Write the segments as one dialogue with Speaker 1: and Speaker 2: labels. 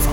Speaker 1: 方，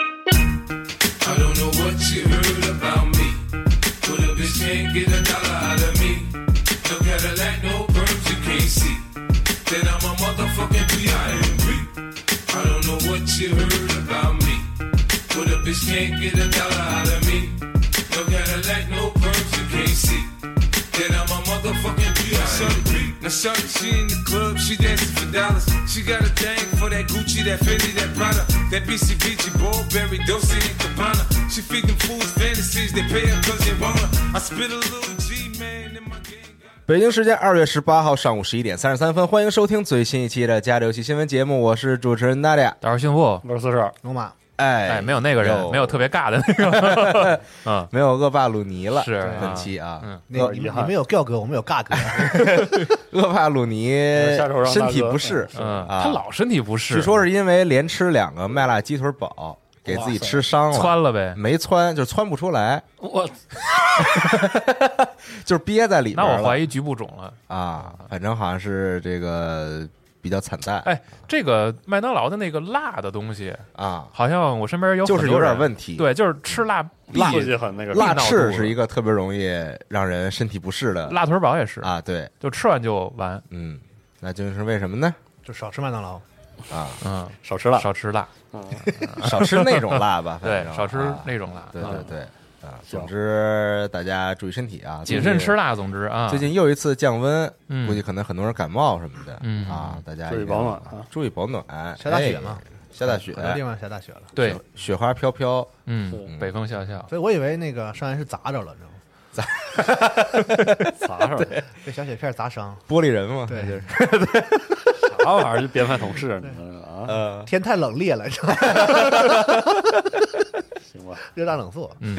Speaker 2: I don't know what you heard about me. But a bitch can't get a dollar out of me. No Cadillac, no perms you can't see. Then I'm a motherfucking B.I.M.B. I don't know what you heard about me. But a bitch can't get a dollar out of me. No Cadillac, no perms you can't see. Then I'm a motherfucking B.I.M.B. Now shawty, she in the club, she dancing for dollars. She got a thing for that Gucci, that Fendi, that Prada, that BCBG, Burberry, Dolce and Cabana. She feed them fools fantasies, they pay her cause they want her. I spit a little G, man, in my gang. got-
Speaker 3: 北京时间二月十八号上午十一点三十三分，欢迎收听最新一期的《加里游戏新闻节目》，我是主持人娜俩。
Speaker 4: 大伙儿幸福，
Speaker 5: 我是四十，
Speaker 6: 龙马，
Speaker 3: 哎
Speaker 4: 哎，没有那个人，没有特别尬的 那个，嗯，
Speaker 3: 没有恶霸鲁尼了，
Speaker 4: 是
Speaker 3: 本期啊，
Speaker 4: 嗯
Speaker 6: 那
Speaker 5: 有点
Speaker 6: 你
Speaker 5: 遗
Speaker 6: 们
Speaker 5: 憾
Speaker 6: 你们有 g 哥，我们有尬 哥，
Speaker 3: 恶霸鲁尼
Speaker 5: 下手让大哥
Speaker 3: 身体不适，
Speaker 4: 嗯，
Speaker 3: 啊
Speaker 4: 他老身体不适，
Speaker 3: 据说是因为连吃两个麦辣鸡腿堡，给自己吃伤了，
Speaker 4: 窜了呗。
Speaker 3: 没窜，就是窜不出来，
Speaker 4: 我
Speaker 3: 就是憋在里
Speaker 4: 那
Speaker 3: 边了。
Speaker 4: 我怀疑局部肿了。
Speaker 3: 啊，反正好像是这个比较惨淡
Speaker 4: 哎，这个麦当劳的那个辣的东西，
Speaker 3: 啊，
Speaker 4: 好像我身边有很
Speaker 3: 就
Speaker 4: 多
Speaker 3: 是有点
Speaker 4: 人
Speaker 3: 问题
Speaker 4: 对，就是吃辣
Speaker 3: 辣
Speaker 4: 必
Speaker 5: 自己很那个
Speaker 3: 辣
Speaker 4: 闹肚
Speaker 3: 翅
Speaker 4: 子
Speaker 3: 是一个特别容易让人身体不适的
Speaker 4: 辣腿堡也是，
Speaker 3: 啊，对，
Speaker 4: 就吃完就完。
Speaker 3: 嗯，那就是为什么呢？
Speaker 6: 就少吃麦当劳。
Speaker 4: 嗯，
Speaker 5: 啊少吃辣，
Speaker 4: 少吃辣，
Speaker 3: 少吃那种辣吧，
Speaker 4: 对
Speaker 3: 反，正
Speaker 4: 少吃
Speaker 3: 啊
Speaker 4: 那种辣，
Speaker 3: 对对对啊，
Speaker 5: 行
Speaker 3: 总之大家注意身体啊，
Speaker 4: 谨慎吃
Speaker 3: 辣。
Speaker 4: 辣。总之啊，
Speaker 3: 最近又一次降温，
Speaker 4: 嗯
Speaker 3: 估计可能很多人感冒什么的，
Speaker 4: 嗯
Speaker 3: 啊，大家
Speaker 5: 注意
Speaker 3: 一定
Speaker 5: 保暖啊，
Speaker 3: 注意保暖，
Speaker 6: 下大雪嘛
Speaker 3: 哎，下大雪，
Speaker 6: 很多地方下大雪了，
Speaker 4: 对，
Speaker 3: 雪花飘飘，
Speaker 4: 嗯，北风笑笑，
Speaker 6: 所以我以为那个上来是砸着了，你知道吗？
Speaker 5: 啥玩意儿？
Speaker 6: 被小雪片砸伤，
Speaker 3: 玻璃人嘛，
Speaker 6: 对
Speaker 3: 就是
Speaker 5: 啥玩意儿？就编排同事，你们啊，
Speaker 3: 呃，
Speaker 6: 天太冷冽了，你知道吗？
Speaker 5: 行吧？
Speaker 6: 热胀冷缩。
Speaker 4: 嗯，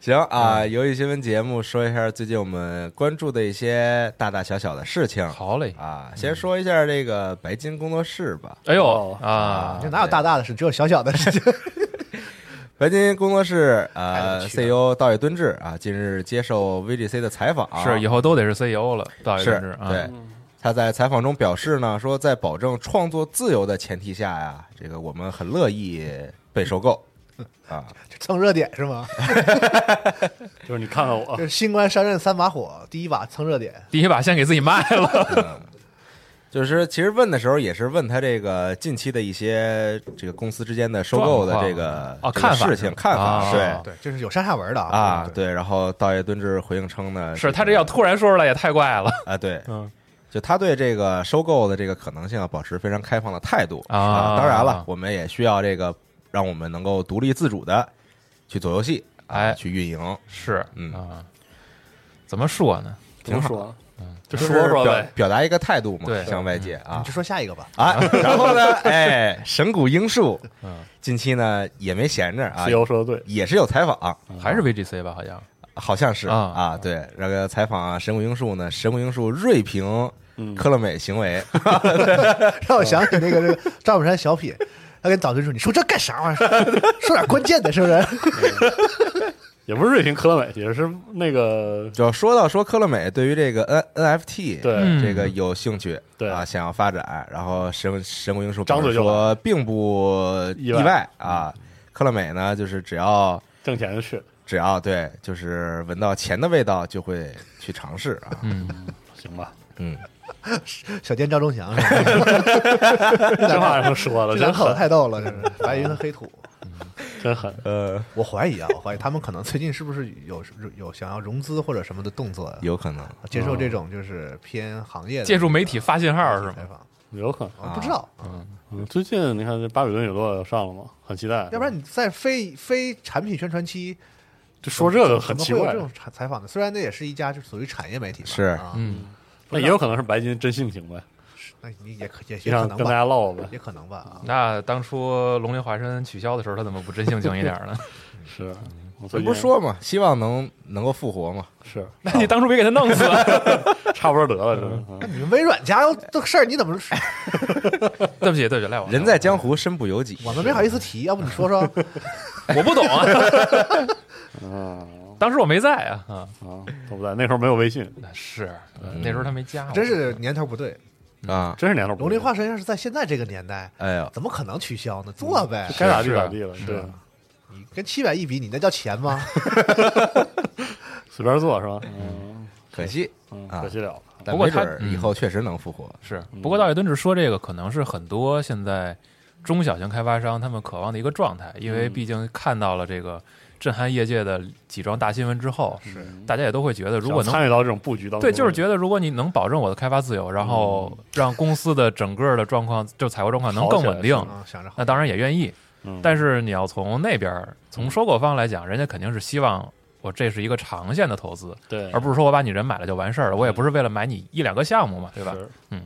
Speaker 3: 行啊，游戏新闻节目说一下最近我们关注的一些大大小小的事情
Speaker 4: 好嘞，
Speaker 3: 啊，先说一下这个白金工作室吧，
Speaker 4: 哎呦
Speaker 5: 哦
Speaker 4: 啊，
Speaker 6: 这哪有大大的事，只有小小的事情。
Speaker 3: 白金工作室呃
Speaker 6: 太有趣了
Speaker 3: CEO 道野敦志啊，近日接受 VGC 的采访，啊
Speaker 4: 是以后都得是 CEO 了，到一
Speaker 3: 是
Speaker 4: 定制啊，
Speaker 3: 对。他在采访中表示呢，说在保证创作自由的前提下呀，这个我们很乐意被收购。
Speaker 6: 蹭热点是吗？
Speaker 5: 就是你看看我
Speaker 6: 这，是新官上任三把火，第一把蹭热点，
Speaker 4: 第一把先给自己卖 了，
Speaker 3: 就是其实问的时候也是问他这个近期的一些这个公司之间的收购的这个这个
Speaker 4: 状况啊看法
Speaker 3: 事情看法，
Speaker 4: 啊
Speaker 3: 对
Speaker 6: 对，这是有上下文的
Speaker 3: 啊
Speaker 6: 对，
Speaker 3: 对。然后道爷敦志回应称呢，
Speaker 4: 是他这要突然说出来也太怪了
Speaker 3: 啊对，
Speaker 4: 嗯，
Speaker 3: 就他对这个收购的这个可能性啊保持非常开放的态度
Speaker 4: 啊
Speaker 3: 当然了，我们也需要这个让我们能够独立自主的去做游戏，啊
Speaker 4: 哎
Speaker 3: 去运营，
Speaker 4: 是，
Speaker 3: 嗯
Speaker 4: 啊，怎么说呢？
Speaker 5: 挺说，就
Speaker 3: 就是
Speaker 5: 说说
Speaker 3: 表
Speaker 5: 呗。嗯
Speaker 3: 表达一个态度嘛，
Speaker 4: 对
Speaker 3: 向外界
Speaker 6: 你
Speaker 3: 啊
Speaker 6: 就说下一个 吧。
Speaker 3: 啊，然后呢，哎，神谷英树，近期呢也没闲着啊，
Speaker 5: CEO 嗯说的对，
Speaker 3: 也是有采访，
Speaker 4: 还是 VGC 吧，好像
Speaker 3: 好像是
Speaker 4: 啊
Speaker 3: 啊，对，那个采访啊神谷英树呢，神谷英树锐评
Speaker 5: 嗯
Speaker 3: 科乐美行为，
Speaker 6: 让我想起那个这个 赵本山小 品，他跟导师说：“你说这干啥玩意儿？说点关键的，是不是？”
Speaker 5: 也不是锐评科乐美，也是那个
Speaker 3: 就说到说科乐美对于这个 N NFT
Speaker 5: 对
Speaker 4: 嗯
Speaker 3: 这个有兴趣，
Speaker 5: 对
Speaker 3: 啊，想要发展，然后神神谷英树
Speaker 5: 张嘴就
Speaker 3: 说并不
Speaker 5: 意外
Speaker 3: 外啊，科乐美呢就是只要
Speaker 5: 挣钱就去，
Speaker 3: 只要对，就是闻到钱的味道就会去尝试啊，
Speaker 5: 行吧？
Speaker 3: 嗯，
Speaker 6: 小店赵忠祥是吧？
Speaker 5: 这话也不说了，
Speaker 6: 这两
Speaker 5: 真
Speaker 6: 口子
Speaker 5: 狠，
Speaker 6: 太逗了，这是白云和黑土。
Speaker 5: 真狠。
Speaker 3: 呃，
Speaker 6: 我怀疑啊，我怀疑他们可能最近是不是有有想要融资或者什么的动作呀？
Speaker 3: 有可能
Speaker 6: 接
Speaker 5: 嗯
Speaker 6: 受这种就是偏行业的
Speaker 4: 借助媒体发信号是
Speaker 6: 采
Speaker 4: 吗？
Speaker 6: 访，
Speaker 5: 有可
Speaker 6: 我不知道，
Speaker 5: 嗯能，最近你看这巴比伦陨落上了吗？很期待。
Speaker 6: 要不然你在非非产品宣传期
Speaker 5: 就说这个
Speaker 6: 怎
Speaker 5: 很
Speaker 6: 么
Speaker 5: 奇
Speaker 6: 会有
Speaker 5: 怪
Speaker 6: 这，种采采访呢？虽然那也是一家就属于产业媒体吧，
Speaker 3: 是
Speaker 6: 啊，
Speaker 4: 嗯，
Speaker 5: 那也有可能是白金真性情呗，
Speaker 6: 那你也可也
Speaker 5: 就
Speaker 6: 也可
Speaker 5: 想
Speaker 6: 能
Speaker 5: 跟大家
Speaker 6: 吧，
Speaker 5: 唠呗。
Speaker 6: 也可能吧啊。
Speaker 4: 那当初龙鳞华山取消的时候，他怎么不真性情一点呢？
Speaker 5: 是，
Speaker 6: 嗯
Speaker 5: 我最
Speaker 3: 咱
Speaker 5: 近
Speaker 3: 不是说嘛，希望能能够复活嘛，
Speaker 5: 是
Speaker 4: 那你当初别给他弄死啊！
Speaker 5: 差不 多得了，真的。嗯
Speaker 6: 你们微软家有这个事儿，你怎么说
Speaker 4: 对不起，对不起，赖我了。
Speaker 3: 人在江湖身不由己，
Speaker 6: 我们没好意思提？要不你说说？
Speaker 4: 我不懂 啊，
Speaker 6: 哦
Speaker 5: 嗯
Speaker 4: 当时我没在啊。啊，
Speaker 5: 啊，都不在，那时候没有微信，
Speaker 4: 是
Speaker 3: 嗯
Speaker 4: 那时候他没加我，
Speaker 6: 真是年头不对。
Speaker 3: 啊，
Speaker 5: 真是年头不
Speaker 6: 龙
Speaker 5: 对
Speaker 6: 鳞化身要是在现在这个年代，
Speaker 3: 哎呦，
Speaker 6: 怎么可能取消呢？做呗，
Speaker 5: 该咋地
Speaker 4: 是啊
Speaker 5: 咋地了，对，
Speaker 6: 你跟七百亿比，你那叫钱吗？
Speaker 5: 随便做是吧？嗯
Speaker 3: 可惜，
Speaker 5: 嗯，
Speaker 3: 啊
Speaker 5: 可惜了。
Speaker 3: 但
Speaker 4: 不过
Speaker 3: 没
Speaker 4: 他
Speaker 3: 准儿以后确实能复活，
Speaker 4: 是。不过道野敦志说这个，可能是很多现在中小型开发商他们渴望的一个状态，
Speaker 3: 嗯
Speaker 4: 因为毕竟看到了这个震撼业界的几桩大新闻之后，
Speaker 5: 是
Speaker 4: 大家也都会觉得，如果能
Speaker 5: 想参与到这种布局当中，
Speaker 4: 对，就是觉得如果你能保证我的开发自由，然
Speaker 5: 嗯
Speaker 4: 后让公司的整个的状况，就采购状况能更稳定，
Speaker 6: 啊，想着好
Speaker 4: 那，当然也愿意。
Speaker 5: 得
Speaker 4: 但是你要从那边儿，从收购方来讲，人家肯定是希望我这是一个长线的投资，
Speaker 5: 对，嗯
Speaker 4: 而不是说我把你人买了就完事儿了。我也不是为了买你一两个项目嘛，对吧？
Speaker 5: 是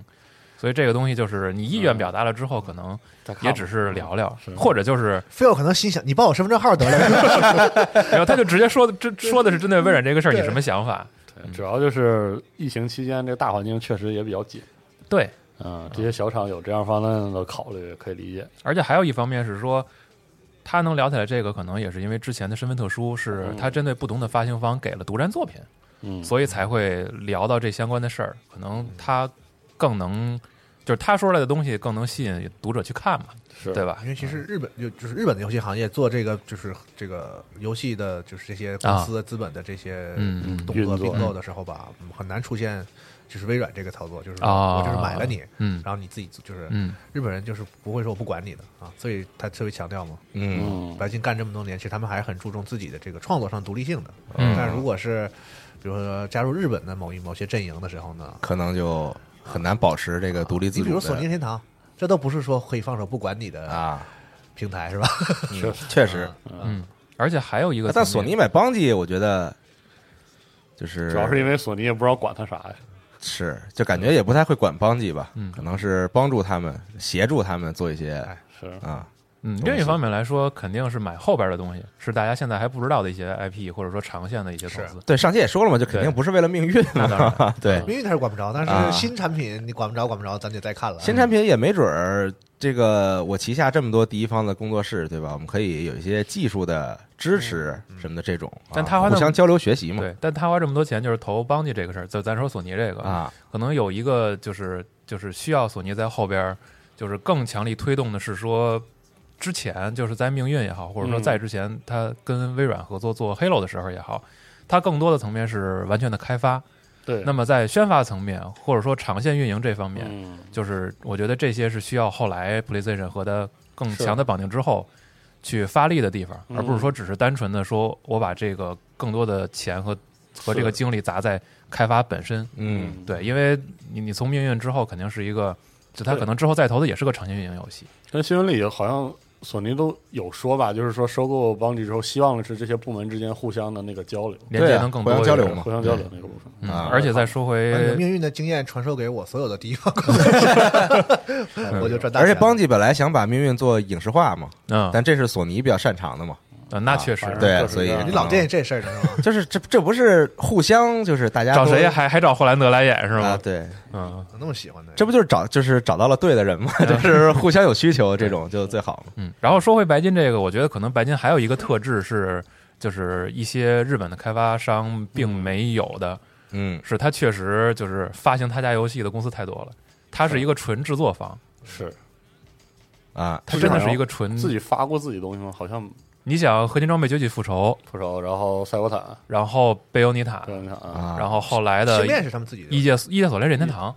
Speaker 4: 所以这个东西就是你意愿表达了之后，可能
Speaker 5: 再看吧
Speaker 4: 也只是聊聊
Speaker 5: 嗯是，
Speaker 4: 或者就是
Speaker 6: 菲尔可能心想，你报我身份证号得了，
Speaker 4: 然后他就直接说的， 这说的是针对微软这个事儿，你什么想法？
Speaker 5: 对呃主要就是疫情期间这个大环境确实也比较紧，
Speaker 4: 对，
Speaker 5: 嗯，这些小厂有这样方案的考虑可以理解，
Speaker 4: 而且还有一方面是说，他能聊起来这个，可能也是因为之前的身份特殊，是
Speaker 5: 嗯
Speaker 4: 他针对不同的发行方给了独占作品，
Speaker 5: 嗯，
Speaker 4: 所以才会聊到这相关的事儿。可能他更能，就是他说出来的东西更能吸引读者去看嘛，
Speaker 5: 是
Speaker 4: 对吧
Speaker 6: 因？为其实日本就就是日本的游戏行业做这个就是这个游戏的，就是这些公司资本的这些
Speaker 4: 嗯嗯
Speaker 6: 动作
Speaker 5: 运作
Speaker 6: 并购的时候吧，嗯很难出现就是微软这个操作，就是
Speaker 4: 啊
Speaker 6: 我就是买了你，
Speaker 4: 嗯
Speaker 6: 然后你自己就是
Speaker 4: 嗯，
Speaker 6: 日本人就是不会说我不管你的啊，所以他特别强调嘛，
Speaker 3: 嗯，
Speaker 5: 嗯，
Speaker 6: 白金干这么多年，其实他们还是很注重自己的这个创作上独立性的，
Speaker 4: 嗯
Speaker 6: 但如果是比如说加入日本的某一某些阵营的时候呢，
Speaker 3: 可能就很难保持这个独立自
Speaker 6: 你
Speaker 3: 主的，
Speaker 6: 比如索尼天堂，这都不是说可以放手不管你的
Speaker 3: 啊，
Speaker 6: 平台是吧？
Speaker 3: 嗯确实，
Speaker 4: 嗯而且还有一个，
Speaker 3: 但索尼。买邦基，我觉得就是
Speaker 5: 嗯主要是因为索尼也不知道管他啥呀，
Speaker 3: 是就感觉也不太会管邦基吧，可能是帮助他们、协助他们做一些
Speaker 5: 是
Speaker 3: 啊，
Speaker 4: 嗯，
Speaker 3: 东
Speaker 4: 另一
Speaker 3: 西
Speaker 4: 方面来说，肯定是买后边的东西，是大家现在还不知道的一些 IP，或者说长线的一些投
Speaker 6: 是
Speaker 4: 资。
Speaker 3: 对，上期也说了嘛，就肯定不是为了命运
Speaker 4: 那当然
Speaker 3: 嘛， 对，
Speaker 6: 命运他是管不着，但
Speaker 3: 啊
Speaker 6: 是新产品你管不着，管不着，咱得再看了。
Speaker 3: 新产品也没准儿。这个我旗下这么多第一方的工作室，对吧？我们可以有一些技术的支持什么的这种，啊
Speaker 4: 但他花那
Speaker 3: 互相交流学习嘛，
Speaker 4: 对，但他花这么多钱就是投邦尼这个事儿，就咱说索尼这个，
Speaker 3: 啊，
Speaker 4: 可能有一个就是就是需要索尼在后边儿就是更强力推动的是说，之前就是在命运也好，或者说
Speaker 5: 嗯
Speaker 4: 在之前他跟微软合作做 Halo 的时候也好，它更多的层面是完全的开发。
Speaker 5: 对，
Speaker 4: 那
Speaker 5: 么
Speaker 4: 么在宣发层面或者说长线运营这方面，
Speaker 5: 嗯，
Speaker 4: 就是我觉得这些是需要后来 PlayStation 和它更
Speaker 5: 是
Speaker 4: 强的绑定之后去发力的地方，
Speaker 5: 嗯
Speaker 4: 而不是说只是单纯的说我把这个更多的钱和和这个
Speaker 5: 是
Speaker 4: 精力砸在开发本身。
Speaker 3: 嗯，
Speaker 4: 对，因为你你从命运之后肯定是一个，就它
Speaker 5: 对
Speaker 4: 可能之后再投的也是个长线运营游戏。
Speaker 5: 跟新闻里好像索尼都有说吧，就是说收购邦迪之后，希望的是这些部门之间互相的那个交流，
Speaker 4: 连接能更
Speaker 3: 对
Speaker 4: 多
Speaker 3: 啊
Speaker 4: 一
Speaker 3: 互相交
Speaker 4: 点
Speaker 3: 流嘛
Speaker 5: 互相交流那个部分。
Speaker 4: 嗯
Speaker 3: 啊
Speaker 4: 而且再说
Speaker 6: 把你的
Speaker 4: 回
Speaker 6: 命运的经验传授给我所有的地方， 我就赚大
Speaker 3: 而
Speaker 6: 钱了。
Speaker 3: 且邦基本来想把命运做影视化嘛，
Speaker 4: 嗯，
Speaker 3: 但这是索尼比较擅长的嘛，
Speaker 4: 呃那确实
Speaker 5: 反正
Speaker 3: 对，啊
Speaker 5: 就是
Speaker 3: 所以
Speaker 5: 这样
Speaker 6: 你老惦记这事儿呢是吧？
Speaker 3: 就是这这不是互相就是大家
Speaker 4: 找谁
Speaker 3: 呀？
Speaker 4: 还还找霍兰德来演是
Speaker 3: 啊，
Speaker 4: 吗？
Speaker 3: 对，
Speaker 4: 嗯，
Speaker 6: 怎么那么喜欢呢？
Speaker 3: 这不就是找就是找到了对的人嘛， 就是互相有需求，这种就最好嘛。
Speaker 4: 嗯，然后说回白金这个，我觉得可能白金还有一个特质是，就是一些日本的开发商并没有的，
Speaker 3: 嗯
Speaker 4: 是它确实就是发行他家游戏的公司太多了，它是一个纯制作方，
Speaker 5: 是
Speaker 3: 啊，
Speaker 4: 它
Speaker 5: 是
Speaker 4: 真的
Speaker 5: 好
Speaker 4: 是
Speaker 5: 像
Speaker 4: 一个纯
Speaker 5: 自己发过自己东西吗？好像
Speaker 4: 你想《合金装备：崛起复仇
Speaker 5: 不熟。然后赛博坦，》，
Speaker 4: 然后《贝欧尼塔
Speaker 5: 对，你看啊，
Speaker 3: 啊》，
Speaker 4: 然后后来的
Speaker 6: 芯片是他们自己
Speaker 4: 异
Speaker 6: 的
Speaker 4: 界异界锁链任天堂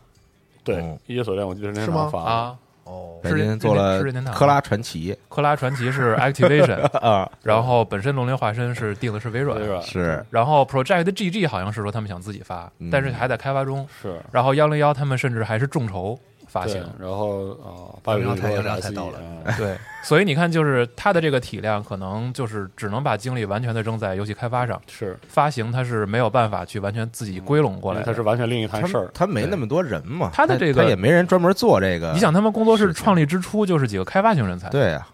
Speaker 5: 对
Speaker 3: 嗯
Speaker 5: 《异界锁链》，我记得是那
Speaker 6: 是
Speaker 5: 场
Speaker 6: 吗
Speaker 5: 发的，
Speaker 4: 啊，
Speaker 6: 哦，
Speaker 3: 北
Speaker 4: 是
Speaker 3: 京
Speaker 4: 任
Speaker 3: 做了
Speaker 4: 是任天堂
Speaker 3: 科拉传奇
Speaker 4: 科拉传奇是 Activation，
Speaker 3: 啊，
Speaker 4: 然后本身龙鳞化身是定的是微软
Speaker 5: 微，软
Speaker 3: 是
Speaker 4: 然后 Project GG 好像是说他们想自己发
Speaker 3: 嗯，
Speaker 4: 但是还在开发中。
Speaker 5: 是
Speaker 4: 然后幺零幺他们甚至还是众筹发
Speaker 5: 对
Speaker 4: 行，，
Speaker 5: 然后啊，八月
Speaker 6: 然后
Speaker 5: 六
Speaker 6: 太阳
Speaker 5: 日
Speaker 6: 亮才到了
Speaker 5: 了，
Speaker 4: 对，所以你看，就是它的这个体量，可能就是只能把精力完全的扔在游戏开发上，
Speaker 5: 是
Speaker 4: 发行它是没有办法去完全自己归拢过
Speaker 5: 因
Speaker 4: 来的。
Speaker 5: 为哎嗯它是完全另一
Speaker 3: 他
Speaker 5: 摊事儿，
Speaker 3: 他没那么多人嘛，
Speaker 4: 他的
Speaker 3: 他
Speaker 4: 这个
Speaker 3: 他也没人专门做这个，
Speaker 4: 你想，他们工作
Speaker 3: 是是
Speaker 4: 室创立之初就是几个开发型人才，
Speaker 3: 对啊，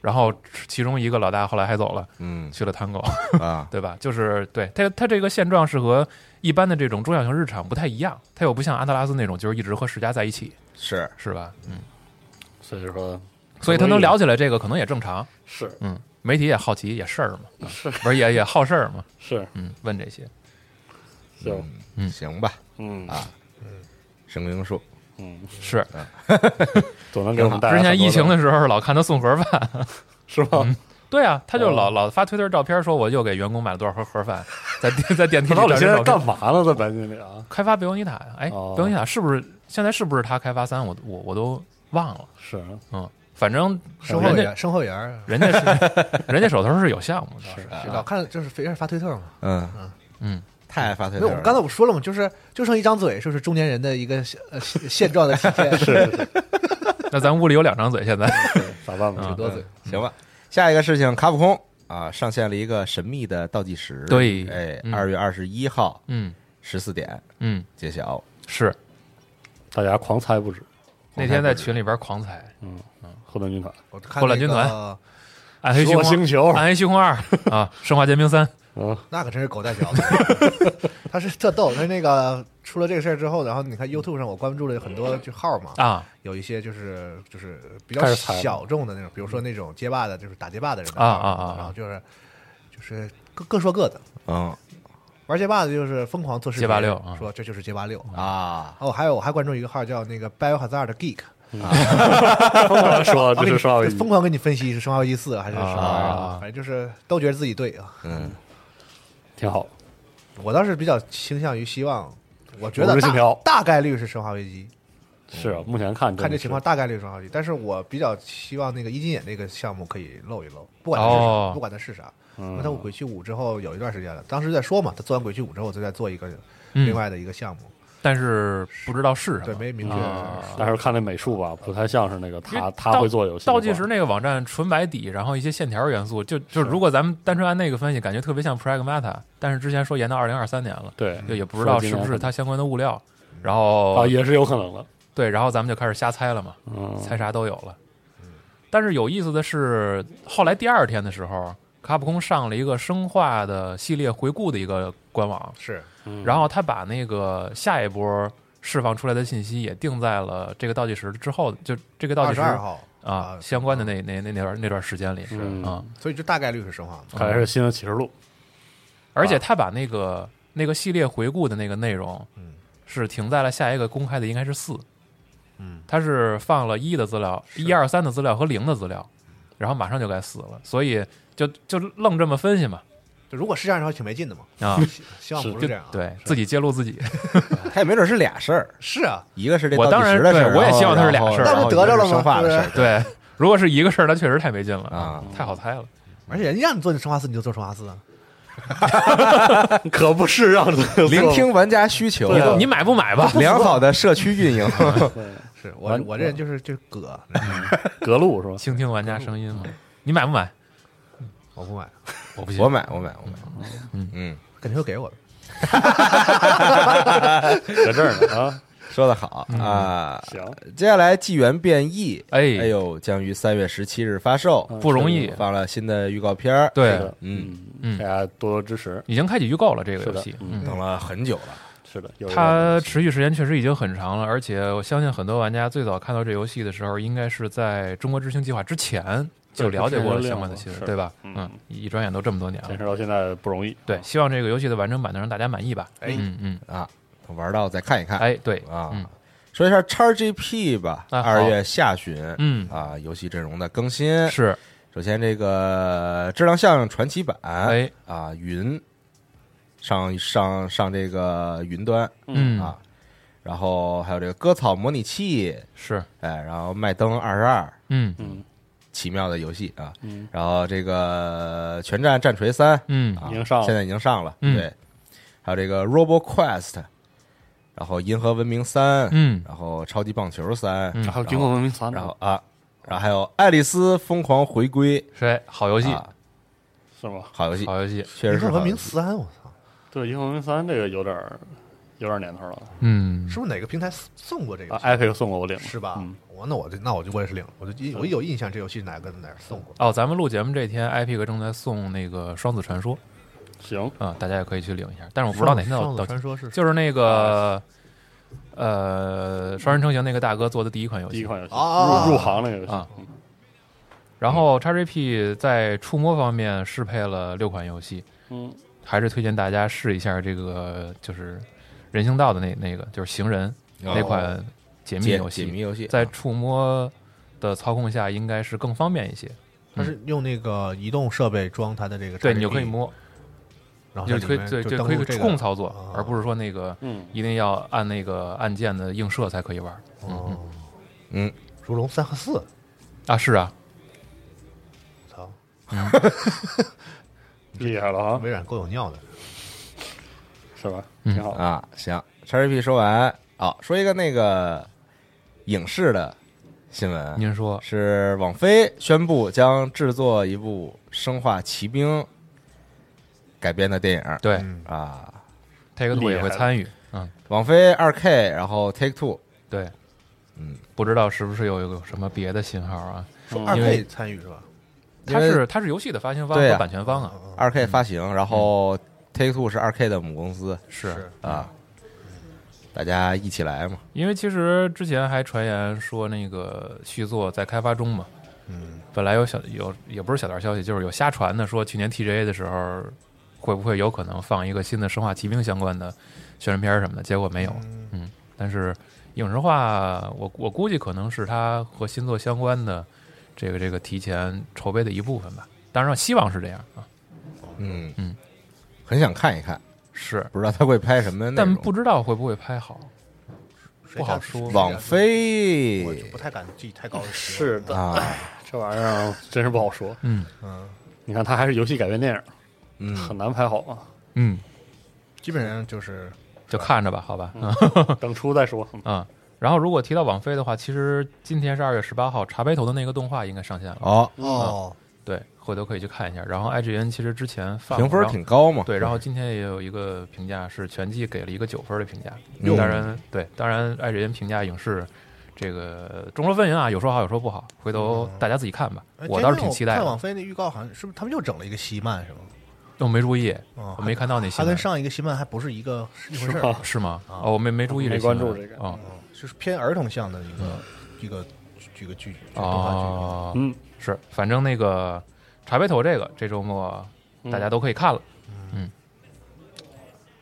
Speaker 4: 然后其中一个老大后来还走了，
Speaker 3: 嗯
Speaker 4: 去了 Tango，
Speaker 3: 啊，
Speaker 4: 对吧？就是对它它这个现状是和一般的这种中小型日产不太一样，它又不像阿特拉斯那种就是一直和世嘉在一起，
Speaker 3: 是
Speaker 4: 是吧？嗯，
Speaker 5: 所以说
Speaker 4: 所以他能聊起来这个可能也正常，
Speaker 5: 是
Speaker 4: 嗯，媒体也好奇也事 儿嘛，是不是也也好事儿嘛？
Speaker 5: 是
Speaker 4: 嗯，问这些，
Speaker 5: 行，
Speaker 4: 嗯
Speaker 3: 行吧，
Speaker 5: 嗯
Speaker 3: 啊生命树
Speaker 5: 嗯，
Speaker 4: 是
Speaker 5: 总能给我们带来
Speaker 4: 之前
Speaker 5: 很多
Speaker 4: 疫情
Speaker 5: 的
Speaker 4: 的时候老看他送盒饭，
Speaker 5: 是吧？
Speaker 4: 对啊，他就
Speaker 5: 哦
Speaker 4: 老老发推特照片说我又给员工买了多少盒盒饭，在地在电梯
Speaker 5: 他
Speaker 4: 里
Speaker 5: 到底
Speaker 4: 照
Speaker 5: 现在
Speaker 4: 片
Speaker 5: 干嘛呢？在白金里啊，
Speaker 4: 开发贝欧尼塔呀？哎，
Speaker 5: 哦
Speaker 4: 贝欧尼塔是不是现在是不是他开发三？我我我都忘了，
Speaker 5: 是
Speaker 4: 嗯，反正
Speaker 6: 售后
Speaker 4: 人家
Speaker 6: 员，售后员儿
Speaker 4: 人家是人家手头是有项目 的，是
Speaker 6: 老看就是肥人发推特嘛。
Speaker 3: 嗯
Speaker 4: 嗯，
Speaker 3: 太爱发推
Speaker 6: 没
Speaker 3: 特
Speaker 6: 有，
Speaker 3: 了，
Speaker 6: 我们刚才我说了嘛，就是就剩一张嘴，就是中年人的一个呃现现状的体现，是
Speaker 4: 那咱屋里有两张嘴，现在
Speaker 5: 对咋办
Speaker 4: 啊嗯
Speaker 5: 吧？
Speaker 6: 多嘴。
Speaker 3: 行吧，下一个事情，卡普空啊上线了一个神秘的倒计时，
Speaker 4: 对
Speaker 3: 哎，
Speaker 4: 嗯
Speaker 3: 二月二十一号
Speaker 4: 嗯
Speaker 3: 十四点
Speaker 4: 嗯
Speaker 3: 揭晓，
Speaker 4: 是
Speaker 5: 大家狂猜不止，
Speaker 4: 那天在群里边狂踩
Speaker 5: 后盾 军团
Speaker 6: 我看
Speaker 4: 霍乱
Speaker 6: 那
Speaker 4: 军
Speaker 6: 个
Speaker 4: 暗黑
Speaker 5: 十
Speaker 4: 星
Speaker 5: 个
Speaker 4: 空
Speaker 5: 星。球
Speaker 4: 暗黑星空二 啊，生化煎饼三，
Speaker 5: 啊，
Speaker 6: 那可真是狗带脚的。 他是特逗，他那个出了这个事儿之后，然后你看 YouTube 上我关注了很多就号嘛，
Speaker 4: 啊，
Speaker 6: 有一些就是就是比较
Speaker 5: 开始裁了
Speaker 6: 小众的那种，比如说那种街霸的，就是打街霸的人的
Speaker 4: 啊
Speaker 6: 号
Speaker 4: 啊啊啊
Speaker 6: 然后就是就是各各说各的，
Speaker 3: 嗯
Speaker 6: 玩街霸的就是疯狂做视频，
Speaker 4: 街霸六啊
Speaker 6: 说这就是街霸六啊。
Speaker 3: 啊，
Speaker 6: 哦，还有我还关注一个号叫那个 Biohazard Geek，
Speaker 5: 疯狂说
Speaker 6: 啊
Speaker 5: 这是生化危机
Speaker 6: 疯，狂给你分析是生化危机四还是什么玩意儿
Speaker 4: 啊
Speaker 6: 啊，反正就是都觉得自己对啊。
Speaker 3: 嗯
Speaker 5: 挺好。
Speaker 6: 我倒是比较倾向于希望，我觉
Speaker 5: 我
Speaker 6: 得
Speaker 5: 是信条
Speaker 6: 大大概率是生化危机，
Speaker 5: 是
Speaker 4: 嗯
Speaker 5: 啊目前看
Speaker 6: 看这
Speaker 5: 真的
Speaker 6: 情况
Speaker 5: 是，
Speaker 6: 大概率是生化危机，但是我比较希望那个一金眼那个项目可以露一露，不管它是啥，
Speaker 4: 哦
Speaker 6: 不管它是啥。因为它
Speaker 5: 嗯，
Speaker 6: 鬼泣五之后有一段时间了，当时在说嘛，他做完鬼泣五之后，就在做一个
Speaker 4: 嗯
Speaker 6: 另外的一个项目，
Speaker 4: 但是不知道是什
Speaker 6: 对，
Speaker 4: 么。
Speaker 6: 没明确。
Speaker 4: 啊
Speaker 5: 但是看那美术吧，不太像是那个
Speaker 4: 因
Speaker 5: 他
Speaker 4: 为
Speaker 5: 他
Speaker 4: 倒
Speaker 5: 会做游戏的
Speaker 4: 倒计
Speaker 5: 话
Speaker 4: 时那个网站纯白底，然后一些线条元素，就就是如果咱们单纯按那个分析，感觉特别像 Pragmata，但是之前说延到二零二三年了，
Speaker 5: 对
Speaker 4: 就也不知道是不是它相关的物料。然后
Speaker 5: 啊啊，也是有可能的。
Speaker 4: 对，然后咱们就开始瞎猜了嘛，
Speaker 5: 嗯，
Speaker 4: 猜啥都有了。但是有意思的是，后来第二天的时候，卡普空上了一个生化的系列回顾的一个官网，
Speaker 6: 是
Speaker 4: 然后他把那个下一波释放出来的信息也定在了这个倒计时之后，就这个倒
Speaker 6: 二
Speaker 4: 计
Speaker 6: 十
Speaker 4: 时
Speaker 6: 二号
Speaker 4: 啊相关的那那那那段那段时间里是
Speaker 5: 嗯
Speaker 4: 啊，
Speaker 6: 所以就大概率是生化嘛。
Speaker 5: 看来是新的启示 录，
Speaker 4: 而且他把那个那个系列回顾的那个内容，
Speaker 6: 嗯
Speaker 4: 是停在了下一个公开的应该是四，嗯，他是放了一的资料，一二三的资料和零的资料，然后马上就该死了，所以就就愣这么分析嘛
Speaker 6: 就如果是这样的话，挺没劲的嘛。
Speaker 4: 啊，
Speaker 6: 希希望 不
Speaker 4: 就是
Speaker 6: 这样啊。
Speaker 4: 对自己揭露自己，
Speaker 3: 他也没准是俩事儿，
Speaker 6: 是啊，
Speaker 3: 一个是这
Speaker 4: 我
Speaker 3: 倒
Speaker 4: 当
Speaker 3: 计
Speaker 4: 然
Speaker 3: 时的事儿，
Speaker 4: 对我也希望它
Speaker 3: 他
Speaker 4: 是俩事儿
Speaker 6: 那不得着了吗
Speaker 3: 生化的事儿，
Speaker 4: 对，嗯如果是一个事儿，那确实太没劲了
Speaker 3: 啊，
Speaker 4: 太好猜了。
Speaker 6: 而且人家让你做生化四，你就做生化四啊。
Speaker 5: 可不是 让
Speaker 3: 聆 听玩家需求，
Speaker 5: 对
Speaker 4: 你买不买吧？
Speaker 3: 良好的社区运 营，
Speaker 6: 是我
Speaker 5: 完
Speaker 6: 我这人就是就是葛，
Speaker 4: 嗯
Speaker 5: 格路是吧？
Speaker 4: 倾听玩家声音嘛，你买不买？
Speaker 6: 我不买，
Speaker 4: 我不信
Speaker 3: 我。买我买我买，嗯，
Speaker 6: 肯定会给我的。
Speaker 5: 在这儿呢 啊，
Speaker 3: 说的好啊。
Speaker 5: 行，
Speaker 3: 接下来《纪元变异》
Speaker 4: 哎
Speaker 3: 哎呦，将于三月十七日发售，
Speaker 4: 不容易
Speaker 3: 放了新的预告片儿，
Speaker 5: 是
Speaker 4: 对
Speaker 5: 的，
Speaker 3: 嗯
Speaker 5: 嗯，大家多多支持，
Speaker 4: 已经开启预告了这个
Speaker 5: 是
Speaker 4: 游
Speaker 5: 的
Speaker 4: 戏，，
Speaker 5: 嗯，
Speaker 3: 等了很久了，
Speaker 5: 是的，有
Speaker 4: 它持续时间确实已经很长了，而且我相信很多玩家最早看到这游戏的时候，应该是在《中国之星计划》之前就了解过了
Speaker 5: 对
Speaker 4: 相关的新闻，
Speaker 5: 是
Speaker 4: 对吧？
Speaker 5: 嗯
Speaker 4: 嗯，一转眼都这么多年
Speaker 5: 坚
Speaker 4: 了，
Speaker 5: 持到现在不容易。
Speaker 4: 对，希望这个游戏的完整版能让大家满意吧。
Speaker 6: 哎
Speaker 4: 嗯嗯，
Speaker 3: 啊，玩到再看一看。
Speaker 4: 哎，对，
Speaker 3: 啊
Speaker 4: 嗯，
Speaker 3: 说一下 XGP 吧，
Speaker 4: 啊好
Speaker 3: 二月下旬，
Speaker 4: 嗯
Speaker 3: 啊，游戏阵容的更新。
Speaker 4: 是，
Speaker 3: 首先这个《质量效应传奇版》，
Speaker 4: 哎，
Speaker 3: 啊，云上上上这个云端
Speaker 4: 嗯
Speaker 3: 啊，然后还有这个割草模拟器，
Speaker 4: 是，
Speaker 3: 哎，然后麦登二十二，
Speaker 4: 嗯
Speaker 5: 嗯
Speaker 3: 奇妙的游戏啊，
Speaker 5: 嗯，
Speaker 3: 然后这个《全战战锤三》
Speaker 4: 嗯
Speaker 3: 啊，
Speaker 5: 已经上了
Speaker 3: 现在已经上了，
Speaker 4: 嗯
Speaker 3: 对，还有这个《Robo Quest》，然后《银河文明三》，
Speaker 4: 嗯
Speaker 3: 然后《超级棒球三》，
Speaker 4: 嗯
Speaker 5: 还有《军火文明三》
Speaker 3: 然
Speaker 5: 呢，
Speaker 3: 后啊，然后还有《爱丽丝疯狂回归》
Speaker 4: 是哎好游戏，
Speaker 3: 啊，
Speaker 5: 是吗？
Speaker 3: 好游戏，
Speaker 4: 好游戏，
Speaker 3: 确实是
Speaker 6: 是
Speaker 3: 好
Speaker 6: 文
Speaker 3: 游
Speaker 6: 明
Speaker 3: 戏
Speaker 6: 三，我操，
Speaker 5: 对，《军火文明三》这个有点儿有点儿年头了
Speaker 4: 嗯
Speaker 6: 是不是哪个平台送过这个
Speaker 5: 啊
Speaker 6: 游戏？
Speaker 5: ，Epic 送过我
Speaker 4: 哎
Speaker 5: 领了，
Speaker 6: 是吧
Speaker 5: 嗯？
Speaker 6: 我那我就那我就我也是领了，我就记我一有印象这游戏哪个哪儿送过。
Speaker 4: 哦，咱们录节目这天，IP 哥正在送那个《双子传说》
Speaker 5: 行，
Speaker 4: 啊、大家也可以去领一下，但是我不知道哪天到
Speaker 6: 上次
Speaker 4: 到
Speaker 6: 传说是
Speaker 4: 就是那个呃，双人成行那个大哥做的第一款游
Speaker 5: 第一
Speaker 4: 戏。
Speaker 5: 款游戏
Speaker 6: 啊
Speaker 5: 入入行那个游戏
Speaker 4: 啊，
Speaker 5: 嗯
Speaker 4: 然后 XGP 在触摸方面适配了六款游戏，
Speaker 5: 嗯，
Speaker 4: 还是推荐大家试一下这个就是人行道的那那个就是行人、
Speaker 3: 哦
Speaker 4: 那款解密
Speaker 3: 解
Speaker 4: 游戏，
Speaker 3: 解谜游戏，
Speaker 4: 在
Speaker 3: 啊
Speaker 4: 触摸的操控下应该是更方便一些。
Speaker 6: 它是用那个移动设备装它的这个，
Speaker 4: 嗯对，你就可以，摸，
Speaker 6: 然后
Speaker 4: 就
Speaker 6: 它
Speaker 4: 可以
Speaker 6: 里面
Speaker 4: 对，
Speaker 6: 就
Speaker 4: 就
Speaker 6: 登
Speaker 4: 可以
Speaker 6: 录这个
Speaker 4: 触控操作
Speaker 6: 啊，
Speaker 4: 而不是说那个
Speaker 5: 嗯
Speaker 4: 一定要按那个按键的映射才可以玩
Speaker 6: 哦，
Speaker 3: 嗯，
Speaker 6: 如龙三和四，
Speaker 4: 啊。是啊，
Speaker 6: 操，
Speaker 5: 厉害了啊，
Speaker 6: 微软够有尿的。
Speaker 5: 是吧？
Speaker 4: 嗯
Speaker 5: 挺好的。
Speaker 3: 啊，行，XGP 说完啊，说一个那个影视的新闻，啊
Speaker 4: 您说
Speaker 3: 是网飞宣布将制作一部《生化奇兵》改编的电影
Speaker 4: 对
Speaker 6: 嗯
Speaker 3: 啊。
Speaker 4: ，Take Two
Speaker 5: 厉
Speaker 4: 也会
Speaker 5: 害了
Speaker 4: 参与，嗯，
Speaker 3: 网飞二 K，然后 Take Two
Speaker 4: 对，
Speaker 3: 嗯，
Speaker 4: 不知道是不是有有什么别的信号啊？
Speaker 6: 说
Speaker 5: 嗯
Speaker 6: 二
Speaker 4: 因为
Speaker 6: K 参与是吧？嗯
Speaker 3: 因
Speaker 4: 它
Speaker 3: 为
Speaker 4: 是它是游戏的发行方
Speaker 3: 对啊
Speaker 4: 和版权方啊，
Speaker 3: 二 K 发行，然
Speaker 4: 嗯
Speaker 3: 后 Take Two 是二 K 的母公司
Speaker 4: 是
Speaker 3: 啊，
Speaker 4: 嗯
Speaker 3: 大家一起来嘛，
Speaker 4: 因为其实之前还传言说那个续作在开发中嘛，嗯，本来有小有也不是小道消息，就是有瞎传的说去年 TGA 的时候会不会有可能放一个新的生化奇兵相关的宣传片儿什么的，结果没有，嗯，但是影视化我我估计可能是它和新作相关的这个这个提前筹备的一部分吧，当然希望是这样啊，
Speaker 3: 嗯
Speaker 4: 嗯，
Speaker 3: 很想看一看，
Speaker 4: 是，
Speaker 3: 不知道他会拍什么内
Speaker 4: 但
Speaker 3: 容。
Speaker 4: 不知道会不会拍好，
Speaker 6: 谁
Speaker 4: 不好
Speaker 6: 家
Speaker 4: 说
Speaker 3: 网，
Speaker 6: 谁啊家我就
Speaker 3: 飞
Speaker 6: 不太敢寄太高的期望
Speaker 5: 是的，
Speaker 3: 啊，
Speaker 5: 这玩意儿真是不好说。
Speaker 4: 嗯
Speaker 6: 嗯，
Speaker 5: 你看，它还是游戏改编电影，
Speaker 3: 嗯，
Speaker 5: 很难拍好啊。
Speaker 4: 嗯，
Speaker 6: 基本上就是
Speaker 4: 就看着吧，好吧，嗯。
Speaker 5: 等出再说。
Speaker 4: 啊、然后如果提到网飞的话，其实今天是二月十八号，茶杯头的那个动画应该上线了，
Speaker 3: 哦，
Speaker 6: 哦，
Speaker 4: 对，回头可以去看一下。然后 IGN 其实之前放
Speaker 3: 评分
Speaker 4: 然后
Speaker 3: 挺高嘛，
Speaker 4: 对，然后今天也有一个评价是全季给了一个九分的评价，
Speaker 3: 哟
Speaker 4: 当然对，当然 IGN 评价影视。这个众说纷纭啊，有说好，有说不好，回头大家自己看吧。
Speaker 6: 哎
Speaker 4: 我
Speaker 6: 今
Speaker 4: 倒是
Speaker 6: 天
Speaker 4: 挺期待
Speaker 6: 看网
Speaker 4: 的，
Speaker 6: 飞那预告，好像是不是他们又整了一个西漫是吗？
Speaker 4: 我哦没注意，
Speaker 6: 嗯
Speaker 4: 我没看到那
Speaker 6: 它
Speaker 4: 新
Speaker 6: 跟
Speaker 4: 闻，
Speaker 6: 上一个西漫还不是一个一回事儿，
Speaker 5: 吧
Speaker 4: 是吗？
Speaker 6: 啊
Speaker 4: 哦，我没没注意这
Speaker 5: 没
Speaker 4: 新闻，
Speaker 5: 关注这个
Speaker 4: 哦
Speaker 6: 就是偏儿童向的一个一个一个剧剧动画剧。
Speaker 4: 嗯哦，
Speaker 5: 嗯，
Speaker 4: 是，反正那个茶杯头这个这周末大家都可以看了，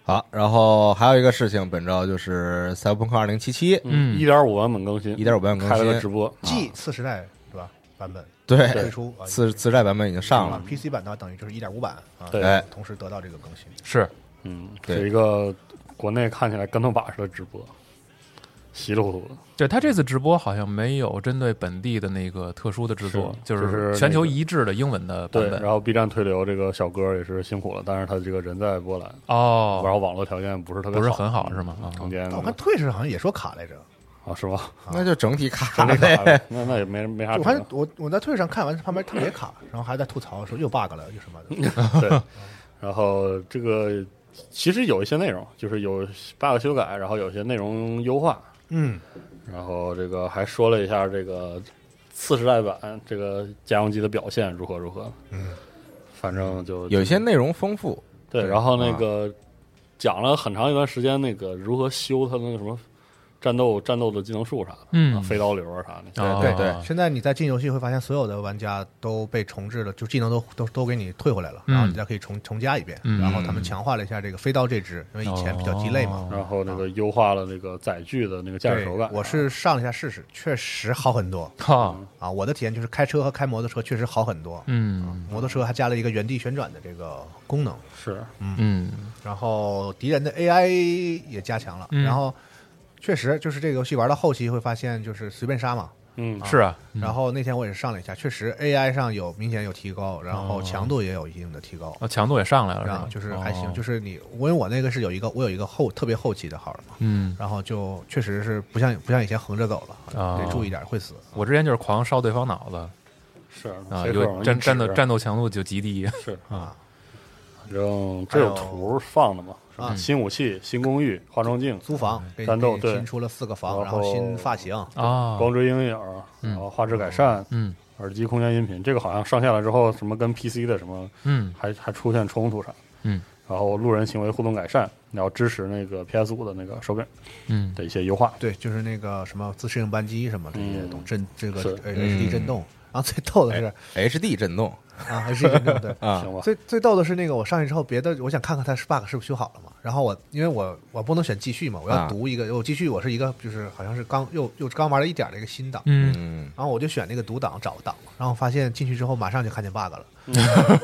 Speaker 3: 好，然后还有一个事情，本周就是《赛博朋克2077》
Speaker 4: 嗯
Speaker 5: 一点五万本更新，
Speaker 3: 1.5万更新
Speaker 5: 开了个直播，
Speaker 6: G 次时代是吧？版本推
Speaker 3: 对，
Speaker 6: 出啊，
Speaker 3: 次次代版本已经上
Speaker 6: 啊
Speaker 3: 了，
Speaker 6: PC 版的话，等于就是一点五版啊，
Speaker 5: 对
Speaker 3: 哎
Speaker 6: 同时得到这个更新。
Speaker 4: 是，
Speaker 5: 嗯，
Speaker 3: 对
Speaker 5: 是一个国内看起来跟头把式的直播，稀里糊涂的。
Speaker 4: 对他这次直播好像没有针对本地的那个特殊的制作，
Speaker 5: 是
Speaker 4: 就
Speaker 5: 就是
Speaker 4: 全球
Speaker 5: 那个
Speaker 4: 一致的英文的版
Speaker 5: 对，
Speaker 4: 本。
Speaker 5: 然后 B 站推流这个小哥也是辛苦了，但是他这个人在波兰，然
Speaker 4: 哦，
Speaker 5: 后网络条件不是特别
Speaker 4: 不是很好是吗？啊，
Speaker 5: 中间
Speaker 6: 但我看退市好像也说卡来着，
Speaker 5: 啊是吗？
Speaker 3: 那就整体卡
Speaker 5: 真没
Speaker 3: 了
Speaker 5: 卡
Speaker 3: 呗。
Speaker 5: 了，那那也没没啥
Speaker 6: 我
Speaker 5: 可
Speaker 6: 看
Speaker 5: 能。
Speaker 6: 我我在退上看完，旁边特别卡，然后还在吐槽说又 bug 了又什么的。
Speaker 5: 对，然后这个其实有一些内容就是有 bug 修改，然后有些内容优化，
Speaker 6: 嗯，
Speaker 5: 然后这个还说了一下这个次时代版这个家用机的表现如何如何。嗯，反正就
Speaker 3: 有一些内容丰富，
Speaker 5: 对，
Speaker 3: 对
Speaker 6: 啊
Speaker 5: 然后那个、讲了很长一段时间那个如何修它的那个什么战斗战斗的技能树啥的，
Speaker 4: 嗯
Speaker 5: 啊飞刀流啊啥的，
Speaker 4: 啊
Speaker 6: 对
Speaker 3: 对
Speaker 6: 现在你在进游戏会发现，所有的玩家都被重置了，就技能都都都给你退回来了，
Speaker 4: 嗯
Speaker 6: 然后你再可以重重加一遍。
Speaker 4: 嗯哦
Speaker 6: 然后他们强化了一下这个飞刀这支，因为以前比较鸡肋嘛。
Speaker 5: 然后那个优化了那个载具的那个驾驶
Speaker 6: 对
Speaker 5: 哦手感。啊
Speaker 6: 我是上了一下试试，确实好很多
Speaker 4: 哈，
Speaker 6: 啊！我的体验就是开车和开摩托车确实好很多。
Speaker 4: 嗯
Speaker 6: 摩托车还加了一个原地旋转的这个功能，
Speaker 5: 是
Speaker 4: 嗯
Speaker 6: 然后敌人的 AI 也加强了。
Speaker 4: 嗯
Speaker 6: 然后确实就是这个游戏玩到后期会发现，就是随便杀嘛，
Speaker 5: 嗯
Speaker 4: 是啊，
Speaker 6: 然后那天我也是上了一下，确实 AI 上有明显有提高，然后强度也有一定的提高，
Speaker 4: 哦强度也上来了，
Speaker 6: 然
Speaker 4: 吧
Speaker 6: 后啊就是还行，
Speaker 4: 哦
Speaker 6: 就是你因为我那个是有一个我有一个后特别后期的号嘛，
Speaker 4: 嗯，
Speaker 6: 然后就确实是不像不像以前横着走
Speaker 4: 哦
Speaker 6: 了，得注意点会死。
Speaker 4: 我之前就是狂烧对方脑子
Speaker 5: 是
Speaker 4: 啊，
Speaker 5: 黑客往
Speaker 4: 有战
Speaker 5: 上一
Speaker 4: 战斗
Speaker 5: 指
Speaker 4: 战斗强度就极低，
Speaker 5: 是
Speaker 4: 啊，
Speaker 5: 反正这有图放的嘛，什么
Speaker 6: 啊
Speaker 5: 新武器、新公寓、化妆镜、
Speaker 6: 租
Speaker 4: 哦
Speaker 6: 房给
Speaker 5: 战斗
Speaker 6: 给
Speaker 5: 对
Speaker 6: 新出了四个房，
Speaker 5: 然
Speaker 6: 然后
Speaker 5: 后
Speaker 6: 新发型，
Speaker 4: 啊，
Speaker 5: 光追阴影，然后画质改善、
Speaker 4: 嗯
Speaker 5: 耳机空间音频，这个好像上线了之后，什么跟 PC 的什么
Speaker 4: 嗯
Speaker 5: 还还出现冲突啥，
Speaker 4: 嗯，
Speaker 5: 然后路人行为互动改善，然后支持那个 PS 5的那个手柄
Speaker 4: 嗯，
Speaker 5: 的一些优化，
Speaker 6: 对，就是那个什么自适应扳机什么这些
Speaker 5: 嗯
Speaker 6: 东震这个
Speaker 5: 是
Speaker 4: 嗯
Speaker 6: HD 震动，然后最逗的是
Speaker 4: 哎
Speaker 3: HD 震动
Speaker 6: 啊 HD 震动对。
Speaker 3: 啊
Speaker 5: 行吧？
Speaker 6: 最最逗的是那个，我上去之后，别的我想看看它是 bug 是不是修好了嘛。然后我因为我我不能选继续嘛，我要
Speaker 3: 啊
Speaker 6: 读一个，我继续我是一个就是好像是刚又又刚玩了一点儿的一个新档，
Speaker 4: 嗯
Speaker 3: 嗯，
Speaker 6: 然后我就选那个读档找档，然后发现进去之后马上就看见 bug 了，
Speaker 4: 嗯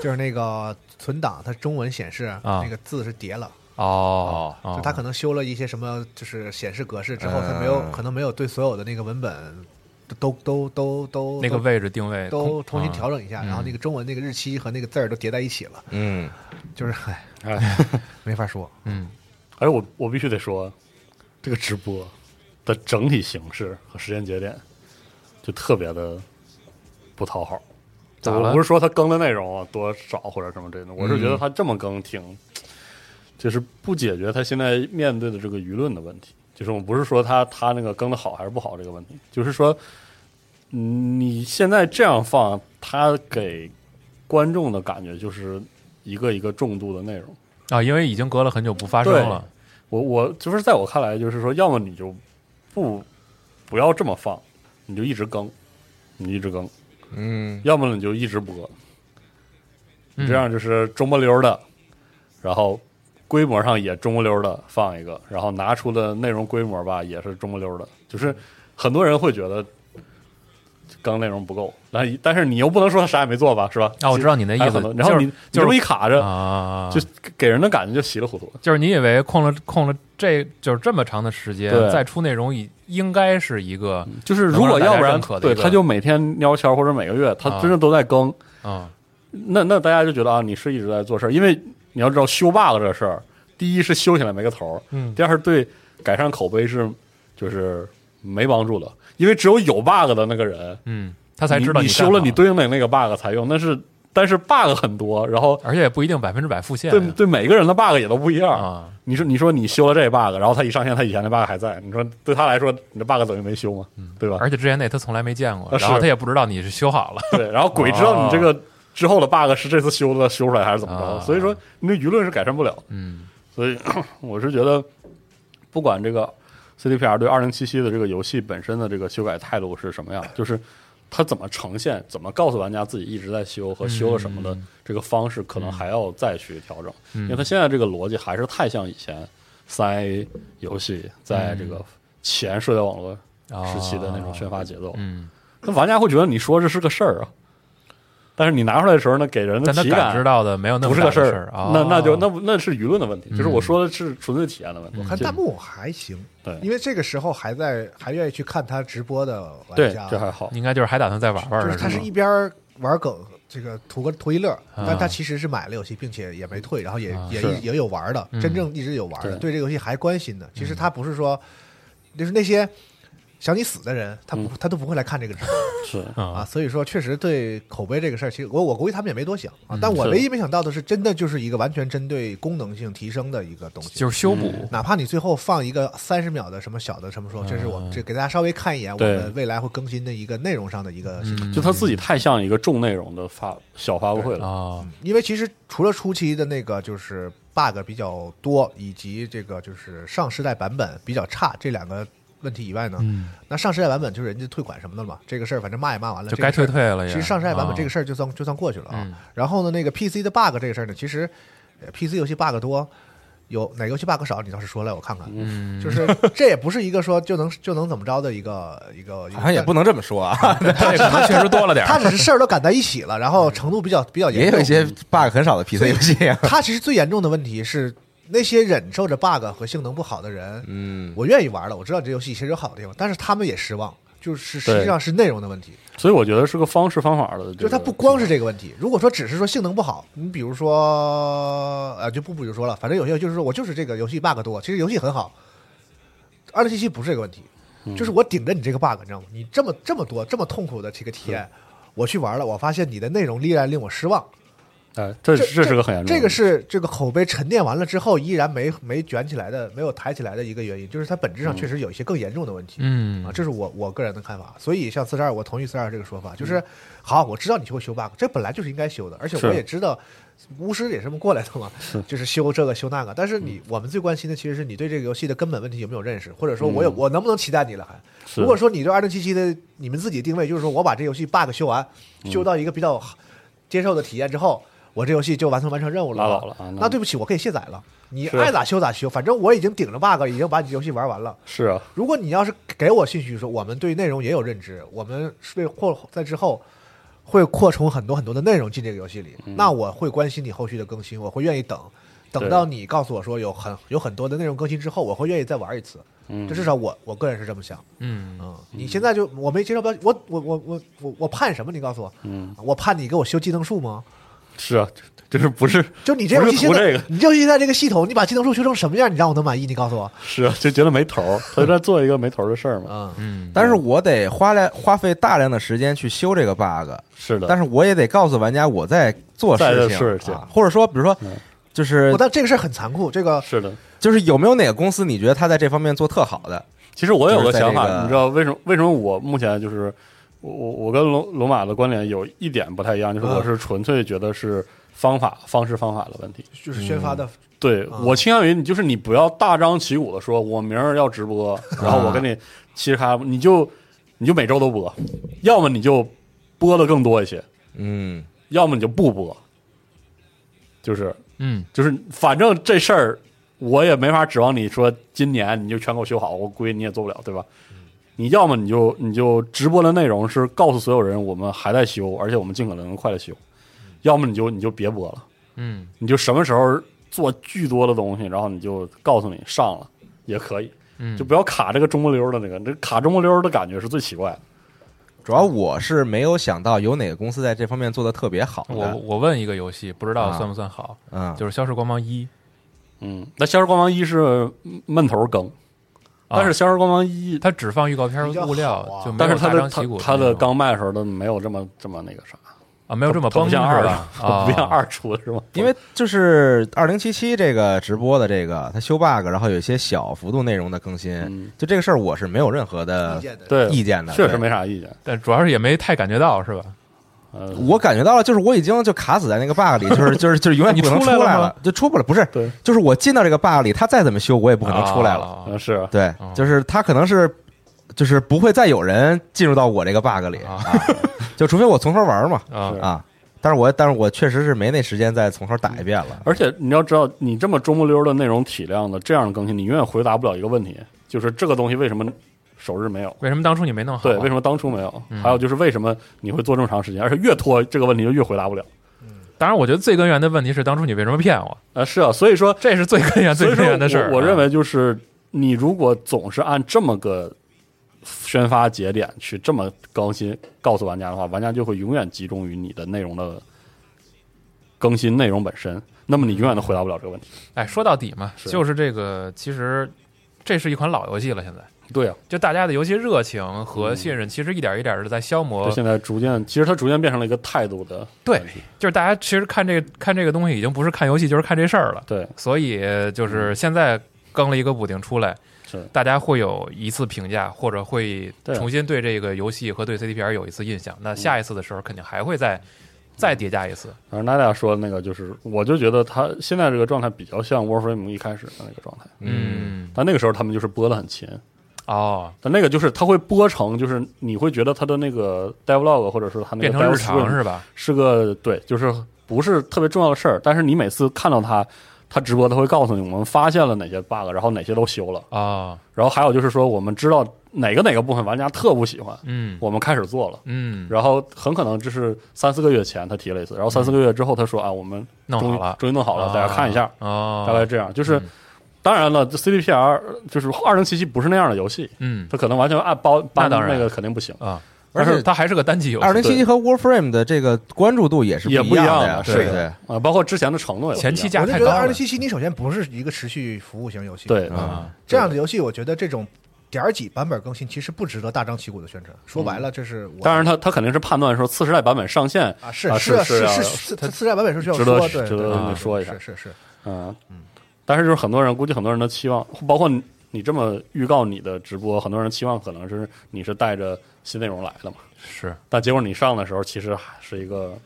Speaker 6: 就是那个存档它中文显示
Speaker 4: 啊
Speaker 6: 那个字是叠了。
Speaker 4: 哦，
Speaker 6: 就
Speaker 4: 哦
Speaker 6: 它可能修了一些什么，就是显示格式之后，它没有
Speaker 3: 嗯
Speaker 6: 可能没有对所有的那个文本都都都都
Speaker 4: 那个
Speaker 6: 都
Speaker 4: 位置定位
Speaker 6: 都
Speaker 4: 空
Speaker 6: 重新
Speaker 4: 啊
Speaker 6: 调整一下，然后那个中文那个日期和那个字儿都叠在一起了，
Speaker 3: 嗯，
Speaker 6: 就是唉，
Speaker 5: 哎，
Speaker 6: 没法说。
Speaker 4: 嗯
Speaker 5: 哎，我我必须得说，这个直播的整体形式和时间节点就特别的不讨好。
Speaker 4: 咋
Speaker 5: 我
Speaker 4: 了嗯
Speaker 5: 不是说他更的内容啊多少或者什么这种，我是觉得他这么更挺，就是不解决他现在面对的这个舆论的问题。就是我不是说他他那个更的好还是不好这个问题，就是说，嗯你现在这样放，他给观众的感觉就是一个一个重度的内容。
Speaker 4: 啊，因为已经隔了很久不发生
Speaker 5: 对
Speaker 4: 了，
Speaker 5: 我我就是在我看来，就是说，要么你就不不要这么放，你就一直更，你一直更，
Speaker 3: 嗯，
Speaker 5: 要么你就一直播，
Speaker 4: 嗯
Speaker 5: 你这样就是中不溜儿的，然后规模上也中不溜儿的放一个，然后拿出的内容规模吧也是中不溜儿的，就是很多人会觉得。更内容不够，但但是你又不能说他啥也没做吧，是吧？
Speaker 4: 啊我知道你那意思
Speaker 5: 还有很多然后
Speaker 4: 就是
Speaker 5: 你你这么一卡着，
Speaker 4: 啊，
Speaker 5: 就给人的感觉就稀里糊涂。
Speaker 4: 就是你以为空了空了这就是这么长的时间
Speaker 5: 对嗯
Speaker 4: 再出内容，已应该是一个
Speaker 5: 就是如果要
Speaker 4: 能让大
Speaker 5: 不
Speaker 4: 家
Speaker 5: 然
Speaker 4: 认可的一
Speaker 5: 对
Speaker 4: 个
Speaker 5: 他就每天喵签儿或者每个月他真的都在更，
Speaker 4: 啊
Speaker 5: 那那大家就觉得啊，你是一直在做事儿，因为你要知道修 bug 这事儿，第一是修起来没个头儿，
Speaker 6: 嗯
Speaker 5: 第二是对改善口碑是就是没帮助的，因为只有有 bug 的那个人，
Speaker 4: 嗯，他才知道
Speaker 5: 你
Speaker 4: 干
Speaker 5: 修了
Speaker 4: 嘛
Speaker 5: 你对应的那个 bug 才用，但是但是 bug 很多，然后
Speaker 4: 而且也不一定百分之百复现
Speaker 5: 对
Speaker 4: 啊呀
Speaker 5: 对每个人的 bug 也都不一样
Speaker 4: 啊。
Speaker 5: 你说你说你修了这 bug，然后他一上线，他以前的 bug 还在，你说对他来说，你的 bug 等于没修嘛，对吧？
Speaker 4: 而且之前那他从来没见过，
Speaker 5: 啊
Speaker 4: 然后
Speaker 5: 是
Speaker 4: 他也不知道你是修好了，
Speaker 5: 对，然后鬼知道你这个之后的 bug 是这次修的修出来还是怎么着，
Speaker 4: 啊
Speaker 5: 所以说你的舆论是改善不了。
Speaker 4: 嗯
Speaker 5: 所以 我是觉得，不管这个 CDPR 对二零七七的这个游戏本身的这个修改态度是什么样，就是它怎么呈现、怎么告诉玩家自己一直在修和修了什么的
Speaker 4: 嗯
Speaker 5: 这个方式，可能还要再去调整，因为它现在这个逻辑还是太像以前三 A 游戏在这
Speaker 4: 嗯
Speaker 5: 个前社交网络时期的那种宣发节奏。
Speaker 4: 哦嗯，
Speaker 5: 那玩家会觉得你说这是个事儿啊，但是你拿出来的时候呢，给人的
Speaker 4: 但他
Speaker 5: 体
Speaker 4: 感知到的没有那
Speaker 5: 不
Speaker 4: 么
Speaker 5: 是
Speaker 4: 大
Speaker 5: 个
Speaker 4: 的
Speaker 5: 事
Speaker 4: 儿
Speaker 5: 儿，，
Speaker 4: 哦嗯
Speaker 5: 那那就那不那是舆论的问题，就是我说的是纯粹体验的问题。
Speaker 6: 看
Speaker 5: 就
Speaker 6: 弹幕还行，
Speaker 5: 嗯对
Speaker 6: 因为这个时候还在还愿意去看他直播的
Speaker 5: 对
Speaker 6: 玩家，，
Speaker 5: 这还好，
Speaker 4: 应该就是还打算再玩玩
Speaker 6: 就
Speaker 4: 呢
Speaker 6: 是他
Speaker 4: 是
Speaker 6: 是
Speaker 4: 吗
Speaker 6: 一边儿玩梗，这个图个图一乐，但他其实是买了游戏，并且也没退，然后也也
Speaker 5: 啊是嗯
Speaker 6: 也有玩的，真正一直有玩的，
Speaker 5: 对嗯
Speaker 6: 对这个游戏还关心的。其实他不是说，就是那些想你死的人，他
Speaker 5: 嗯
Speaker 6: 不他都不会来看这个直播
Speaker 5: 是
Speaker 6: 啊。所以说，确实对口碑这个事儿，其实我我估计他们也没多想
Speaker 5: 嗯
Speaker 6: 啊。但我唯一没想到的是，真的就是一个完全针对功能性提升的一个东西，
Speaker 4: 就是修
Speaker 5: 嗯
Speaker 4: 补，
Speaker 6: 哪怕你最后放一个三十秒的什么小的什
Speaker 4: 嗯
Speaker 6: 么说，这是我们这给大家稍微看一眼我
Speaker 5: 对
Speaker 6: 们未来会更新的一个内容上的一
Speaker 4: 嗯
Speaker 6: 个新
Speaker 5: 就他自己太像一个重内容的发小发布会了。
Speaker 4: 啊
Speaker 6: 因为其实除了初期的那个就是 bug 比较多，以及这个就是上世代版本比较差这两个问题以外呢，
Speaker 4: 嗯，
Speaker 6: 那上世代版本就是人家退款什么的了嘛，这个事儿反正骂也骂完了，
Speaker 4: 就
Speaker 6: 这个
Speaker 4: 该
Speaker 6: 事儿
Speaker 4: 退退
Speaker 3: 哎
Speaker 4: 了也。啊
Speaker 6: 其实上世代
Speaker 3: 啊
Speaker 6: 版本这个
Speaker 4: 是
Speaker 6: 事儿就算、就算过去了啊。
Speaker 4: 嗯
Speaker 6: 然后呢，那个 PC 的 bug 这个事儿呢，其实呃 PC 游戏 bug 多，有哪个游戏 bug 少，你倒是说来我看看。
Speaker 4: 嗯，
Speaker 6: 就是这也不是一个说就能就能怎么着的一个一个，一个
Speaker 3: 好像也不能这么说啊，
Speaker 4: 它这可能确 实多了点儿。
Speaker 6: 他只是事儿都赶在一起了，然后程度比较比较
Speaker 3: 嗯也
Speaker 6: 严重。
Speaker 3: 有一 些 bug 很少的 PC 游戏啊。
Speaker 6: 他其实最严重的问题是那些忍受着 bug 和性能不好的人，
Speaker 3: 嗯，
Speaker 6: 我愿意玩了，我知道这游戏其实有好的地方，但是他们也失望，就是实际上是内容的问题。
Speaker 5: 所以我觉得是个方式方法的，
Speaker 6: 就是它不光是这个问题。如果说只是说性能不好，你比如说呃就不比如说了，反正有些就是说我就是这个游戏 bug 多，其实游戏很好。二零七七不是这个问题，
Speaker 5: 嗯
Speaker 6: 就是我顶着你这个 bug，你知道吗？你这么这么多这么痛苦的这个体验，我去玩了，我发现你的内容依然令我失望。
Speaker 5: 哎，这
Speaker 6: 这
Speaker 5: 这是个很严重的，
Speaker 6: 这个是这个口碑沉淀完了之后依然没没卷起来的，没有抬起来的一个原因，就是它本质
Speaker 5: 嗯
Speaker 6: 上确实有一些更严重的问题。
Speaker 4: 嗯
Speaker 6: 啊，这是我我个人的看法。所以像四十二，我同意四十二这个说法，就是好，我知道你就会修 bug，这本来就是应该修的，而且
Speaker 5: 是
Speaker 6: 我也知道巫师也是这么过来的嘛，就是修这个修那个。但是你
Speaker 5: 嗯
Speaker 6: 我们最关心的其实是你对这个游戏的根本问题有没有认识，或者说我有我能不能期待你了还？
Speaker 5: 嗯是
Speaker 6: 如果说你对二零七七的你们自己定位就是说我把这游戏 bug 修完，
Speaker 5: 嗯
Speaker 6: 修到一个比较接受的体验之后，我这游戏就完成完成任务了。
Speaker 5: 拉倒了啊那
Speaker 6: 那对不起，我可以卸载了。你
Speaker 5: 是
Speaker 6: 爱咋修咋修，反正我已经顶着 bug，已经把你游戏玩完了。
Speaker 5: 是啊，
Speaker 6: 如果你要是给我信息说，我们对内容也有认知，我们是被扩在之后会扩充很多很多的内容进这个游戏里，
Speaker 5: 嗯
Speaker 6: 那我会关心你后续的更新，我会愿意等，等到你告诉我说有很有很多的内容更新之后，我会愿意再玩一次。
Speaker 5: 嗯
Speaker 6: 这至少我我个人是这么想。
Speaker 4: 嗯，
Speaker 6: 嗯，你现在就我没接受标，我我我我我我盼什么？你告诉我，
Speaker 5: 嗯，
Speaker 6: 我盼你给我修技能树吗？
Speaker 5: 是啊，这就是不是
Speaker 6: 就你这游戏现
Speaker 5: 不
Speaker 6: 在，
Speaker 5: 是图这个
Speaker 6: 你这游戏现在这个系统，你把技能树修成什么样，你让我能满意？你告诉我。
Speaker 5: 是 啊，就觉得没头儿，他就在做一个没头儿的事儿嘛，
Speaker 6: 嗯，
Speaker 3: 但是我得花来花费大量的时间去修这个 bug，
Speaker 5: 是的，
Speaker 3: 但是我也得告诉玩家我在做
Speaker 5: 在
Speaker 3: 事
Speaker 5: 做
Speaker 3: 情，
Speaker 5: 事情
Speaker 3: 啊或者说，比如说
Speaker 5: 嗯，
Speaker 3: 就是
Speaker 6: 我但这个事儿很残酷，这个
Speaker 5: 是的。
Speaker 3: 就是有没有哪个公司你觉得他在这方面做特好的？
Speaker 5: 其实我有
Speaker 3: 就是在
Speaker 5: 想法，
Speaker 3: 这个
Speaker 5: 你知道为什么？为什么我目前就是我我我跟龙龙马的观点有一点不太一样，就是
Speaker 6: 嗯
Speaker 5: 我是纯粹觉得是方法、方式、方法的问题。
Speaker 6: 就是宣发的
Speaker 5: 对、
Speaker 3: 嗯
Speaker 6: 啊
Speaker 5: 我倾向于你就是你不要大张旗鼓的说，我明儿要直播，然后我跟你
Speaker 3: 嗯
Speaker 5: 嘁哩咔嚓，你就你就每周都播，要么你就播的更多一些，
Speaker 3: 嗯，
Speaker 5: 要么你就不播，就是
Speaker 4: 嗯，
Speaker 5: 就是反正这事儿我也没法指望你说今年你就全给我修好，我估计你也做不了，对吧？你要么你就你就直播的内容是告诉所有人我们还在修，而且我们尽可能快的修，要么你就你就别播了，
Speaker 4: 嗯，
Speaker 5: 你就什么时候做巨多的东西，然后你就告诉你上了也可以，
Speaker 4: 嗯
Speaker 5: 就不要卡这个中不溜儿的那个，这卡中不溜儿的感觉是最奇怪的。
Speaker 3: 主要我是没有想到有哪个公司在这方面做的特别好的。
Speaker 4: 我我问一个游戏，不知道算不算好，
Speaker 3: 嗯，
Speaker 4: 就是《消失光芒一》，
Speaker 5: 嗯，那《消失光芒一》是闷头更，
Speaker 4: 啊
Speaker 5: 但是《消失光芒一》
Speaker 4: 它只放预告片
Speaker 6: 比较
Speaker 4: 物料
Speaker 6: 好，啊
Speaker 4: 就没
Speaker 5: 但
Speaker 4: 有
Speaker 5: 是他
Speaker 4: 大
Speaker 5: 的
Speaker 4: 张
Speaker 5: 他
Speaker 4: 旗鼓
Speaker 5: 他
Speaker 4: 那
Speaker 5: 的
Speaker 4: 种
Speaker 5: 刚卖的时候，他没有这么这么那个啥，
Speaker 4: 啊没有这么
Speaker 5: 不
Speaker 4: 崩是
Speaker 5: 像二
Speaker 4: 吧
Speaker 5: 了？，
Speaker 4: 啊，
Speaker 5: 不像二出的是吗？
Speaker 3: 因为就是二零七七这个直播的这个，它修 bug，然后有一些小幅度内容的更新，
Speaker 5: 嗯
Speaker 3: 就这个事儿我是没有任何的
Speaker 6: 意见的
Speaker 5: 对
Speaker 3: 意见的。
Speaker 5: 确实
Speaker 3: 对
Speaker 5: 没啥意见。
Speaker 4: 但主要是也没太感觉到是吧？
Speaker 5: 呃，
Speaker 3: 我感觉到了，就是我已经就卡死在那个 bug 里，就是 就是就是永远不能
Speaker 4: 你
Speaker 3: 出
Speaker 4: 出来了
Speaker 3: 来
Speaker 4: 吗
Speaker 3: 了，就出不了。不是
Speaker 5: 对，
Speaker 3: 就是我进到这个 bug 里，它再怎么修，我也不可能出来了。
Speaker 4: 啊
Speaker 5: 嗯是
Speaker 3: 对
Speaker 4: 哦，
Speaker 3: 就是它可能是就是不会再有人进入到我这个 bug 里，
Speaker 4: 啊
Speaker 3: 就除非我从头玩嘛
Speaker 4: 啊
Speaker 5: 是
Speaker 3: 啊。但是我但是我确实是没那时间再从头打一遍了。
Speaker 5: 而且你要知道，你这么中不溜的内容体量的这样的更新，你永远回答不了一个问题，就是这个东西为什么首日没有？
Speaker 4: 为什么当初你没弄好啊？嗯
Speaker 5: 对，为什么当初没有？还有就是为什么你会做这么长时间？而且越拖这个问题就越回答不了。
Speaker 4: 当然，我觉得最根源的问题是当初你为什么骗我？
Speaker 5: 呃，是啊，所以说
Speaker 4: 这是最根源、最
Speaker 5: 所以说
Speaker 4: 根源的事儿。
Speaker 5: 我我
Speaker 4: 啊
Speaker 5: 认为就是你如果总是按这么个宣发节点去这么更新，告诉玩家的话，玩家就会永远集中于你的内容的更新内容本身。那么你永远都回答不了这个问题。
Speaker 4: 哎，说到底嘛，
Speaker 5: 是
Speaker 4: 就是这个，其实这是一款老游戏了，现在。
Speaker 5: 对啊，
Speaker 4: 就大家的游戏热情和信
Speaker 5: 嗯
Speaker 4: 任，其实一点一点的在消磨
Speaker 5: 这。现在逐渐，其实它逐渐变成了一个态度的
Speaker 4: 对
Speaker 5: 问题，
Speaker 4: 就是大家其实看这看这个东西，已经不是看游戏，就是看这事儿了。
Speaker 5: 对，
Speaker 4: 所以就是现在更了一个补丁出来，
Speaker 5: 是
Speaker 4: 大家会有一次评价，或者会
Speaker 5: 对
Speaker 4: 重新对这个游戏和对 CDPR 有一次印象。那下一次的时候，肯定还会再再叠加一次。
Speaker 5: 然后娜娜说的那个就是，我就觉得他现在这个状态比较像 Warframe 一开始的那个状态，
Speaker 4: 嗯
Speaker 5: 但那个时候他们就是播的很勤，
Speaker 4: 哦，
Speaker 5: 但那个就是它会播成，就是你会觉得它的那个 devlog 或者是它那个
Speaker 4: 变成日常
Speaker 5: devscreen
Speaker 4: 是吧？
Speaker 5: 是个对，就是不是特别重要的事儿，但是你每次看到他，他直播他会告诉你我们发现了哪些 bug，然后哪些都修了，
Speaker 4: 哦，
Speaker 5: 然后还有就是说我们知道哪个哪个部分玩家特不喜欢，
Speaker 4: 嗯
Speaker 5: 我们开始做了。
Speaker 4: 嗯，
Speaker 5: 然后很可能这是三四个月前他提了一次，然后三四个月之后他说啊，我们
Speaker 4: 弄
Speaker 5: 终于
Speaker 4: 好了啊
Speaker 5: 终于弄好了，大家看一下，
Speaker 4: 哦，
Speaker 5: 大概这样。就是当然了这，CDPR 就是二零七七不是那样的游戏，
Speaker 4: 嗯
Speaker 5: 它可能完全按包
Speaker 4: 那
Speaker 5: 搬
Speaker 4: 当然
Speaker 5: 那个肯定不行，
Speaker 4: 啊，
Speaker 3: 而
Speaker 4: 而
Speaker 3: 且
Speaker 4: 且它还是个单机游戏，
Speaker 3: 二零七七和 Warframe 的这个关注度也是
Speaker 5: 也
Speaker 3: 不
Speaker 5: 一
Speaker 3: 样的呀，
Speaker 5: 了，
Speaker 3: 对
Speaker 5: 是
Speaker 3: 不对
Speaker 5: 的？啊，包括之前的承诺也不一
Speaker 4: 前
Speaker 5: 样
Speaker 4: 期价
Speaker 6: 我就
Speaker 4: 太
Speaker 6: 觉得
Speaker 4: 高
Speaker 6: 二
Speaker 4: 了
Speaker 6: 零，七七，你首先不是一个持续服务型游戏，，
Speaker 5: 对
Speaker 3: 啊，
Speaker 6: 这样的游戏，我觉得这种点儿几版本更新，其实不值得大张旗鼓的宣传。说白了，这是我
Speaker 5: 嗯当然他，他肯定是判断说次时代版本上线
Speaker 6: 啊，是
Speaker 5: 啊
Speaker 6: 是啊
Speaker 5: 是
Speaker 6: 是
Speaker 5: 啊
Speaker 6: 是是，它四代版本是需要
Speaker 5: 值
Speaker 6: 说，
Speaker 5: 得
Speaker 6: 对，
Speaker 5: 值
Speaker 6: 对
Speaker 5: 得
Speaker 6: 对
Speaker 5: 你说一下
Speaker 6: 是是是，
Speaker 5: 嗯，但是就是很多人估计很多人的期望，包括你你这么预告你的直播，很多人期望可能是你是带着新内容来的嘛，
Speaker 4: 是
Speaker 5: 但结果你上的时候其实还是一个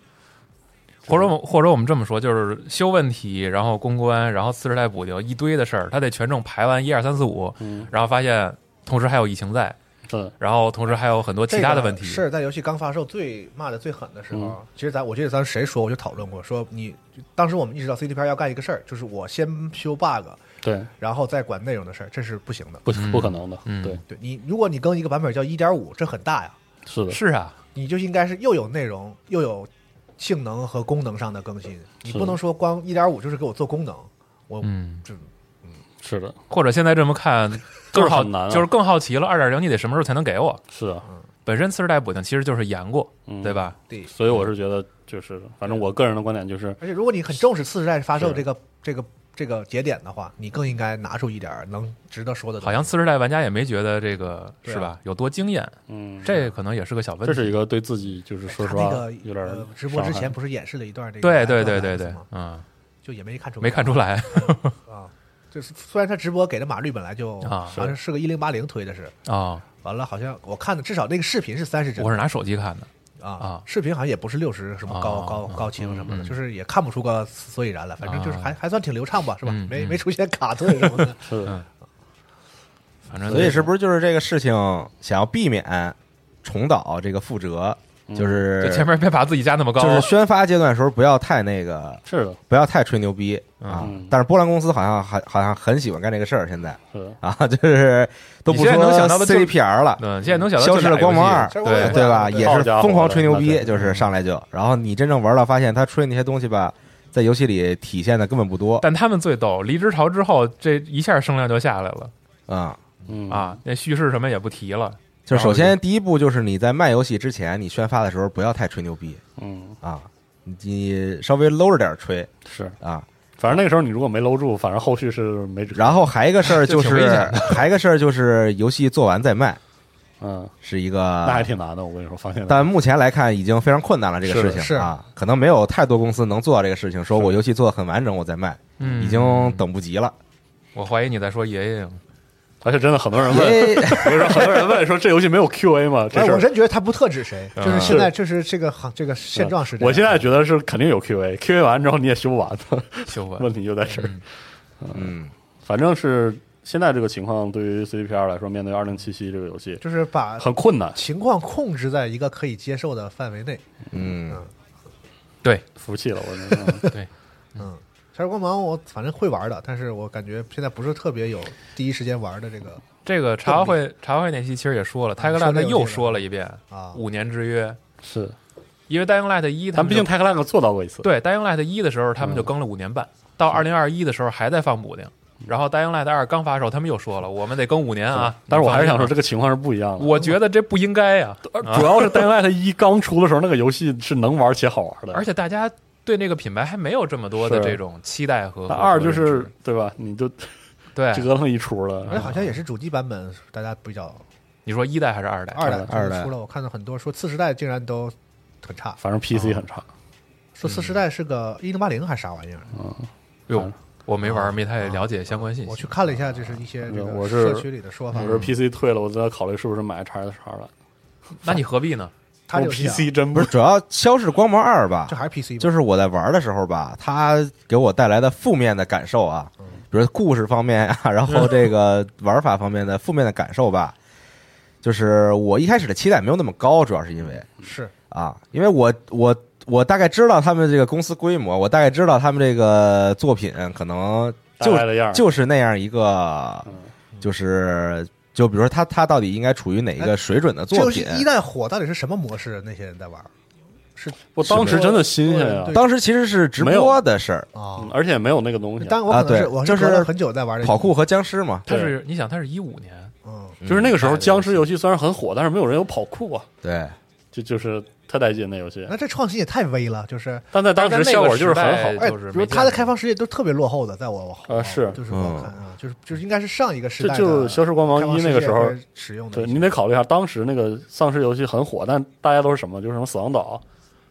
Speaker 4: 或者我或者我们这么说，就是修问题，然后公关，然后次时代补丁，一堆的事儿，他得权重排完一二三四五，然后发现同时还有疫情在，
Speaker 5: 嗯
Speaker 4: 然后同时还有很多其他的问题，
Speaker 6: 这个是在游戏刚发售最骂的最狠的时候
Speaker 5: 嗯。
Speaker 6: 其实咱我记得咱谁说，我就讨论过，说你当时我们意识到 CDPR 要干一个事儿，就是我先修 bug，
Speaker 5: 对
Speaker 6: 然后再管内容的事儿，这是不行的。
Speaker 5: 不
Speaker 4: 嗯
Speaker 5: 不可能的，对
Speaker 6: 对你，如果你更一个版本叫一点五，这很大呀，
Speaker 5: 是的，
Speaker 4: 是啊，
Speaker 6: 你就应该是又有内容又有性能和功能上的更新，你
Speaker 5: 是
Speaker 6: 不能说光一点五就是给我做功能，我
Speaker 4: 嗯，
Speaker 6: 这
Speaker 5: 是的，
Speaker 4: 或者现在这么看，
Speaker 5: 就是
Speaker 4: 更好
Speaker 5: 很难啊
Speaker 4: 就是更好奇了，二点零你得什么时候才能给我？
Speaker 5: 是啊的，
Speaker 4: 本身次时代补丁其实就是延过，嗯
Speaker 5: 嗯
Speaker 4: 对吧？
Speaker 6: 对。
Speaker 5: 所以我是觉得就是，反正我个人的观点就是，
Speaker 6: 而且如果你很重视次时代发售
Speaker 5: 是
Speaker 6: 这个这个这个节点的话，你更应该拿出一点儿能值得说的东西。
Speaker 4: 好像次时代玩家也没觉得这个
Speaker 6: 对啊
Speaker 4: 是吧有多惊艳，
Speaker 5: 嗯，
Speaker 4: 这可能也是个小问
Speaker 5: 这
Speaker 4: 题。
Speaker 5: 是一个对自己就是说实
Speaker 6: 他那
Speaker 5: 话
Speaker 6: 个
Speaker 5: 有点
Speaker 6: 呃、直播之
Speaker 5: 伤害
Speaker 6: 前不是演示了一段这个
Speaker 4: 对对对
Speaker 6: iPhone 的
Speaker 4: 对
Speaker 6: iPhone
Speaker 4: 对
Speaker 6: 吗，
Speaker 4: 嗯，
Speaker 6: 就也没看出
Speaker 4: 没看出来
Speaker 6: 啊。就是虽然他直播给的码率本来就
Speaker 4: 啊
Speaker 6: 好像是个一零八零推的是，
Speaker 4: 啊，
Speaker 6: 完了好像我看的至少那个视频是三十帧
Speaker 4: 我是拿手机看的，
Speaker 6: 啊
Speaker 4: 啊，
Speaker 6: 视频好像也不是六十什么高
Speaker 4: 啊
Speaker 6: 高高清什么
Speaker 4: 嗯
Speaker 6: 的，
Speaker 4: 啊
Speaker 6: 就是也看不出个所以然来，反正就是还还算挺流畅吧，是吧？
Speaker 4: 嗯
Speaker 6: 没
Speaker 4: 嗯
Speaker 6: 没出现卡顿什么 的。
Speaker 5: 是的，
Speaker 4: 反正
Speaker 3: 嗯所以是不是就是这个事情想要避免重蹈这个覆辙，就是
Speaker 4: 就前面别把自己架那么高，
Speaker 3: 就是宣发阶段的时候不要太那个，
Speaker 5: 是的，
Speaker 3: 不要太吹牛逼啊
Speaker 5: 嗯！
Speaker 3: 但是波兰公司好像还好像很喜欢干这个事儿，现在
Speaker 5: 是的，
Speaker 3: 啊，就是都不
Speaker 4: 你
Speaker 3: 说
Speaker 4: 现在能想到的就
Speaker 3: CDPR 了，
Speaker 4: 嗯，现在能想到
Speaker 3: 消失了光芒二，
Speaker 6: 这俩游戏
Speaker 3: 对
Speaker 6: 对
Speaker 3: 对吧？
Speaker 6: 对
Speaker 3: 也
Speaker 5: 好
Speaker 3: 是
Speaker 5: 家伙
Speaker 3: 疯狂吹牛
Speaker 5: 对
Speaker 3: 逼，
Speaker 4: 嗯
Speaker 5: 对
Speaker 3: 就是上来就，然后你真正玩了，发现他吹那些东西吧，在游戏里体现的根本不多
Speaker 4: 但他们最逗，离职潮之后，这一下声量就下来了
Speaker 3: 啊。
Speaker 5: 嗯，
Speaker 4: 啊！那叙事什么也不提了，
Speaker 3: 就是首先第一步就是你在卖游戏之前，你宣发的时候不要太吹牛逼
Speaker 5: 嗯
Speaker 3: 啊，你稍微搂着点儿吹
Speaker 5: 是，
Speaker 3: 啊。
Speaker 5: 反正那个时候你如果没搂住，反正后续是没辙，
Speaker 3: 然后还一个事儿就
Speaker 4: 这挺
Speaker 3: 是
Speaker 4: 危险，
Speaker 3: 还一个事儿就是游戏做完再卖，
Speaker 5: 嗯，
Speaker 3: 是一
Speaker 5: 那还
Speaker 3: 个。
Speaker 5: 挺难的，我跟你说，发现
Speaker 3: 啊但目前来看，已经非常困难了。这个
Speaker 5: 是
Speaker 3: 事
Speaker 5: 的
Speaker 3: 情
Speaker 6: 是
Speaker 3: 啊，可能没有太多公司能做到这个事情。说我游戏做的很完整，我再卖，
Speaker 4: 嗯，
Speaker 3: 已经等不及了。
Speaker 4: 我怀疑你在说爷爷，
Speaker 5: 而且真的很多人问，
Speaker 3: 因为
Speaker 5: 我跟你说，很多人问说这游戏没有 QA 吗？这
Speaker 6: 哎，
Speaker 5: 事
Speaker 6: 我
Speaker 5: 儿。
Speaker 6: 真觉得他不特指谁，就是
Speaker 4: 嗯
Speaker 6: 现在就是这个行这个现状是这样。
Speaker 5: 嗯我现在觉得是肯定有 QA，QA 完之后你也修不完的，
Speaker 4: 修吧，
Speaker 5: 问题就在这儿。
Speaker 3: 嗯，
Speaker 5: 反正是现在这个情况，对于 CDPR 来说，面对二零七七这个游戏
Speaker 6: 就是把
Speaker 5: 很困难，
Speaker 6: 情况控制在一个可以接受的范围内。
Speaker 3: 嗯，
Speaker 4: 对，
Speaker 5: 服气了。我真的嗯
Speaker 6: 《杀人光芒》我反正会玩的，但是我感觉现在不是特别有第一时间玩的这个
Speaker 4: 这个茶话会茶话会那期其实也说了，Tiger
Speaker 6: 说这
Speaker 4: Land
Speaker 6: 个
Speaker 4: 又说了一遍
Speaker 6: 啊
Speaker 4: 五年之约，
Speaker 5: 是，
Speaker 4: 因为 Dying Light 一，他
Speaker 5: 但
Speaker 4: 们
Speaker 5: 毕竟
Speaker 4: 就
Speaker 5: t a c l a n 做到过一次，
Speaker 4: 对 Dying Light 一的时候，他们就更了五年半，到二零二一的时候还在放补丁，然后 Dying Light 二刚发售，他们又说了，我们得更五年啊。
Speaker 5: 但是我还是想说，
Speaker 4: 你
Speaker 5: 这个情况是不一样的。
Speaker 4: 放心，我觉得这不应该呀，
Speaker 5: 而主要是 d a y l i g h t 一刚出的时候，那个游戏是能玩且好玩的，
Speaker 4: 而且大家对那个品牌还没有这么多的
Speaker 5: 是
Speaker 4: 这种期待和
Speaker 5: 那二就
Speaker 4: 和认
Speaker 5: 是
Speaker 4: 知
Speaker 5: 对吧？你就
Speaker 4: 对，
Speaker 5: 折腾一出
Speaker 4: 啊
Speaker 6: 而且
Speaker 5: 了，
Speaker 6: 哎好像也是主机版本，大家比较
Speaker 4: 你说一代还是二代？
Speaker 6: 二代
Speaker 3: 二代
Speaker 6: 出了，我看到很多说次时代竟然都很差，
Speaker 5: 反正 PC 很差。
Speaker 6: 说次时代是个一零八零还是啥玩意儿？
Speaker 4: 哟，我没玩，没太了解相关信
Speaker 6: 我去
Speaker 4: 息。
Speaker 6: 看了一下，就是一些这个
Speaker 5: 嗯我是
Speaker 6: 社区里的说法
Speaker 5: 我。说 PC 退了，我在考虑是不是买 x S 叉了。
Speaker 4: 那你何必呢？
Speaker 6: 他
Speaker 5: 我
Speaker 6: 这个游戏啊
Speaker 5: PC 真
Speaker 3: 不是主要消逝光芒二吧
Speaker 6: 这？还是 PC 吗
Speaker 3: 就是我在玩的时候吧，它给我带来的负面的感受啊，比比如故事方面呀、啊然后这个玩法方面的负面的感受吧。就是我一开始的期待没有那么高，主要是因为
Speaker 6: 是
Speaker 3: 啊，因为我我我大概知道他们这个公司规模，我大概知道他们这个作品可能
Speaker 5: 大
Speaker 3: 就
Speaker 5: 概的样儿
Speaker 3: 就是那样一个，就是就比如说他他到底应该处于哪一个水准的
Speaker 6: 这游
Speaker 3: 作
Speaker 6: 戏
Speaker 3: 品？
Speaker 6: 一旦火，到底是什么模式？那些人在玩
Speaker 5: 我当时真的新鲜呀、
Speaker 6: 对
Speaker 3: 当时其实是直
Speaker 5: 没有
Speaker 3: 播的事儿，
Speaker 6: 啊
Speaker 5: 嗯，
Speaker 4: 哦
Speaker 5: 而且也没有那个东西，
Speaker 6: 当然我
Speaker 3: 啊
Speaker 6: 可能是
Speaker 3: 对
Speaker 6: 我
Speaker 3: 就是
Speaker 6: 隔了很久在玩这
Speaker 3: 跑酷，和僵尸嘛，
Speaker 4: 它是你想，它是一五年，
Speaker 6: 嗯，
Speaker 5: 就是那个时候
Speaker 4: 嗯
Speaker 5: 僵尸游戏虽然很火，但是没有人有跑酷啊，
Speaker 3: 对，
Speaker 5: 就就是太带劲那游戏
Speaker 6: 那。这创新也太微了，就是
Speaker 5: 但在当时效果就是很好
Speaker 4: 但在那个时，代
Speaker 6: 哎，
Speaker 4: 就是
Speaker 6: 比如
Speaker 4: 没
Speaker 6: 他
Speaker 4: 见过
Speaker 6: 的开放世界都特别落后的，在我
Speaker 5: 啊是嗯
Speaker 6: 就是我看啊，就是就是应该是上一个时
Speaker 5: 这
Speaker 6: 代的
Speaker 5: 就是《消失光
Speaker 6: 开放
Speaker 5: 芒一》
Speaker 6: 世
Speaker 5: 那
Speaker 6: 界
Speaker 5: 个时候
Speaker 6: 会，使用的
Speaker 5: 对
Speaker 6: 一些，
Speaker 5: 你得考虑一下，当时那个丧尸游戏很火，但大家都是什么？就是什么死亡岛、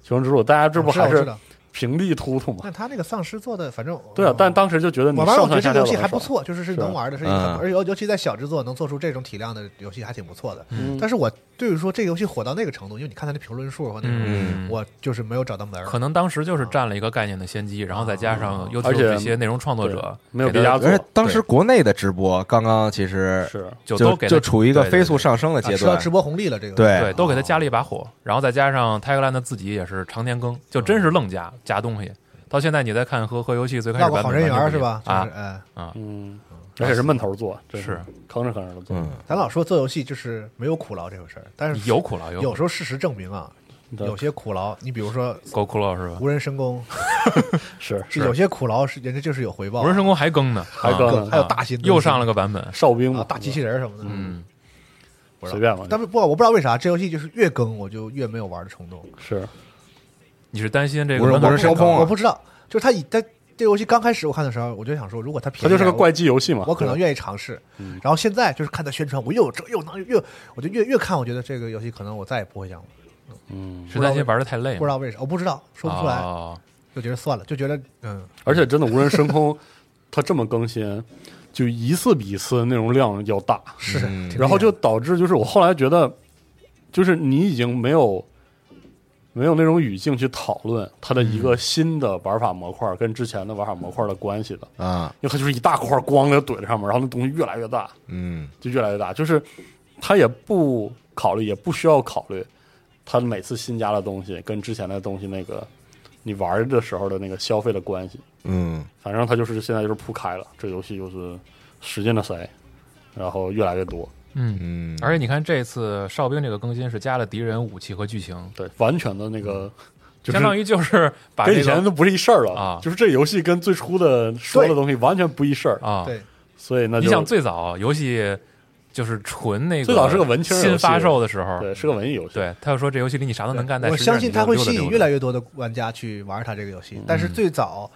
Speaker 5: 求生之路，大家这不
Speaker 6: 我知道
Speaker 5: 还
Speaker 6: 我知
Speaker 5: 是
Speaker 6: 道
Speaker 5: 平地突突嘛？
Speaker 6: 但他那个丧尸做的，反正
Speaker 5: 对啊，但当时就觉得你
Speaker 6: 我玩，我
Speaker 5: 上
Speaker 6: 觉得这个
Speaker 5: 蹿下跳
Speaker 6: 游
Speaker 5: 的
Speaker 6: 戏
Speaker 5: 很
Speaker 6: 还不
Speaker 5: 爽，
Speaker 6: 错，就是是
Speaker 5: 是
Speaker 6: 能玩的，是一个很
Speaker 3: 嗯
Speaker 6: 而尤尤其在小制作能做出这种体量的游戏，还挺不错的。
Speaker 5: 嗯
Speaker 6: 但是我对于说这个游戏火到那个程度，因为你看它的评论数和那种，
Speaker 4: 嗯，
Speaker 6: 我就是没有找到门儿。
Speaker 4: 可能当时就是占了一个概念的先机，然后再加上 YouTube
Speaker 5: 而且
Speaker 4: 这些内容创作者
Speaker 5: 对没有
Speaker 4: 给
Speaker 5: 别
Speaker 4: 它
Speaker 5: 家做
Speaker 3: 而且当时国内的直播刚刚其实
Speaker 5: 是
Speaker 4: 就
Speaker 3: 就
Speaker 4: 都给它
Speaker 3: 就处于一个
Speaker 4: 对对
Speaker 3: 飞速上升的
Speaker 6: 啊
Speaker 3: 阶
Speaker 6: 吃到
Speaker 3: 段，
Speaker 6: 直播红利了，这个
Speaker 4: 对
Speaker 3: 对
Speaker 4: 对，都给他加了一把
Speaker 3: 哦
Speaker 4: 火，然后再加上泰格兰的自己也是常年更，就真
Speaker 3: 嗯
Speaker 4: 是愣加加东西。到现在你再看和和游戏最开始
Speaker 6: 要
Speaker 4: 版本
Speaker 6: 个好人缘
Speaker 4: 完
Speaker 6: 儿
Speaker 4: 全
Speaker 6: 是
Speaker 4: 不一
Speaker 6: 吧
Speaker 4: 样？
Speaker 6: 就是
Speaker 4: 啊，
Speaker 6: 哎，
Speaker 5: 嗯，而且是闷头做，真
Speaker 4: 是
Speaker 5: 吭哧吭哧的做。
Speaker 3: 嗯，
Speaker 6: 哎咱老说做游戏就是没有苦劳这回事儿，但是
Speaker 4: 有苦劳
Speaker 6: 有
Speaker 4: 有
Speaker 6: 时候事实证明啊，
Speaker 5: 对
Speaker 6: 有些苦劳，你比如说
Speaker 4: 够苦劳是吧？
Speaker 6: 无人深宫，
Speaker 5: 是
Speaker 6: 有些苦劳是人家就是有回报
Speaker 4: 无人
Speaker 6: 的，
Speaker 4: 深宫还更呢，
Speaker 5: 还更
Speaker 4: 啊
Speaker 6: 还有大型
Speaker 4: 又上了个版本，
Speaker 5: 哨兵嘛
Speaker 6: 啊，大机器人儿什么的，嗯。不知道
Speaker 5: 随便吧，
Speaker 6: 但是不，我不知道为啥这游戏就是越更我就越没有玩的冲动。
Speaker 5: 是
Speaker 4: 你是担心这个
Speaker 3: 无人
Speaker 4: 门槛
Speaker 3: 无人深宫啊
Speaker 6: 我不知道，就是它以它这游戏刚开始我看的时候，我就想说，如果它便宜，
Speaker 5: 它就是个怪技游戏嘛，
Speaker 6: 我，我可能
Speaker 5: 对
Speaker 6: 愿意尝试。
Speaker 4: 嗯
Speaker 6: 然后现在就是看它宣传，我又这又那又，我就越越看，我觉得这个游戏可能我再也不会想玩，
Speaker 5: 嗯，
Speaker 4: 是担心玩的太累吗，
Speaker 6: 不知道为啥，我不知道说不出来，
Speaker 4: 哦
Speaker 6: 就觉得算了，就觉得嗯，
Speaker 5: 而且真的无人深空，它这么更新，就一次比一次内容量要大，
Speaker 6: 是，
Speaker 4: 嗯
Speaker 6: 挺厉害的
Speaker 5: 然后就导致就是我后来觉得，就是你已经没有没有那种语境去讨论它的一
Speaker 6: 嗯
Speaker 5: 个新的玩法模块跟之前的玩法模块的关系了，
Speaker 3: 啊，
Speaker 5: 因为它就是一大块光给它怼在上面，然后那东西越来越大，
Speaker 3: 嗯，
Speaker 5: 就越来越大，就是它也不考虑，也不需要考虑它每次新加的东西跟之前的东西那个你玩的时候的那个消费的关系。
Speaker 3: 嗯，
Speaker 5: 反正它就是现在就是铺开了，这游戏就是使劲的塞，然后越来越多，
Speaker 4: 嗯。
Speaker 3: 嗯，
Speaker 4: 而且你看，这次哨兵这个更新是加了敌人武器和剧情，
Speaker 5: 对，完全的那个
Speaker 4: 嗯
Speaker 5: 就是
Speaker 4: 相当于就是把
Speaker 5: 跟
Speaker 4: 这
Speaker 5: 以前
Speaker 4: 个
Speaker 5: 都不是一事儿了
Speaker 4: 啊
Speaker 5: 就是这游戏跟最初的说的东西完全不一事儿，
Speaker 4: 啊，
Speaker 6: 对，
Speaker 5: 所以那就
Speaker 4: 你想最早游戏就是纯那个，
Speaker 5: 最早是个文青游戏
Speaker 4: 新发售的时候，
Speaker 5: 对是个文艺游戏，
Speaker 4: 对，他就说这游戏里你啥都能干，但
Speaker 6: 我
Speaker 4: 实际上
Speaker 6: 相
Speaker 4: 你
Speaker 6: 信它会
Speaker 4: 就
Speaker 6: 吸
Speaker 4: 溜达嗯
Speaker 6: 引
Speaker 4: 溜
Speaker 6: 越来
Speaker 4: 达
Speaker 6: 越多的玩家去玩它这个游戏，但是最早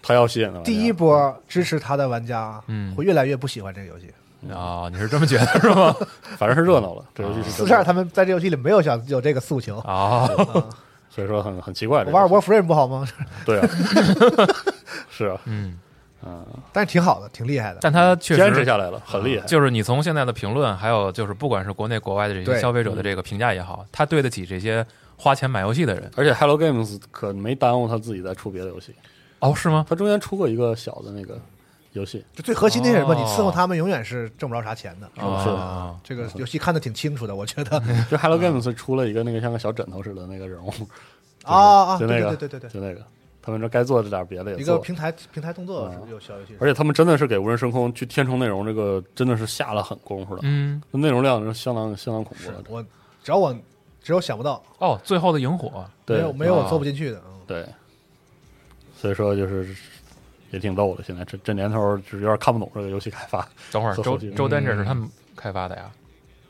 Speaker 5: 它要吸引的玩家
Speaker 6: 第一波支持它的玩家，
Speaker 4: 嗯
Speaker 6: 会越来越不喜欢这个游戏。
Speaker 4: 啊，你是这么觉得是吗？
Speaker 5: 反正是热闹了，这游戏是
Speaker 6: 四
Speaker 5: 真
Speaker 6: 十
Speaker 5: 的
Speaker 6: 二他们在这游戏里没有想有这个诉求。
Speaker 4: 啊，
Speaker 5: 所以说很很奇怪，这
Speaker 6: 我
Speaker 5: 个
Speaker 6: 玩
Speaker 5: 游戏
Speaker 6: Warframe 不好吗？
Speaker 5: 对啊，是啊，
Speaker 4: 嗯，
Speaker 6: 但是挺好的，挺厉害的。
Speaker 4: 但他确
Speaker 5: 坚持
Speaker 4: 实嗯
Speaker 5: 下来了，很厉害，
Speaker 4: 就是你从现在的评论，还有就是不管是国内国外的这些
Speaker 6: 对
Speaker 4: 消费者的这个评价也好，他对得起这些花钱买游戏的人
Speaker 5: 而且 Hello Games 可没耽误他自己再出别的游戏，
Speaker 4: 哦，是吗？
Speaker 5: 他中间出过一个小的那个 游戏，
Speaker 6: 就最核心的是什么？
Speaker 4: 哦
Speaker 6: 你伺候他们永远是挣不着啥钱的。
Speaker 5: 哦是
Speaker 4: 啊，
Speaker 6: 这个游戏看的挺清楚的，我觉得。
Speaker 5: 就 Hello Games 出了一个那个像个小枕头似的那个人物，
Speaker 6: 啊啊，
Speaker 5: 就
Speaker 6: 对
Speaker 5: 那
Speaker 6: 对
Speaker 5: 个
Speaker 6: 对对对对，
Speaker 5: 就那个，他们说该做这点别的也
Speaker 6: 一个
Speaker 5: 做，
Speaker 6: 平台平台动作是不是有小游戏？
Speaker 5: 嗯而且他们真的是给无人深空去填充内容，这个真的是下了狠功夫的，
Speaker 4: 嗯，
Speaker 5: 内容量是相当相当恐怖的，
Speaker 6: 我只要我只有想不到，
Speaker 4: 哦，最后的萤火，
Speaker 6: 没
Speaker 5: 对
Speaker 6: 有没有我
Speaker 4: 啊
Speaker 6: 做不进去的。嗯
Speaker 5: 对，所以说就是也挺逗的，现在这这年头就是有点看不懂这个游戏开发
Speaker 4: 等会儿
Speaker 5: 做
Speaker 4: 周
Speaker 5: 后续
Speaker 4: 周丹这是他们开发的呀，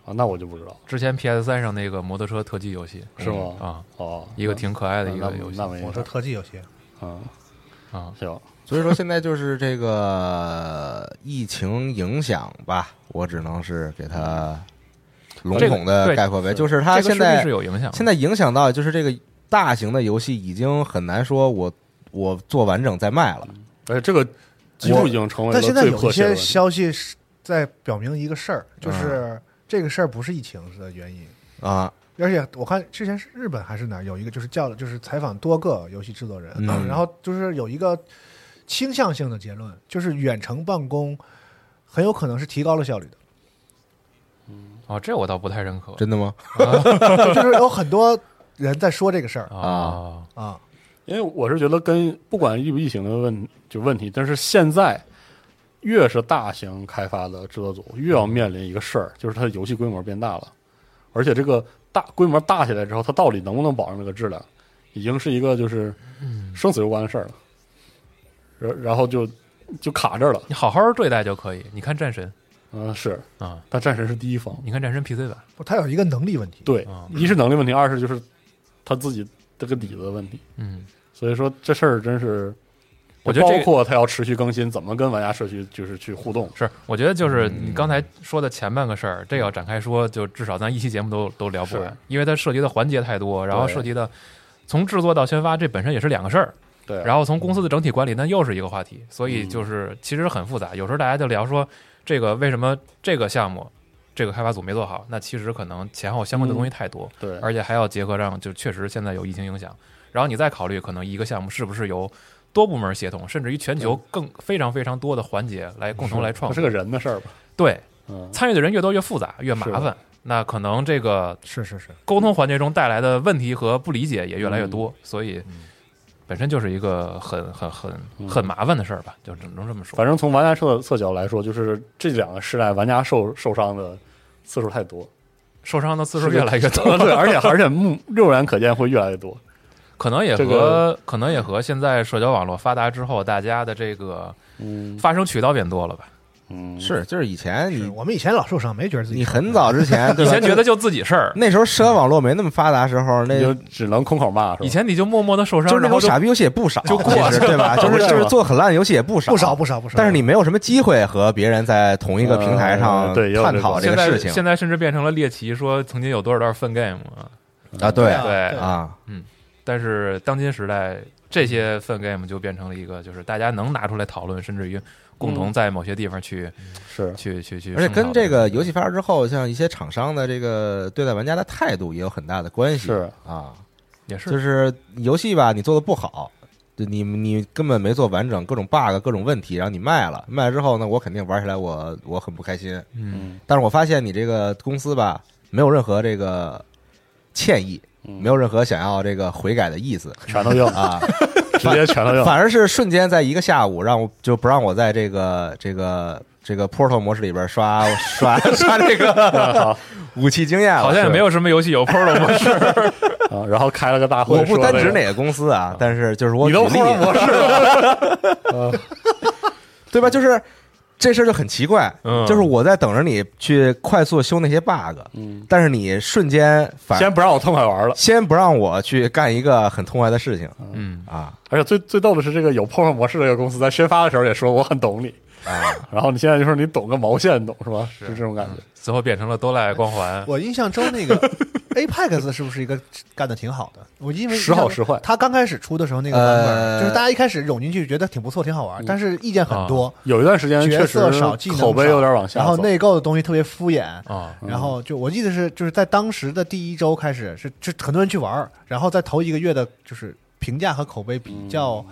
Speaker 5: 啊，那我就不知道
Speaker 4: 之前 PS 三上那个摩托车特技游戏
Speaker 5: 是吗？
Speaker 4: 啊，
Speaker 5: 哦，
Speaker 4: 一个挺可爱的
Speaker 5: 那
Speaker 4: 一
Speaker 5: 那
Speaker 4: 个游戏
Speaker 5: 那没
Speaker 6: 我说特技游戏，
Speaker 5: 啊
Speaker 4: 啊，
Speaker 5: 行，
Speaker 3: 所以说现在就是这个疫情影响吧，我只能是给它笼统的
Speaker 4: 这个对
Speaker 3: 概括为，就是
Speaker 4: 这
Speaker 3: 它
Speaker 4: 个
Speaker 3: 现
Speaker 4: 势必
Speaker 3: 在
Speaker 4: 是有影响的，
Speaker 3: 现在影响到就是这个大型的游戏已经很难说我我做完整再卖了，
Speaker 4: 哎
Speaker 5: 而且这个几乎已经成为了
Speaker 6: 但现在
Speaker 5: 最
Speaker 6: 有
Speaker 5: 迫
Speaker 6: 一
Speaker 5: 切
Speaker 6: 些
Speaker 5: 的问题，嗯
Speaker 6: 消息是在表明一个事儿，就是这个事儿不是疫情的原因。
Speaker 3: 啊，
Speaker 6: 而且我看之前是日本还是哪儿有一个，就是叫了，就是采访多个游戏制作人，
Speaker 3: 嗯
Speaker 6: 然后就是有一个倾向性的结论，就是远程办公很有可能是提高了效率的。
Speaker 4: 哦，这我倒不太认可
Speaker 3: 真的吗？
Speaker 6: 就是有很多人在说这个事儿
Speaker 4: 啊。
Speaker 6: 啊，
Speaker 5: 因为我是觉得跟不管疫不疫情的问就问题，但是现在越是大型开发的制作组，越要面临一个事儿，就是它的游戏规模变大了，而且这个大规模大起来之后，它到底能不能保证这个质量，已经是一个就是
Speaker 4: 嗯
Speaker 5: 生死攸关的事儿了。然然后就就卡这儿了，
Speaker 4: 你好好对待就可以。你看战神
Speaker 5: 嗯、是，
Speaker 4: 啊，
Speaker 5: 但战神是第一方，
Speaker 4: 你看战神 PC 版，
Speaker 6: 不它有一个能力问题。
Speaker 5: 对
Speaker 4: 啊，
Speaker 5: 一是能力问题，二是就是他自己这个底子的问题，
Speaker 4: 嗯，
Speaker 5: 所以说这事儿真是。
Speaker 4: 我觉得这
Speaker 5: 包
Speaker 4: 个
Speaker 5: 括他要持续更新，怎么跟玩家社区就是去互动，
Speaker 4: 是，我觉得就是
Speaker 5: 嗯
Speaker 4: 你刚才说的前半个事儿，这要展开说，就至少咱一期节目都都聊不完
Speaker 5: 是，
Speaker 4: 因为它涉及的环节太多，然后
Speaker 5: 对
Speaker 4: 涉及的从制作到宣发，这本身也是两个事儿，
Speaker 5: 对，
Speaker 4: 然
Speaker 5: 后
Speaker 4: 后从公司的整体管理，那又是一个话题，所以
Speaker 5: 嗯
Speaker 4: 就是其实很复杂。有时候大家就聊说这个为什么这个项目这个开发组没做好，那其实可能前后相关的东西太多，
Speaker 5: 嗯对，
Speaker 4: 而且还要结合上就确实现在有疫情影响，然后你再考虑可能一个项目是不是由多部门协同，甚至于全球更非常非常多的环节来共同来创
Speaker 5: 它是
Speaker 4: 作。
Speaker 5: 个人的事儿吧，
Speaker 4: 对，
Speaker 5: 嗯，
Speaker 4: 参与的人越多越复杂越麻
Speaker 5: 是
Speaker 4: 烦，那可能这个
Speaker 6: 是是是，
Speaker 4: 沟通环节中带来的问题和不理解也越来越多，所以本身就是一个很很很很麻烦的事儿吧，就只能这么说。
Speaker 5: 反正从玩家侧侧角来说，就是这两个时代玩家受受伤的次数太多，
Speaker 4: 受伤的次数越来越 多，
Speaker 5: 对，而且而且目肉眼可见会越来越多，
Speaker 4: 可能也
Speaker 5: 这
Speaker 4: 和
Speaker 5: 个
Speaker 4: 可能也和现在社交网络发达之后，大家的这个
Speaker 5: 嗯
Speaker 4: 发声渠道变多了吧？
Speaker 5: 嗯，
Speaker 3: 是，就是以前
Speaker 6: 是
Speaker 3: 你
Speaker 6: 我们以前老受伤，没觉得自己
Speaker 3: 你很早之前，
Speaker 4: 以
Speaker 3: 对吧
Speaker 4: 前觉得就自己事儿，
Speaker 3: 那时候社交网络没那么发达时候，那
Speaker 5: 你就
Speaker 3: 就
Speaker 5: 只能空口骂，是吧？
Speaker 4: 以前你就默默的受伤，
Speaker 3: 是那
Speaker 4: 然后
Speaker 3: 种
Speaker 4: 就
Speaker 3: 傻逼游戏也不少，
Speaker 4: 就过去了
Speaker 3: 其实对吧？就是
Speaker 5: 对
Speaker 3: 就是做很烂的游戏也不少，
Speaker 6: 不少不少不少。
Speaker 3: 但是你没有什么机会和别人在同一个平台上
Speaker 5: 呃对也有这
Speaker 3: 探
Speaker 5: 种
Speaker 3: 讨这
Speaker 4: 现
Speaker 3: 个
Speaker 4: 在
Speaker 3: 事情
Speaker 4: 现在甚至变成了猎奇，说曾经有多少段 fun game 啊？
Speaker 3: 啊，对
Speaker 6: 啊
Speaker 4: 对
Speaker 3: 啊，
Speaker 4: 但是当今时代，这些 fun game 就变成了一个，就是大家能拿出来讨论，甚至于共同在某些地方去、
Speaker 5: 嗯是
Speaker 4: 去去去。
Speaker 3: 而且跟这个游
Speaker 4: 戏，
Speaker 3: 戏发售之后，像一些厂商的这个对待玩家的态度也有很大的关系，
Speaker 5: 是
Speaker 3: 啊，
Speaker 4: 也是，
Speaker 3: 就是游戏吧，你做的不好。就你你根本没做完整，各种 bug，各种问题，然后你卖了，卖了之后呢，我肯定玩起来我我很不开心，
Speaker 4: 嗯，
Speaker 3: 但是我发现你这个公司吧，没有任何这个歉意，没有任何想要这个悔改的意思
Speaker 5: 全都要，
Speaker 3: 啊，
Speaker 5: 直接 全都要，
Speaker 3: 反而是瞬间在一个下午让我就不让我在这个这个这个 Portal 模式里边刷刷 刷这 个武器经验了，
Speaker 4: 好像也没
Speaker 3: 有。
Speaker 4: 有什么游戏有 Portal 模式，
Speaker 5: 啊，然后开了个大会，
Speaker 3: 我不
Speaker 5: 说
Speaker 3: 单
Speaker 5: 那
Speaker 3: 指
Speaker 5: 个
Speaker 3: 哪个公司啊，但是就是我
Speaker 5: 你
Speaker 3: 举
Speaker 5: 都
Speaker 3: 例，啊
Speaker 5: 说模式了，
Speaker 3: 对吧？就是这事儿就很奇怪，
Speaker 4: 嗯
Speaker 3: 就是我在等着你去快速修那些 bug，
Speaker 5: 嗯，
Speaker 3: 但是你瞬间反
Speaker 5: 先不让我痛快玩了。
Speaker 3: 先不让我去干一个很痛快的事情
Speaker 4: 嗯，
Speaker 3: 啊，
Speaker 5: 而且最最逗的是，这个有碰上模式这个公司在宣发的时候也说我很懂你啊，然后你现在就说你懂个毛线，懂是吧？就这种感觉。
Speaker 4: 最后变成了都赖光环。
Speaker 6: 我印象中那 个 Apex 是不是一个干的挺好的？我因为
Speaker 5: 时好时坏
Speaker 6: 他刚开始出的时候那个版本，
Speaker 3: 呃
Speaker 6: 就是大家一开始涌进去觉得挺不错，挺好玩，
Speaker 5: 嗯
Speaker 6: 但是意见很多，
Speaker 5: 有一段时间
Speaker 6: 角
Speaker 5: 啊确实
Speaker 6: 色少，技能
Speaker 5: 口碑
Speaker 6: 少
Speaker 5: 有点往下
Speaker 6: 然后
Speaker 5: 走
Speaker 6: 内购的东西特别敷衍。
Speaker 4: 啊、
Speaker 6: 然后就我记得是就是在当时的第一周开始是是很多人去玩儿，然后在头一个月的就是评价和口碑比
Speaker 5: 嗯
Speaker 6: 较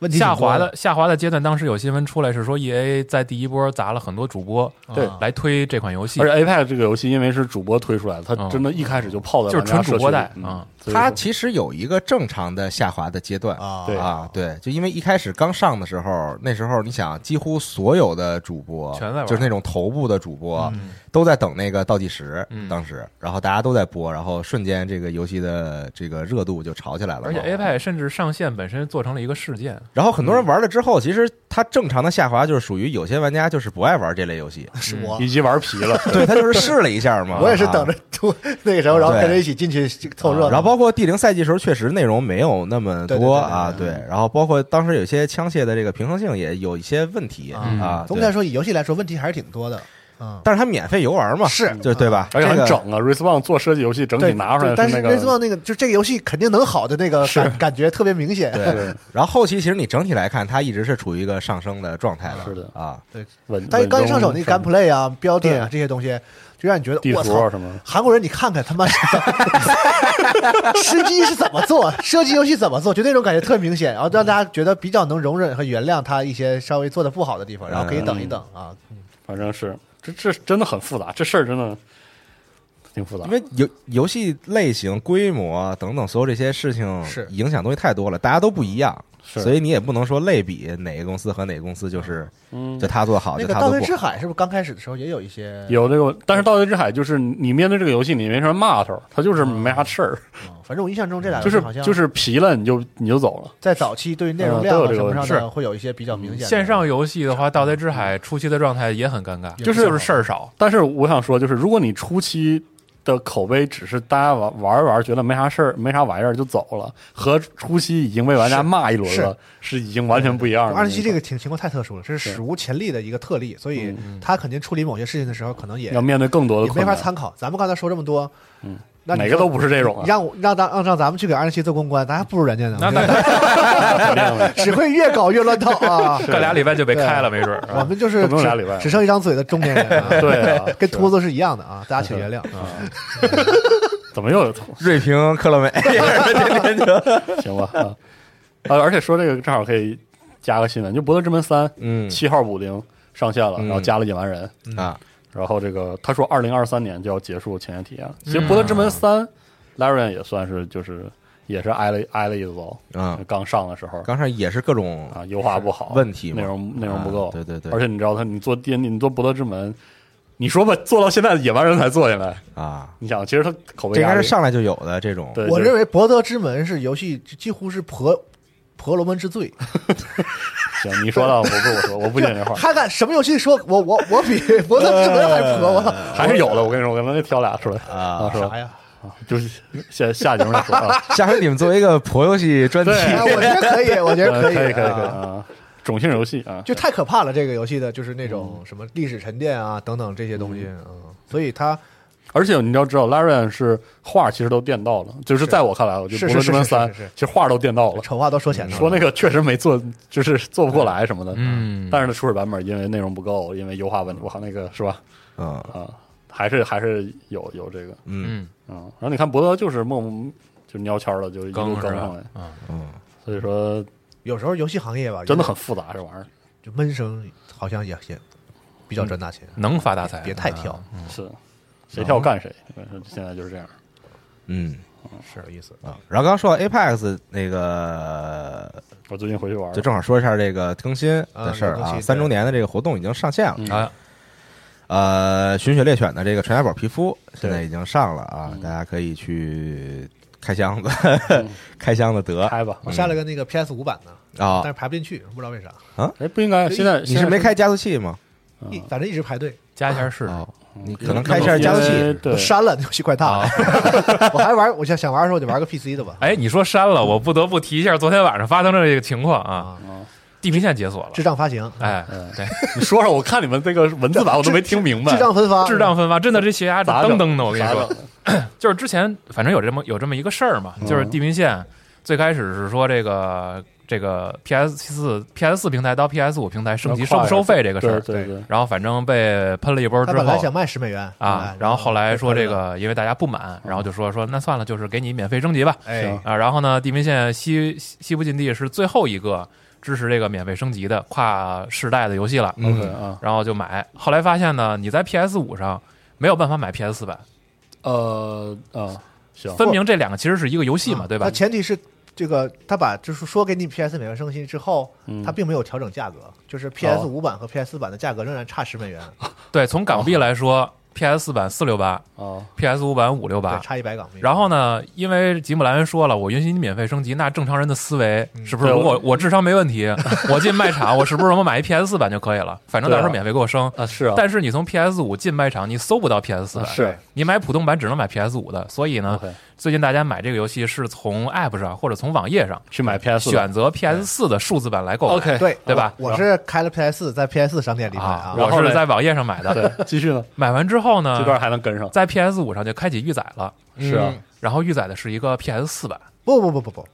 Speaker 6: 问题挺
Speaker 4: 下
Speaker 6: 多
Speaker 4: 滑的下滑的阶段，当时有新闻出来是说 E A 在第一波砸了很多主播，
Speaker 5: 对
Speaker 4: 来推这款游戏
Speaker 5: 而，且 APEC 这个游戏因为是主播推出来的，它
Speaker 4: 嗯
Speaker 5: 真的一开始就泡在
Speaker 4: 就是
Speaker 5: 玩家
Speaker 4: 纯主播带
Speaker 5: 社区里
Speaker 4: 啊，
Speaker 5: 嗯
Speaker 3: 它
Speaker 5: 所以
Speaker 3: 其实有一个正常的下滑的阶段
Speaker 6: 啊
Speaker 5: 对
Speaker 3: 啊，对，就因为一开始刚上的时候，那时候你想，几乎所有的主播
Speaker 4: 全在玩
Speaker 3: 就是那种头部的主播
Speaker 4: 嗯
Speaker 3: 都在等那个倒计时
Speaker 4: 嗯，
Speaker 3: 当时，然后大家都在播，然后瞬间这个游戏的这个热度就炒起来了嘛。
Speaker 4: 而且
Speaker 5: 哎
Speaker 4: A 派甚至上线本身做成了一个事件，
Speaker 3: 然后很多人玩了之后，其实它正常的下滑就是属于有些玩家就是不爱玩这类游 戏，
Speaker 6: 是
Speaker 4: 嗯
Speaker 6: 我
Speaker 5: 以及玩皮 了，
Speaker 3: 对他就是试了一下嘛。
Speaker 6: 我也是
Speaker 3: 啊
Speaker 6: 等着出那个时候，然后
Speaker 3: 对
Speaker 6: 跟着一起进去凑热闹，
Speaker 3: 啊然后包括 D 零赛季时候，确实内容没有那么
Speaker 6: 对对对
Speaker 3: 多啊，
Speaker 6: 对
Speaker 3: 对。然后包括当时有些枪械的这个平衡性也有一些问题
Speaker 6: 啊
Speaker 3: 啊，
Speaker 5: 嗯
Speaker 6: 总体来
Speaker 3: 说
Speaker 6: 说，以游戏来说，问题还是挺多的。嗯，
Speaker 3: 但是它免费游玩嘛，
Speaker 6: 是
Speaker 3: 就对吧？
Speaker 5: 而
Speaker 3: 这
Speaker 5: 且很
Speaker 3: 个
Speaker 5: 整啊！Respawn 做设计游戏整体
Speaker 6: 对，
Speaker 5: 拿出
Speaker 6: 对
Speaker 5: 来
Speaker 6: 但是
Speaker 5: 那
Speaker 6: r e z
Speaker 5: 个，
Speaker 6: 那个就这个游戏肯定能好的那个
Speaker 5: 是
Speaker 6: 感感觉特别明显。
Speaker 3: 对，然后后期其实你整体来看，它一直是处于一个上升的状态的，
Speaker 5: 是的
Speaker 3: 啊，
Speaker 5: 稳
Speaker 6: 但是刚一上手那
Speaker 5: 稳中
Speaker 6: gameplay 啊、标点啊这些东西，就让你觉
Speaker 5: 地
Speaker 6: 得我
Speaker 5: 图啊
Speaker 6: 操
Speaker 5: 什么，
Speaker 6: 韩国人你看看他妈 吃鸡是怎么做，射击游戏怎么做，就那种感觉特明显，
Speaker 3: 嗯
Speaker 6: 然后让大家觉得比较能容忍和原谅他一些稍微做的不好的地方，然后可以等一等
Speaker 3: 嗯
Speaker 6: 啊。
Speaker 5: 反正是这这真的很复杂，这事儿真的挺复杂
Speaker 3: 因。为游游戏类型、规模啊等等所有这些事情
Speaker 6: 是
Speaker 3: 影响东西太多了，大家都不一样，
Speaker 5: 是
Speaker 3: 所以你也不能说类比哪个公司和哪个公司就是
Speaker 5: 嗯
Speaker 3: 就，他做好，
Speaker 6: 啊那
Speaker 3: 就
Speaker 6: 个《
Speaker 3: 他
Speaker 6: 盗
Speaker 3: 做
Speaker 6: 贼
Speaker 3: 不
Speaker 6: 之
Speaker 3: 好。
Speaker 6: 海》是不是刚开始的时候也有一些？
Speaker 5: 有这个，但是《盗贼之海》就是你面对这个游戏，你没什么骂头，它就是没啥事儿，
Speaker 6: 嗯反正我印象中这俩
Speaker 5: 就
Speaker 6: 游戏
Speaker 5: 是
Speaker 6: 好像
Speaker 5: 就是疲了你就你就走了。
Speaker 6: 在早期对于内容
Speaker 5: 嗯
Speaker 6: 量
Speaker 5: 都有
Speaker 6: 啊
Speaker 5: 这
Speaker 6: 什
Speaker 5: 个嗯
Speaker 6: 么上
Speaker 4: 问
Speaker 6: 的会有一些比较明显的。
Speaker 4: 线上游戏的话，《盗贼之海》初期的状态也很尴尬，
Speaker 5: 就是
Speaker 4: 就是事儿少，
Speaker 5: 但是我想说，就是如果你初期的口碑只是大家玩玩一玩，觉得没啥事儿、没啥玩意儿就走了，和初期已经被玩家骂一轮了，是已经完全不一样了。
Speaker 6: 二十七这个情情况太特殊了，这是史无前例的一个特例，所以他肯定处理某些事情的时候，可能也
Speaker 5: 嗯要面对更多的
Speaker 6: 也没
Speaker 5: 困
Speaker 6: 法
Speaker 5: 难，
Speaker 6: 参考。咱们刚才说这么多，嗯，那你
Speaker 5: 哪个
Speaker 6: 说
Speaker 5: 都不是这种啊。
Speaker 6: 让我让咱让让咱们去给二十七做公关，咱还不如人家呢。
Speaker 4: 那那
Speaker 6: 只会越搞越乱套 啊！
Speaker 4: 隔俩礼拜就被开了，没准
Speaker 6: 我
Speaker 4: 儿。
Speaker 6: 们就是
Speaker 5: 都不用
Speaker 6: 只
Speaker 5: 俩礼拜
Speaker 6: 只剩一张嘴的中年人啊，
Speaker 5: 对啊，
Speaker 6: 跟秃子是一样的啊，大家请原谅。
Speaker 5: 怎么又有头？
Speaker 3: 瑞平克洛美，
Speaker 5: 行吧啊，啊，而且说这个正好可以加个新闻，就《博德之门三》
Speaker 3: 嗯
Speaker 5: 七号补丁上线了，
Speaker 3: 嗯
Speaker 5: 然后加了野蛮人，
Speaker 6: 嗯
Speaker 3: 啊，
Speaker 5: 然后这个他说二零二三年就要结束前沿体验了。其实《博德之门三》，Larian 也算是就是也是挨了挨了一遭，
Speaker 3: 嗯
Speaker 5: 刚上的时候
Speaker 3: 刚才也是各种
Speaker 5: 啊，优化不好，
Speaker 3: 问题嘛
Speaker 5: 内容内容不够，
Speaker 3: 啊对对对
Speaker 5: 而且你知道他，你做 D N D，你做《博德之门》，你说吧，做到现在野蛮人才做下来，
Speaker 3: 啊，
Speaker 5: 你想，其实他
Speaker 3: 这
Speaker 5: 口碑
Speaker 3: 应
Speaker 5: 压
Speaker 3: 该
Speaker 5: 力
Speaker 3: 是上来就有的这种，
Speaker 5: 对，
Speaker 6: 我
Speaker 5: 就是
Speaker 6: 认为《博德之门》是游戏几乎是婆婆罗门之最，
Speaker 5: 行，你说的，我不我说，我不讲 这话。
Speaker 6: 还敢什么游戏说我我我比 《博德之门》还婆？我操！
Speaker 5: 还是有的，我跟你说，我刚才挑俩出来
Speaker 3: 啊
Speaker 5: 是吧
Speaker 6: 啥？呀？
Speaker 5: 就是下下节目再说 啊。
Speaker 3: 下回你们作为一个婆游戏专题，
Speaker 5: 对
Speaker 6: 啊，我觉得可 以，我觉得
Speaker 5: 呃可以可以可以
Speaker 6: 啊
Speaker 5: 啊，种姓游戏啊，
Speaker 6: 就太可怕了。这个游戏的就是那种什
Speaker 5: 嗯
Speaker 6: 么历史沉淀啊等等这些东西啊，嗯所以它
Speaker 5: 而且你要知道，Larian 是画其实都电到了，就是在我看来，我就是《博德之门
Speaker 6: 是是是
Speaker 5: 三
Speaker 6: 是是》
Speaker 5: 其实画都电到了。
Speaker 6: 丑话都说前头
Speaker 5: 说那个确实没做，就是做不过来什么的。
Speaker 4: 嗯
Speaker 5: 但是呢，初始版本因为内容不够，因为优化问题，我靠，那个是吧？
Speaker 3: 嗯
Speaker 5: 啊，还是还是有有这个，
Speaker 3: 嗯
Speaker 4: 嗯，
Speaker 5: 嗯。然后你看博德就是默默就蔫悄的，就一路
Speaker 4: 更
Speaker 5: 更
Speaker 4: 是
Speaker 5: 上来
Speaker 4: 吧，？嗯，
Speaker 3: 嗯，
Speaker 5: 所以说
Speaker 6: 有时候游戏行业吧，
Speaker 5: 真的很复杂这玩意儿。
Speaker 6: 就闷声，好像也也比较赚大钱，
Speaker 5: 嗯
Speaker 4: 能发大财，
Speaker 6: 别太挑，
Speaker 5: 是，谁跳干谁，现在就是这样。
Speaker 3: 嗯
Speaker 6: 是有意思
Speaker 3: 啊，然后刚刚说到 Apex 那个，
Speaker 5: 我最近回去玩了，
Speaker 3: 就正好说一下这个更新的事儿
Speaker 6: 啊更
Speaker 3: 啊，
Speaker 6: 新
Speaker 3: 三周年的这个活动已经上线了。
Speaker 4: 啊！
Speaker 3: 呃，寻血猎犬的这个传家宝皮肤现在
Speaker 5: 对
Speaker 3: 已经上了啊，大家可以去开箱子， 开箱子得啊
Speaker 5: 开吧。
Speaker 6: 我下了个那个 PS 五版的，
Speaker 5: 啊
Speaker 6: 但是排不进去，不知道为啥，
Speaker 5: 哎，不应该，现在
Speaker 3: 你是没？开加速器吗？
Speaker 5: 嗯
Speaker 6: 一反正一直排队，
Speaker 4: 加一下试试，
Speaker 3: 哦，你
Speaker 5: 现在
Speaker 3: 可能开一下加速
Speaker 5: 因为
Speaker 3: 器。
Speaker 5: 对
Speaker 6: 都，
Speaker 5: 啊
Speaker 6: 删了，那游戏怪大了。 我还玩，我想想玩的时候我就玩个 PC 的吧。
Speaker 4: 哎，你说删了，我不得不提一下昨天晚上发生的这个情况啊，地平线解锁了，
Speaker 6: 智障发行，
Speaker 4: 哎，对，
Speaker 5: 你说说，我看你们这个文字版我都没听明白。
Speaker 6: 智障分发，
Speaker 4: 智障分发，真的这血压
Speaker 5: 咋
Speaker 4: 噔噔的，我跟你
Speaker 5: 咋
Speaker 4: 说
Speaker 5: 整，
Speaker 4: 就是之前反正有这么有这么一个事儿嘛，就是地平线最开始是说这个这个 PS 四 PS 四平台到 PS 五平台升级收不收费这个事儿，
Speaker 5: 对对对，
Speaker 4: 然后反正被喷了一波
Speaker 6: 他
Speaker 4: 之
Speaker 6: 本来
Speaker 4: 后
Speaker 6: 想。卖十美元哎
Speaker 4: 啊，然后后来说这，个，因为大家不满，然后就说说那算了，就是给你免费升级吧。
Speaker 6: 哎，
Speaker 4: 啊，然后呢，地平线西西西部禁地是最后一个支持这个免费升级的跨世代的游戏了，
Speaker 3: 嗯
Speaker 5: OK 啊，
Speaker 4: 然后就买。后来发现呢，你在 PS 五上没有办法买 PS 四版，
Speaker 5: 呃啊，行，
Speaker 4: 分明这两个其实是一个游戏嘛，
Speaker 6: 啊
Speaker 4: 对吧
Speaker 6: 那？前提是这个，他把就是说给你 PS 美元升级之后
Speaker 5: 嗯，
Speaker 6: 他并没有调整价格，就是
Speaker 5: 哦
Speaker 6: PS 五版和 PS 四版的价格仍然差十美元，
Speaker 4: 对，从港币来说，PS 四版四六八
Speaker 5: 啊，
Speaker 4: ，PS 五版五六
Speaker 6: 对，
Speaker 4: 八。
Speaker 6: 差一百港币。
Speaker 4: 然后呢，因为吉姆莱恩说了，我允许你免费升级，那正常人的思维是不是？
Speaker 5: 对
Speaker 4: 如
Speaker 5: 我
Speaker 4: 果我智商没问题，我进卖场，我是不是我买一 PS 四版就可以了？反正到时候
Speaker 5: 对啊
Speaker 4: 免费给我升。
Speaker 5: 啊是啊，
Speaker 4: 但是你从 PS 五进卖场，你搜不到 PS 四
Speaker 5: 啊
Speaker 4: 版，
Speaker 5: 是
Speaker 4: 你买普通版只能买 PS 五的，所以呢
Speaker 5: OK，
Speaker 4: 最近大家买这个游戏是从 App 上或者从网页上
Speaker 5: 去买 PS
Speaker 4: 选择 PS 四的数字版来购买。
Speaker 5: OK
Speaker 6: 对
Speaker 4: 对吧
Speaker 6: 我我是开了 PS 在 PS 商店里买
Speaker 4: 啊，
Speaker 6: 啊，
Speaker 5: 然后
Speaker 4: 我
Speaker 5: 嘞
Speaker 4: 是在网页上买的。
Speaker 5: 对，继续呢，
Speaker 4: 买完之后
Speaker 5: 这段
Speaker 4: 呢，
Speaker 5: 还能跟上，
Speaker 4: 在 PS 五上就开启预载了，
Speaker 6: 嗯
Speaker 5: 是啊，
Speaker 4: 然后预载的是一个 PS 四版
Speaker 6: 不不不不不，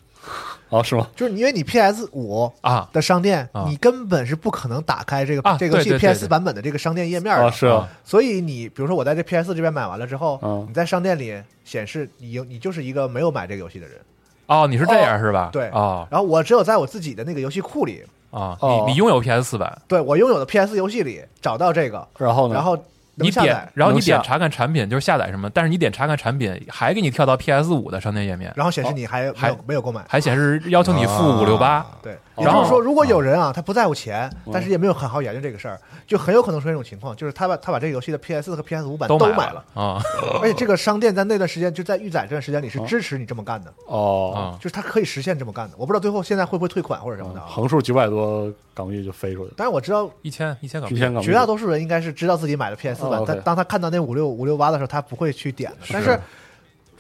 Speaker 5: 哦，是吗？
Speaker 6: 就是因为你 PS 五
Speaker 4: 啊
Speaker 6: 的商店
Speaker 4: 啊，
Speaker 6: 你根本是不可能打开这个
Speaker 4: 啊
Speaker 6: 这个
Speaker 4: 对哦
Speaker 6: 游戏
Speaker 4: 对对对
Speaker 6: PS 版本的这个商店页面
Speaker 5: 啊，
Speaker 6: 的，
Speaker 5: 是啊，
Speaker 6: 所以你比如说我在这 PS 这边买完了之后
Speaker 5: 嗯，
Speaker 6: 你在商店里显示你有你就是一个没有买这个游戏的人，
Speaker 4: 哦，你是这样是吧？
Speaker 6: 对
Speaker 4: 哦
Speaker 6: 然后我只有在我自己的那个游戏库里，
Speaker 4: 啊，
Speaker 5: 哦
Speaker 4: 你你拥有 PS 四版，
Speaker 6: 对我拥有的 PS 游戏里找到这个，
Speaker 5: 然后呢？
Speaker 6: 然后能
Speaker 4: 你
Speaker 6: 下
Speaker 4: 点
Speaker 6: 载，，
Speaker 4: 然后你
Speaker 5: 能下
Speaker 4: 点查看产品就是下载什么，但是你点查看产品还给你跳到 PS 五的商店页面，
Speaker 6: 然后显示你还没
Speaker 4: 还
Speaker 6: 有没有购买。
Speaker 4: 还显示要求你付五六八。
Speaker 6: 对，
Speaker 5: 哦
Speaker 6: 也就是说，如果有人啊，他不在乎钱，但是也没有很好研究这个事儿，就很有可能出现一种情况，就是他把他把这个游戏的 PS 和 PS 五版
Speaker 4: 买
Speaker 6: 买
Speaker 4: 了
Speaker 6: 了，
Speaker 4: 啊
Speaker 6: 而且这个商店在那段时间就在预载这段时间里是支持你这么干的，
Speaker 4: 啊！
Speaker 5: 哦，
Speaker 6: 就是他可以实现这么干的。我不知道最后现在会不会退款或者什么的啊，
Speaker 5: 横竖九百多港币就飞出去了，
Speaker 6: 但是我知道
Speaker 4: 一千一千港
Speaker 5: 一
Speaker 4: 币
Speaker 5: 千港币，
Speaker 6: 绝大多数人应该是知道自己买了 PS
Speaker 5: 哦
Speaker 6: 版，
Speaker 5: ，OK
Speaker 6: 但当他看到那五六五六八的时候，他不会去点的。但是，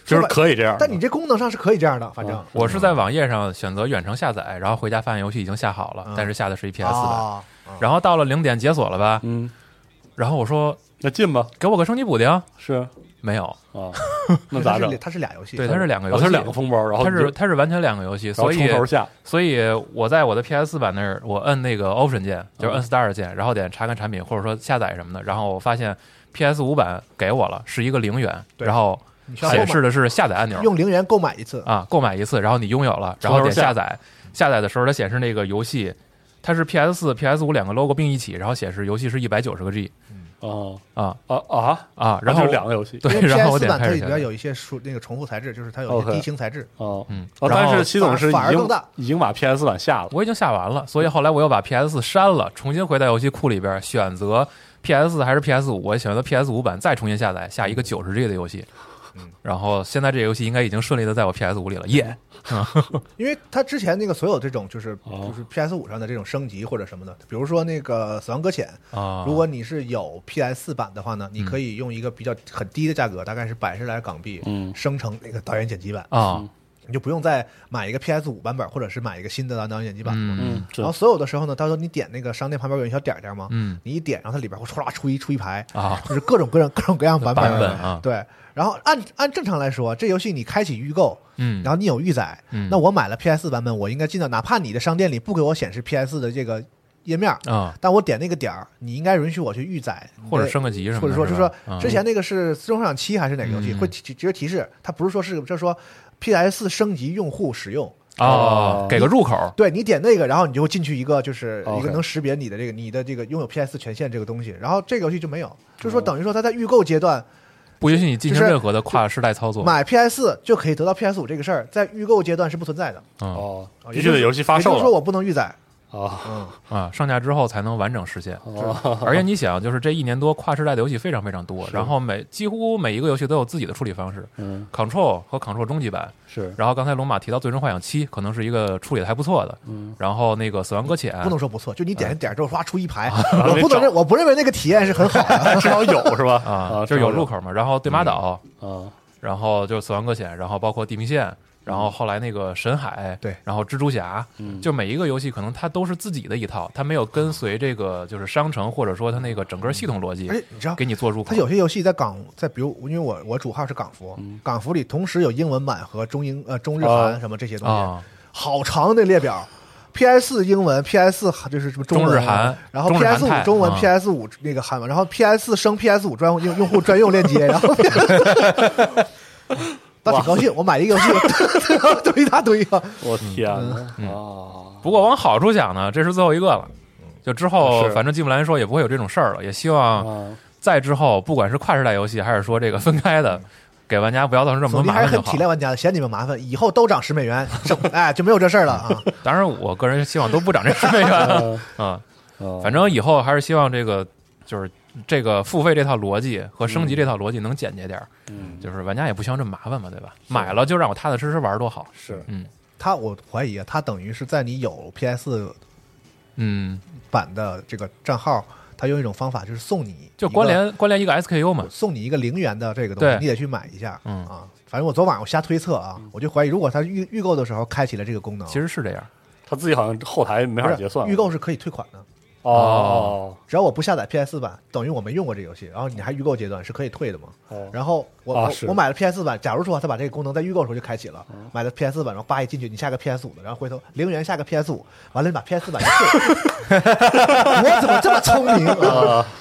Speaker 5: 就是可以这样的，
Speaker 6: 但你这功能上是可以这样的，反正
Speaker 5: 啊
Speaker 4: 我是在网页上选择远程下载，然后回家发现游戏已经下好
Speaker 5: 嗯
Speaker 4: 了，但是下的是一 PS 版。
Speaker 6: 啊
Speaker 4: 然后到了零点解锁了吧？
Speaker 5: 嗯，
Speaker 4: 然后我说
Speaker 5: 那进吧，
Speaker 4: 给我个升级补丁，
Speaker 5: 是啊，
Speaker 4: 没有，
Speaker 5: 那咋
Speaker 6: 它
Speaker 5: 整
Speaker 6: 是？它是俩游戏，
Speaker 4: 对，它是两个游
Speaker 5: 哦
Speaker 4: 戏，
Speaker 5: 它是两个封包，然后
Speaker 4: 它
Speaker 5: 你就是
Speaker 4: 它是完全两个游戏，
Speaker 5: 然后
Speaker 4: 所以
Speaker 5: 从头下，
Speaker 4: 所以我在我的 PS 版那儿，我摁那个 Option 键，就是
Speaker 5: 嗯
Speaker 4: 摁 Start 键，然后点查看产品或者说下载什么的，然后我发现 PS 五版给我了是一个零元，
Speaker 6: 对
Speaker 4: 然后
Speaker 6: 你需要购买
Speaker 4: 显示的是下载按钮，
Speaker 6: 用零元购买一次，
Speaker 4: 啊，购买一次，然后你拥有了，
Speaker 5: 从
Speaker 4: 然
Speaker 5: 头
Speaker 4: 后点
Speaker 5: 下
Speaker 4: 下载，下载的时候它显示那个游戏，它是 PS 四、PS 五两个 logo 并一起，然后显示游戏是一百九十个 G
Speaker 5: 哦
Speaker 4: 啊
Speaker 5: 啊啊，
Speaker 4: 啊，然后
Speaker 5: 就两个游戏，
Speaker 4: 对
Speaker 6: 因，为
Speaker 4: 然后我
Speaker 6: PS
Speaker 4: 点
Speaker 6: 版它
Speaker 4: 开始
Speaker 6: 里
Speaker 4: 下
Speaker 6: 边
Speaker 4: 载。
Speaker 6: 有一些属那个重复材质，就是它有一些
Speaker 5: OK
Speaker 6: 低清材质。
Speaker 5: 哦，
Speaker 4: 嗯
Speaker 5: 哦
Speaker 4: 然
Speaker 5: 但
Speaker 4: 后
Speaker 5: 是西总是已
Speaker 6: 反而
Speaker 5: 经
Speaker 6: 更大
Speaker 5: 已经把 PS 版下了，
Speaker 4: 我已经下完了，所以后来我又把 PS 四删了，重新回到游戏库里边选择 PS 四还是 PS 五，我选择 PS 五版，再重新下载下
Speaker 5: 嗯
Speaker 4: 一个九十 G 的游戏。然后现在这个游戏应该已经顺利的在我 PS 五里了，耶！
Speaker 6: 因为它之前那个所有这种就是
Speaker 5: 哦
Speaker 6: 就是 PS 五上的这种升级或者什么的，比如说那个《死亡搁浅》
Speaker 4: 啊
Speaker 6: 如果你是有 PS 四版的话呢，
Speaker 5: 嗯
Speaker 6: 你可以用一个比较很低的价格，大概是百十来港币，
Speaker 5: 嗯
Speaker 6: 生成那个导演剪辑版，
Speaker 4: 啊，
Speaker 6: 你就不用再买一个 PS 五版本，或者是买一个新的导演剪辑版。
Speaker 4: 嗯
Speaker 5: 嗯，是
Speaker 6: 然后所有的时候呢，到时候你点那个商店旁边有一小点点嘛，
Speaker 4: 嗯
Speaker 6: 你一点，然后它里边会唰出一出一排，
Speaker 5: 嗯
Speaker 4: 啊
Speaker 6: 就是各种各样各种各样版本
Speaker 4: 版本啊
Speaker 6: 对。然后按按正常来说，这游戏你开启预购，
Speaker 4: 嗯
Speaker 6: 然后你有预载，
Speaker 4: 嗯
Speaker 6: 那我买了 PS 版本，我应该进到哪怕你的商店里不给我显示 PS 的这个页面，
Speaker 4: 啊，
Speaker 6: 但我点那个点儿，你应该允许我去预载
Speaker 4: 或者
Speaker 6: 对
Speaker 4: 升个级什么的，
Speaker 6: 或者说，就是说
Speaker 4: 吧
Speaker 5: 嗯
Speaker 4: 啊
Speaker 6: 之前那个是《最终幻想七》还是哪个游戏，
Speaker 4: 嗯
Speaker 6: 会提直接提示，它不是说是就是说 PS 升级用户使用，
Speaker 4: 哦，给个入口，
Speaker 6: 对你点那个，然后你就会进去一个就是一
Speaker 5: 哦 OK
Speaker 6: 个能识别你的这个你的这个拥有 PS 权限这个东西，然后这个游戏就没
Speaker 5: 哦
Speaker 6: 有，就是说等于说它在预购阶段
Speaker 4: 不允许你进行
Speaker 6: 就是
Speaker 4: 任何的跨世代操作。
Speaker 6: 买 PS 就可以得到 PS 五这个事儿，在预购阶段是不存在的，
Speaker 4: 嗯
Speaker 5: 哦，
Speaker 6: 啊
Speaker 5: 必须得游戏发
Speaker 6: 也就
Speaker 5: 售
Speaker 6: 是说
Speaker 5: 了
Speaker 6: 我不能预载，
Speaker 5: 啊，
Speaker 6: 嗯，
Speaker 4: 啊，上架之后才能完整实现。
Speaker 5: 哦
Speaker 4: 而且你想，就是这一年多跨世代的游戏非常非常多，然后每几乎每一个游戏都有自己的处理方式
Speaker 5: 嗯
Speaker 4: ，Control 和 Control 终极版。
Speaker 5: 是
Speaker 4: 然后刚才龙马提到《最终幻想七》，可能是一个处理的还不错的。
Speaker 5: 嗯，
Speaker 4: 然后那个《死亡搁浅》
Speaker 5: 哎
Speaker 6: 不能说不错，就你点点儿之后唰出一 排，
Speaker 5: 然后
Speaker 6: 我
Speaker 5: 得
Speaker 6: 不能
Speaker 5: 找
Speaker 6: 认我不认为那个体验是很好的，
Speaker 5: 至少有是吧？
Speaker 4: 啊，就
Speaker 5: 至
Speaker 4: 是
Speaker 5: 少
Speaker 4: 有入口嘛。然后《对马岛》，
Speaker 5: 啊，
Speaker 4: 然后就是《死亡搁浅》，然后包括《地平线》，然后后来那个《神海》，
Speaker 6: 对
Speaker 4: 然后《蜘蛛侠》，
Speaker 5: 嗯
Speaker 4: 就每一个游戏可能它都是自己的一套，它没有跟随这个就是商城或者说它那个整个系统逻辑
Speaker 6: 而且哎你知道
Speaker 4: 给你做入口。
Speaker 6: 它有些游戏在港，在比如因为我我主号是港服，
Speaker 4: 嗯
Speaker 6: 港服里同时有英文版和中英呃中日
Speaker 5: 哦
Speaker 6: 韩什么这些东西，
Speaker 4: 啊
Speaker 6: 好长那列表。PS 英文，PS 就是什么中文
Speaker 4: 中日韩
Speaker 6: 然后
Speaker 4: 中日韩
Speaker 6: PS
Speaker 4: 泰
Speaker 6: 五中文
Speaker 4: 啊
Speaker 6: ，PS 五那个韩文，然后 PS 升 PS 五专用用户专用链接，然后 倒挺高兴，我买一个游 戏，都一大堆啊，
Speaker 5: 我
Speaker 4: 嗯
Speaker 5: 天啊，
Speaker 6: 哦
Speaker 4: 不过往好处想呢，这是最后一个了。就之后，
Speaker 5: 是
Speaker 4: 反正进不来说也不会有这种事儿了。也希望
Speaker 5: 啊，
Speaker 4: 再之后，不管是跨时代游戏，还是说这个分开的，给玩家不要造成这么多
Speaker 6: 总之
Speaker 4: 麻
Speaker 6: 还
Speaker 4: 烦
Speaker 6: 是
Speaker 4: 就
Speaker 6: 很
Speaker 4: 好
Speaker 6: 体。谅玩家的，嫌你们麻烦，以后都涨十美元，省哎就没有这事儿了啊。
Speaker 4: 当然，我个人希望都不涨这十美元
Speaker 5: 嗯
Speaker 4: 啊。
Speaker 5: 反
Speaker 4: 反正以后还是希望这个就是这个付费这套逻辑和升级这套逻辑能简洁点儿。
Speaker 5: 嗯
Speaker 4: 就是玩家也不希望这么麻烦嘛，对吧？买了就让我踏踏实实玩儿多好。
Speaker 5: 是
Speaker 4: 嗯
Speaker 6: 他我怀疑啊，他等于是在你有 PS
Speaker 4: 嗯，
Speaker 6: 版的这个账号，他用一种方法就是送你
Speaker 4: 就
Speaker 6: 一个
Speaker 4: 关联关联一个 SKU 嘛。
Speaker 6: 送你一个零元的这个东西
Speaker 4: 对，
Speaker 6: 你得去买一下。
Speaker 4: 嗯
Speaker 6: 啊，反正我昨晚我瞎推测啊，
Speaker 5: 嗯
Speaker 6: 我就怀疑，如果它预预购的时候开启了这个功能，
Speaker 4: 其实是这样。
Speaker 5: 他自己好像后台没
Speaker 6: 不
Speaker 5: 法
Speaker 6: 是
Speaker 5: 结算。
Speaker 6: 预购是可以退款的，
Speaker 5: 哦
Speaker 6: 只要我不下载 PS 版，等于我没用过这游戏，然后你还预购阶段是可以退的嘛？
Speaker 5: 哦
Speaker 6: 然后我、
Speaker 5: 啊
Speaker 6: 我
Speaker 5: 是嗯
Speaker 6: 我买了 PS 版，假如说他把这个功能在预购的时候就开启了，买了 PS 版，然后叭一进去，你下个 PS 五的，然后回头零元下个 PS 五，完了你把 PS 版一退， 我怎么这么聪明啊？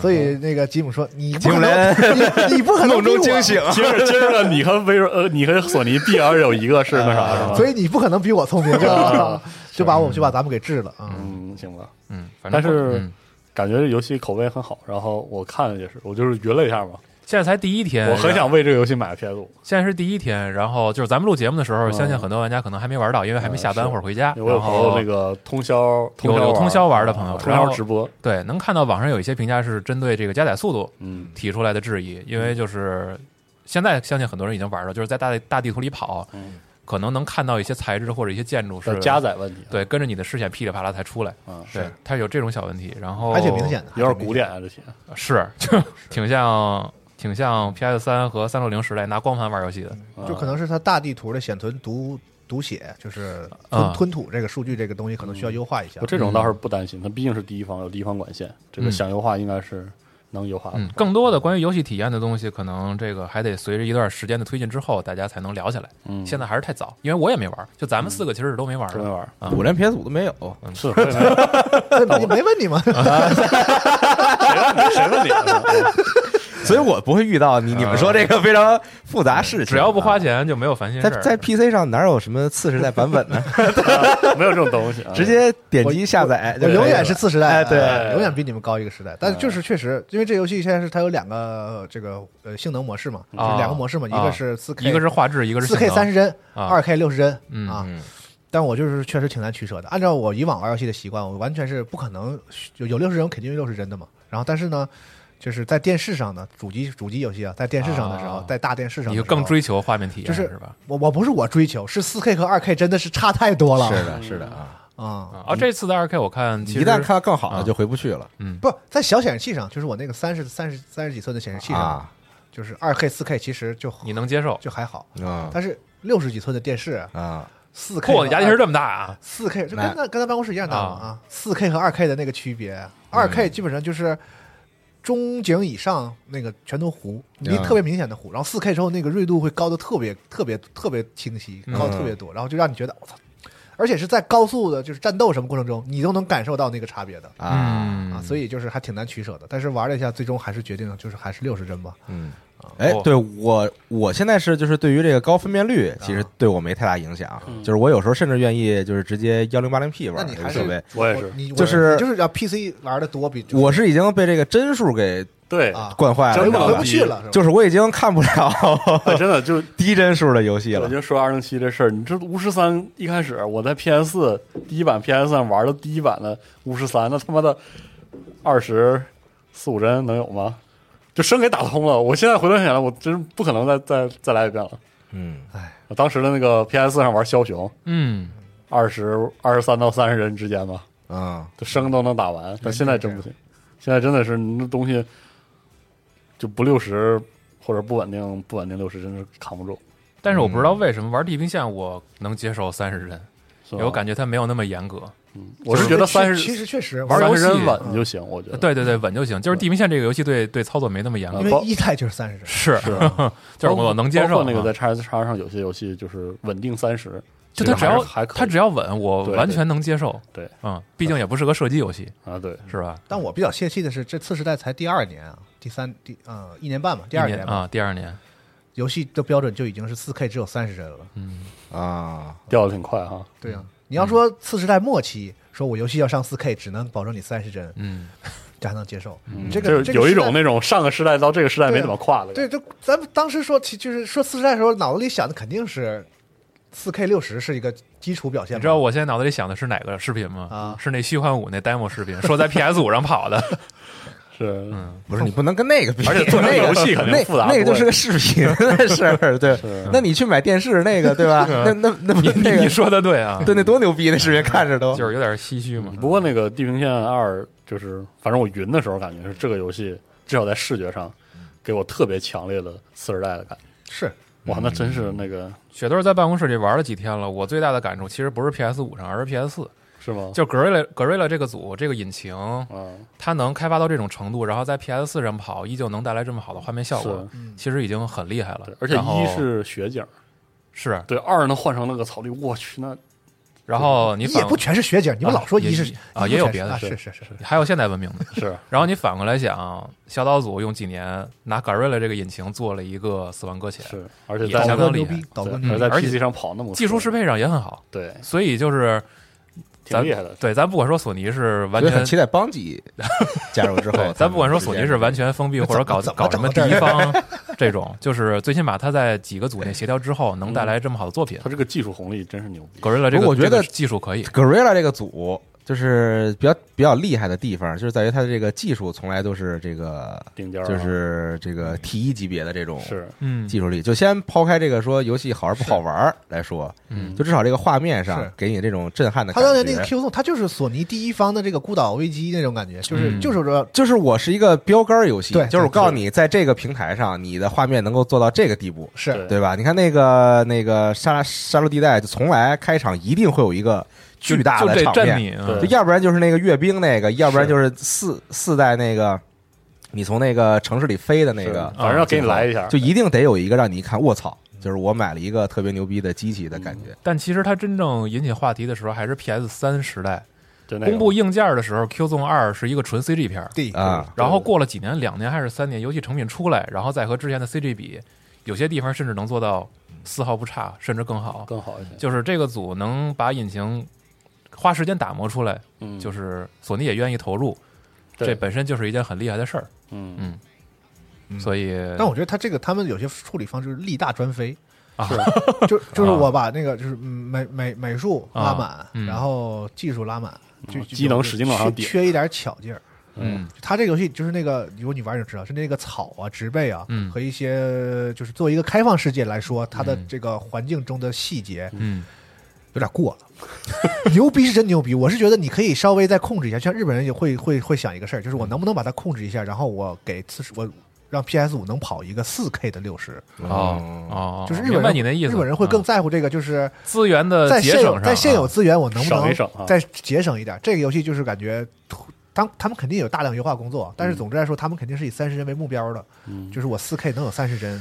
Speaker 6: 所以那个吉姆说：“你不可能，你你不 可能
Speaker 3: 梦中
Speaker 6: 逼我
Speaker 3: 惊醒。
Speaker 5: 今儿今儿个你和微软呃，你和索尼必然有一个是那
Speaker 4: 嗯
Speaker 5: 啥是 吧？
Speaker 6: 所以你不可能比我聪明，就就把我就把咱们给治了啊！
Speaker 5: 嗯，行吧。
Speaker 4: 嗯，反正
Speaker 5: 但是
Speaker 4: 嗯
Speaker 5: 感觉这游戏口碑很好，然后我看也是，我就是匀了一下嘛，
Speaker 4: 现在才第一天，
Speaker 5: 我很想为这个游戏买个 PS 五，
Speaker 4: 现在是第一天，然后就是咱们录节目的时候，
Speaker 5: 嗯
Speaker 4: 相信很多玩家可能还没玩到，因为还没下班
Speaker 5: 是
Speaker 4: 或者回家。
Speaker 5: 我有
Speaker 4: 哎然
Speaker 5: 朋友
Speaker 4: 后
Speaker 5: 那个通宵通
Speaker 4: 有
Speaker 5: 宵
Speaker 4: 有通宵玩的朋友
Speaker 5: 啊通
Speaker 4: 然
Speaker 5: 宵
Speaker 4: 后
Speaker 5: 直播，
Speaker 4: 对，能看到网上有一些评价是针对这个加载速度
Speaker 5: 嗯
Speaker 4: 提出来的质疑，因为就是现在相信很多人已经玩了，就是在大大地图里跑，
Speaker 5: 嗯，
Speaker 4: 可能能看到一些材质或者一些建筑
Speaker 5: 的
Speaker 4: 是
Speaker 5: 加载问题，
Speaker 4: 对跟着你的视线噼里啪啦才出来，
Speaker 5: 啊，
Speaker 4: 对，它有这种小问题，然后
Speaker 6: 还挺明显的，
Speaker 5: 有
Speaker 6: 还
Speaker 5: 点
Speaker 6: 挺明
Speaker 5: 古
Speaker 6: 显
Speaker 5: 典啊这些，
Speaker 4: 是 就挺像挺像 PS 三和三六零时代拿光盘玩游戏的，
Speaker 6: 的，就可能是它大地图的显存读读写，就是
Speaker 4: 啊
Speaker 6: 吞吞吐这个数据这个东西，可能需要优化一下
Speaker 5: 我。这种
Speaker 3: 嗯
Speaker 5: 倒是不担心，它毕竟是第一方有第一方管线，这个想优化应该是能优化的
Speaker 4: 嗯，，更多的关于游戏体验的东西，可能这个还得随着一段时间的推进之后，大家才能聊起来。
Speaker 5: 嗯
Speaker 4: 现在还是太早，因为我也没玩儿，就咱们四个其实是都没玩儿啊
Speaker 5: 真
Speaker 4: 的。
Speaker 5: 没玩儿，
Speaker 3: 我连 PS 五都没有，
Speaker 5: 是我也没玩儿
Speaker 6: 那那你没问你吗？
Speaker 4: 啊
Speaker 5: 谁问你啊？
Speaker 3: 所以我不会遇到你你们说这个非常复杂事情。
Speaker 4: 只嗯要不花钱就没有烦心
Speaker 3: 在
Speaker 4: 事儿。
Speaker 3: 在 PC 上哪有什么次时代版本呢？
Speaker 5: 没有这种东西 啊，
Speaker 3: 直接点击下载就可
Speaker 6: 我
Speaker 3: 以了，
Speaker 6: 永远是次时代，
Speaker 3: 哎对
Speaker 6: 呃永远比你们高一个时代。但是
Speaker 4: 哎
Speaker 6: 就是确实，因为这游戏现在是它有两个呃这个呃性能模式嘛，就是
Speaker 4: 啊
Speaker 6: 两个模式嘛，一
Speaker 4: 啊
Speaker 6: 个是四 K，
Speaker 4: 一个是画质，一个是
Speaker 6: 四 K 三
Speaker 4: 十
Speaker 6: 十帧，
Speaker 4: 啊
Speaker 6: 二 K 六十帧
Speaker 4: 嗯
Speaker 6: 啊。
Speaker 3: 嗯
Speaker 6: 但我就是确实挺难取舍的。按照我以往玩游戏的习惯，我完全是不可能有有六十帧，肯定有六十帧的嘛。然后但是呢，就是在电视上呢，主机主机游戏啊，在电视上的时候，
Speaker 4: 啊
Speaker 6: 在大电视上的
Speaker 4: 你就
Speaker 6: 时候，
Speaker 4: 更追求画面体验，
Speaker 6: 就是
Speaker 4: 是吧？
Speaker 6: 我我不是我追求，是四 K 和二 K 真的是差太多了。
Speaker 3: 是的，是的啊，
Speaker 6: 啊、
Speaker 4: 啊，啊这次的二 K 我看嗯其
Speaker 3: 一
Speaker 4: 实
Speaker 3: 旦看到更好的就回不去了
Speaker 4: 嗯
Speaker 6: 不在小显示器上，就是我那个三十三十三十几寸的显示器上，
Speaker 3: 啊
Speaker 6: 就是二 K 四 K 其实就
Speaker 4: 你能接受，
Speaker 6: 就还好，
Speaker 3: 啊
Speaker 6: 但是六十几寸的电视
Speaker 3: 啊！
Speaker 6: 四 K
Speaker 4: 嚯，你牙其实这么大啊！
Speaker 6: 四 K 就跟
Speaker 3: 来
Speaker 6: 咱跟咱办公室一样大嘛
Speaker 4: 啊
Speaker 6: 啊，四 K 和二 K 的那个区别，二
Speaker 3: 嗯
Speaker 6: K 基本上就是中景以上那个全都糊，你
Speaker 3: 嗯
Speaker 6: 特别明显的糊，然后四 K 之后那个锐度会高的特别特别特别清晰，高得特
Speaker 3: 嗯
Speaker 6: 别多，然后就让你觉得我操，而且是在高速的就是战斗什么过程中，你都能感受到那个差别的。
Speaker 3: 啊，
Speaker 6: 啊，所以就是还挺难取舍的，但是玩了一下，最终还是决定就是还是六十帧吧。
Speaker 3: 嗯，哎
Speaker 4: 哦，啊
Speaker 3: 对我我现在是就是对于这个高分辨率，其实对我没太大影响，
Speaker 4: 嗯
Speaker 3: 就是我有时候甚至愿意就是直接幺零八零 P
Speaker 6: 那
Speaker 3: 玩，
Speaker 6: 你
Speaker 3: 无
Speaker 6: 还
Speaker 3: 所谓
Speaker 6: 是。
Speaker 5: 我也
Speaker 6: 我
Speaker 5: 是，
Speaker 6: 你我
Speaker 3: 就是
Speaker 6: 你就是要 PC 玩的多比就是
Speaker 3: 我是已经被这个帧数给
Speaker 5: 对
Speaker 6: 啊，
Speaker 3: 惯坏了，
Speaker 5: 真
Speaker 3: 你
Speaker 5: 的
Speaker 3: 知道
Speaker 6: 回
Speaker 3: 吧
Speaker 6: 不去了，是吧？
Speaker 3: 就是我已经看不
Speaker 5: 哎
Speaker 3: 了
Speaker 5: 真的 就
Speaker 3: 低帧数的游戏
Speaker 5: 我
Speaker 3: 了
Speaker 5: 就说二零七这事儿，你这巫师三一开始我在 PS 四第一版 PS 三玩的第一版的巫师三，那他妈的二十四五帧能有吗？就生给打通了。我现在回头想想，我真不可能再再再来一遍了。
Speaker 3: 嗯，
Speaker 5: 我当时的那个 PS 四上玩枭雄，
Speaker 4: 嗯，
Speaker 5: 二十二十三到三十帧之间吧，
Speaker 3: 啊。
Speaker 5: 就生都能打完。但现在真不行，现在真的是你那东西就不六十或者不稳定，不稳定六十真是扛不住。
Speaker 4: 但是我不知道为什么玩地平线我能接受三十帧，
Speaker 5: 是
Speaker 4: 因哎
Speaker 5: 吧
Speaker 4: 为我感觉它没有那么严格。
Speaker 5: 嗯我是觉得三十
Speaker 6: 其实确实
Speaker 5: 玩
Speaker 4: 游
Speaker 5: 游
Speaker 4: 戏
Speaker 5: 戏
Speaker 6: 啊
Speaker 5: 稳就行，我觉得。
Speaker 4: 对对对，稳就行。就是地平线这个游戏对对操作没那么严格
Speaker 5: 啊
Speaker 6: 因，为一代就是三十帧，
Speaker 4: 是 就是
Speaker 5: 包括
Speaker 4: 我能接
Speaker 5: 包
Speaker 4: 受
Speaker 5: 括那
Speaker 4: 啊
Speaker 5: 个在叉 S 叉上有些游戏就是稳定三十，
Speaker 4: 就它
Speaker 5: 其
Speaker 4: 只
Speaker 5: 实还
Speaker 4: 要
Speaker 5: 是还可以
Speaker 4: 它只要稳，我
Speaker 5: 对对
Speaker 4: 完全能接受。
Speaker 5: 对，
Speaker 4: 嗯，毕竟也不是个射击游戏，
Speaker 5: 啊对，
Speaker 4: 是吧？
Speaker 6: 但我比较泄气的是，这次时代才第二年啊，第三第呃一年半吧，第
Speaker 4: 第
Speaker 6: 二年吧，
Speaker 4: 啊，第二年，
Speaker 6: 游戏的标准就已经是四 K 只有三十帧了。
Speaker 4: 嗯
Speaker 3: 啊，
Speaker 5: 掉的挺快哈。
Speaker 6: 对啊，你要
Speaker 4: 嗯
Speaker 6: 说次时代末期，说我游戏要上四 K，只能保证你三十帧，
Speaker 4: 嗯，
Speaker 6: 这还能接受。嗯这
Speaker 5: 嗯就
Speaker 6: 个
Speaker 5: 是
Speaker 6: 这个
Speaker 5: 有一
Speaker 6: 时代
Speaker 5: 种那种上个时代到这个时代没怎么跨的感
Speaker 6: 对，
Speaker 5: 觉，
Speaker 6: 就咱们当时说，其就是说次时代的时候，脑子里想的肯定是四 K 六十是一个基础表现嘛。
Speaker 4: 你知道我现在脑子里想的是哪个视频吗？
Speaker 6: 啊
Speaker 4: 是那虚幻五那 demo 视频，说在 PS 五上跑的，
Speaker 5: 是
Speaker 3: 不是你不能跟那个比，
Speaker 5: 而且做成
Speaker 3: 那个
Speaker 5: 游戏肯定
Speaker 3: 那
Speaker 5: 复杂
Speaker 3: 那个
Speaker 5: 多
Speaker 3: 就
Speaker 5: 了
Speaker 3: 是个视 频的事儿，对。那你去买电视那个，对吧？那那那
Speaker 4: 啊你
Speaker 3: 不那
Speaker 4: 你你
Speaker 3: 个，
Speaker 4: 说的对啊，
Speaker 3: 对，那多牛逼！那视频看着都
Speaker 4: 就是有点唏嘘嘛。
Speaker 5: 不过那个《地平线二》就是，反正我云的时候感觉是这个游戏至少在视觉上给我特别强烈的次时代的感觉。
Speaker 6: 是
Speaker 5: 哇，那真是那个
Speaker 4: 雪豆在办公室里玩了几天了，我最大的感触其实不是 PS 五上，而是 PS 四。
Speaker 5: 是吗？
Speaker 4: 就 Gorilla Gorilla 这个组这个引擎，
Speaker 5: 啊，
Speaker 4: 它能开发到这种程度，然后在 PS 四上跑，依旧能带来这么好的画面效果，其实已经很厉害了
Speaker 5: 对。而且
Speaker 4: 然后
Speaker 5: 一是雪景，
Speaker 4: 是，
Speaker 5: 对，二呢换成那个草地，我去，那
Speaker 4: 然后你
Speaker 6: 也
Speaker 4: 反
Speaker 6: 不全是雪景，你们
Speaker 4: 啊
Speaker 6: 老说
Speaker 4: 也
Speaker 6: 一是
Speaker 4: 也啊也有别的
Speaker 6: 啊
Speaker 4: 是
Speaker 6: 是是是，
Speaker 4: 还有现代文明的，
Speaker 5: 是
Speaker 4: 然后你反过来想，小岛组用几年拿 Gorilla 这个引擎做了一个《死亡搁浅》，
Speaker 5: 是，而且
Speaker 4: 也
Speaker 5: 在
Speaker 4: 相
Speaker 6: 导
Speaker 4: 当
Speaker 6: 哥
Speaker 4: 厉
Speaker 6: 牛
Speaker 4: 害
Speaker 6: 逼，导哥
Speaker 5: 对
Speaker 6: 牛逼
Speaker 5: 而在
Speaker 4: 而且
Speaker 5: PC 上跑那么
Speaker 4: 技术适
Speaker 5: 配，
Speaker 4: 配上也很好，
Speaker 5: 对，
Speaker 4: 所以就是
Speaker 5: 挺
Speaker 4: 咱
Speaker 5: 厉害的。
Speaker 4: 对，咱不管说索尼是完
Speaker 3: 所以
Speaker 4: 全
Speaker 3: 很期待邦吉加入之后
Speaker 4: 对，，咱不管说索尼是完
Speaker 3: 全。
Speaker 4: 全封闭或者搞
Speaker 6: 怎么
Speaker 4: 搞什么
Speaker 6: 怎
Speaker 4: 第
Speaker 6: 么
Speaker 4: 一方 这种，就是最起码他在几个组内协调之后，能带来这么好的作品
Speaker 5: 他。这个技术红利真是牛逼，
Speaker 4: Gorilla 这个
Speaker 3: 嗯我觉得
Speaker 4: 这个技术可以，
Speaker 3: Gorilla 这个组就是比较比较厉害的地方，就是在于它的这个技术从来都是这个
Speaker 5: 顶尖儿啊
Speaker 3: 就是这个 T 一级别的这种
Speaker 5: 是
Speaker 4: 嗯，
Speaker 3: 技术力。就先抛开这个说游戏好玩不好玩儿来说，
Speaker 4: 嗯
Speaker 3: 就至少这个画面上
Speaker 6: 是
Speaker 3: 给你这种震撼的
Speaker 6: 他
Speaker 3: 感
Speaker 6: 当年那个
Speaker 3: 觉。
Speaker 6: Q 送，他就是索尼第一方的这个孤岛危机那种感觉，就是、
Speaker 4: 嗯
Speaker 6: 就是说
Speaker 3: 就是我是一个标杆儿游戏
Speaker 6: 对，
Speaker 3: 就是我告诉你，在这个平台上，你的画面能够做到这个地步，
Speaker 6: 是
Speaker 5: 对
Speaker 3: 对吧？你看那个那个沙沙漏地带，就从来开场一定会有一个巨大
Speaker 4: 就
Speaker 3: 的
Speaker 4: 这
Speaker 3: 场面
Speaker 4: 战，你啊
Speaker 5: 对
Speaker 3: 就要不然就是那个阅兵那个，要不然就是四四代那个，你从那个城市里飞的那个嗯
Speaker 5: 是，反正要给你来一嗯下，
Speaker 3: 就一定得有一个让你一看，卧槽！就是我买了一个特别牛逼的机器的感觉，
Speaker 4: 但其实它真正引起话题的时候，还是 PS 三时代
Speaker 5: 就那个
Speaker 4: 公布硬件的时候，Q Zone 二是一个纯 CG 片儿，
Speaker 6: D
Speaker 5: 嗯
Speaker 3: 啊
Speaker 4: 然后过了几年，两年还是三年，游戏成品出来，然后再和之前的 CG 比，有些地方甚至能做到丝毫不差，甚至更好。
Speaker 5: 更好一些，
Speaker 4: 就是这个组能把引擎花时间打磨出来，
Speaker 5: 嗯
Speaker 4: 就是索尼也愿意投入，
Speaker 5: 对
Speaker 4: 这本身就是一件很厉害的事儿。
Speaker 5: 嗯
Speaker 4: 嗯所以，
Speaker 6: 但我觉得他这个他们有些处理方式力大专飞
Speaker 4: 啊，
Speaker 6: 就就是
Speaker 4: 啊
Speaker 6: 我把那个就是嗯美美美术拉满，
Speaker 4: 嗯
Speaker 6: 然后技术拉满，就
Speaker 5: 嗯啊机能使劲往上
Speaker 6: 缺
Speaker 5: 顶
Speaker 6: 缺一点巧劲儿。
Speaker 4: 嗯
Speaker 6: 他这个游戏就是那个，如果你玩就知道，是那个草啊、植被啊，
Speaker 4: 嗯
Speaker 6: 和一些就是作为一个开放世界来说，它的
Speaker 4: 嗯
Speaker 6: 这个环境中的细节
Speaker 4: 嗯，
Speaker 6: 有点过了。 牛逼是真牛逼，我是觉得你可以稍微再控制一下，像日本人也会会会想一个事儿，就是我能不能把它控制一下，然后我给四十我。让 PS 五能跑一个四 K 的六十，
Speaker 4: 哦哦，
Speaker 6: 就是日
Speaker 4: 明
Speaker 6: 本
Speaker 4: 白
Speaker 6: 人
Speaker 4: 你那意思，
Speaker 6: 日本人会更
Speaker 4: 嗯
Speaker 6: 在乎这个，就是
Speaker 4: 资源的
Speaker 6: 在
Speaker 4: 节
Speaker 6: 现
Speaker 4: 省
Speaker 6: 有
Speaker 4: 上，
Speaker 6: 在现有
Speaker 4: 啊
Speaker 6: 资源，我能不
Speaker 5: 省
Speaker 6: 能
Speaker 5: 一省啊
Speaker 6: 再节省一点？这个游戏就是感觉，当他们肯定有大量优化工作，但是总之来说，他们肯定是以三十帧为目标的，就是我四 K 能有三十帧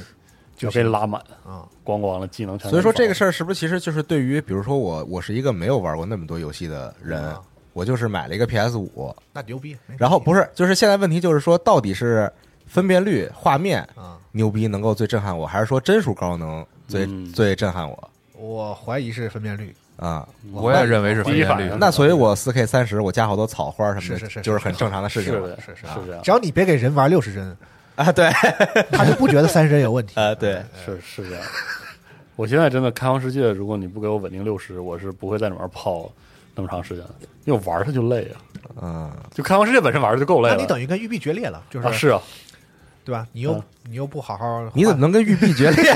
Speaker 6: 就
Speaker 5: 要给
Speaker 6: 行
Speaker 5: 你拉满，
Speaker 6: 啊。
Speaker 5: 咣咣的技能全给你放。
Speaker 3: 所以说这个事儿是不是其实就是对于，比如说我我是一个没有玩过那么多游戏的人
Speaker 6: 啊，
Speaker 3: 我就是买了一个 PS 五，
Speaker 6: 那牛逼。没问题
Speaker 3: 然后不
Speaker 5: 嗯
Speaker 3: 是，就是现在问题就是说，到底是分辨率、画面
Speaker 6: 啊，
Speaker 3: 牛逼能够最震撼我，还是说帧数高能最
Speaker 5: 嗯
Speaker 3: 最震撼我
Speaker 6: 我怀疑是分辨率，
Speaker 3: 啊？
Speaker 4: 我也认为是分
Speaker 5: 第一
Speaker 4: 辨
Speaker 5: 反
Speaker 4: 率
Speaker 5: 应
Speaker 3: 那所以，我四 K 三十，我加好多草花什么的，
Speaker 6: 是是是是
Speaker 3: 就是很正常的事情
Speaker 5: 是
Speaker 3: 了
Speaker 5: 的，是啊是这样
Speaker 6: 只，要你别给人玩六十帧，
Speaker 3: 啊。对，
Speaker 6: 他就不觉得三十帧有问 题。
Speaker 3: 啊对，
Speaker 5: 是是这样。 我现在真的开放世界，如果你不给我稳定六十，我是不会在里面泡那么长时间的，因为我玩它就累啊。
Speaker 3: 嗯，
Speaker 5: 就开放世界本身玩儿就够累
Speaker 6: 那
Speaker 5: 了。
Speaker 6: 你等于跟育碧决裂了，就
Speaker 5: 啊，
Speaker 6: 是
Speaker 5: 是啊，
Speaker 6: 对吧？你又
Speaker 5: 嗯
Speaker 6: 你又不好好，
Speaker 3: 你怎么能跟育碧决裂？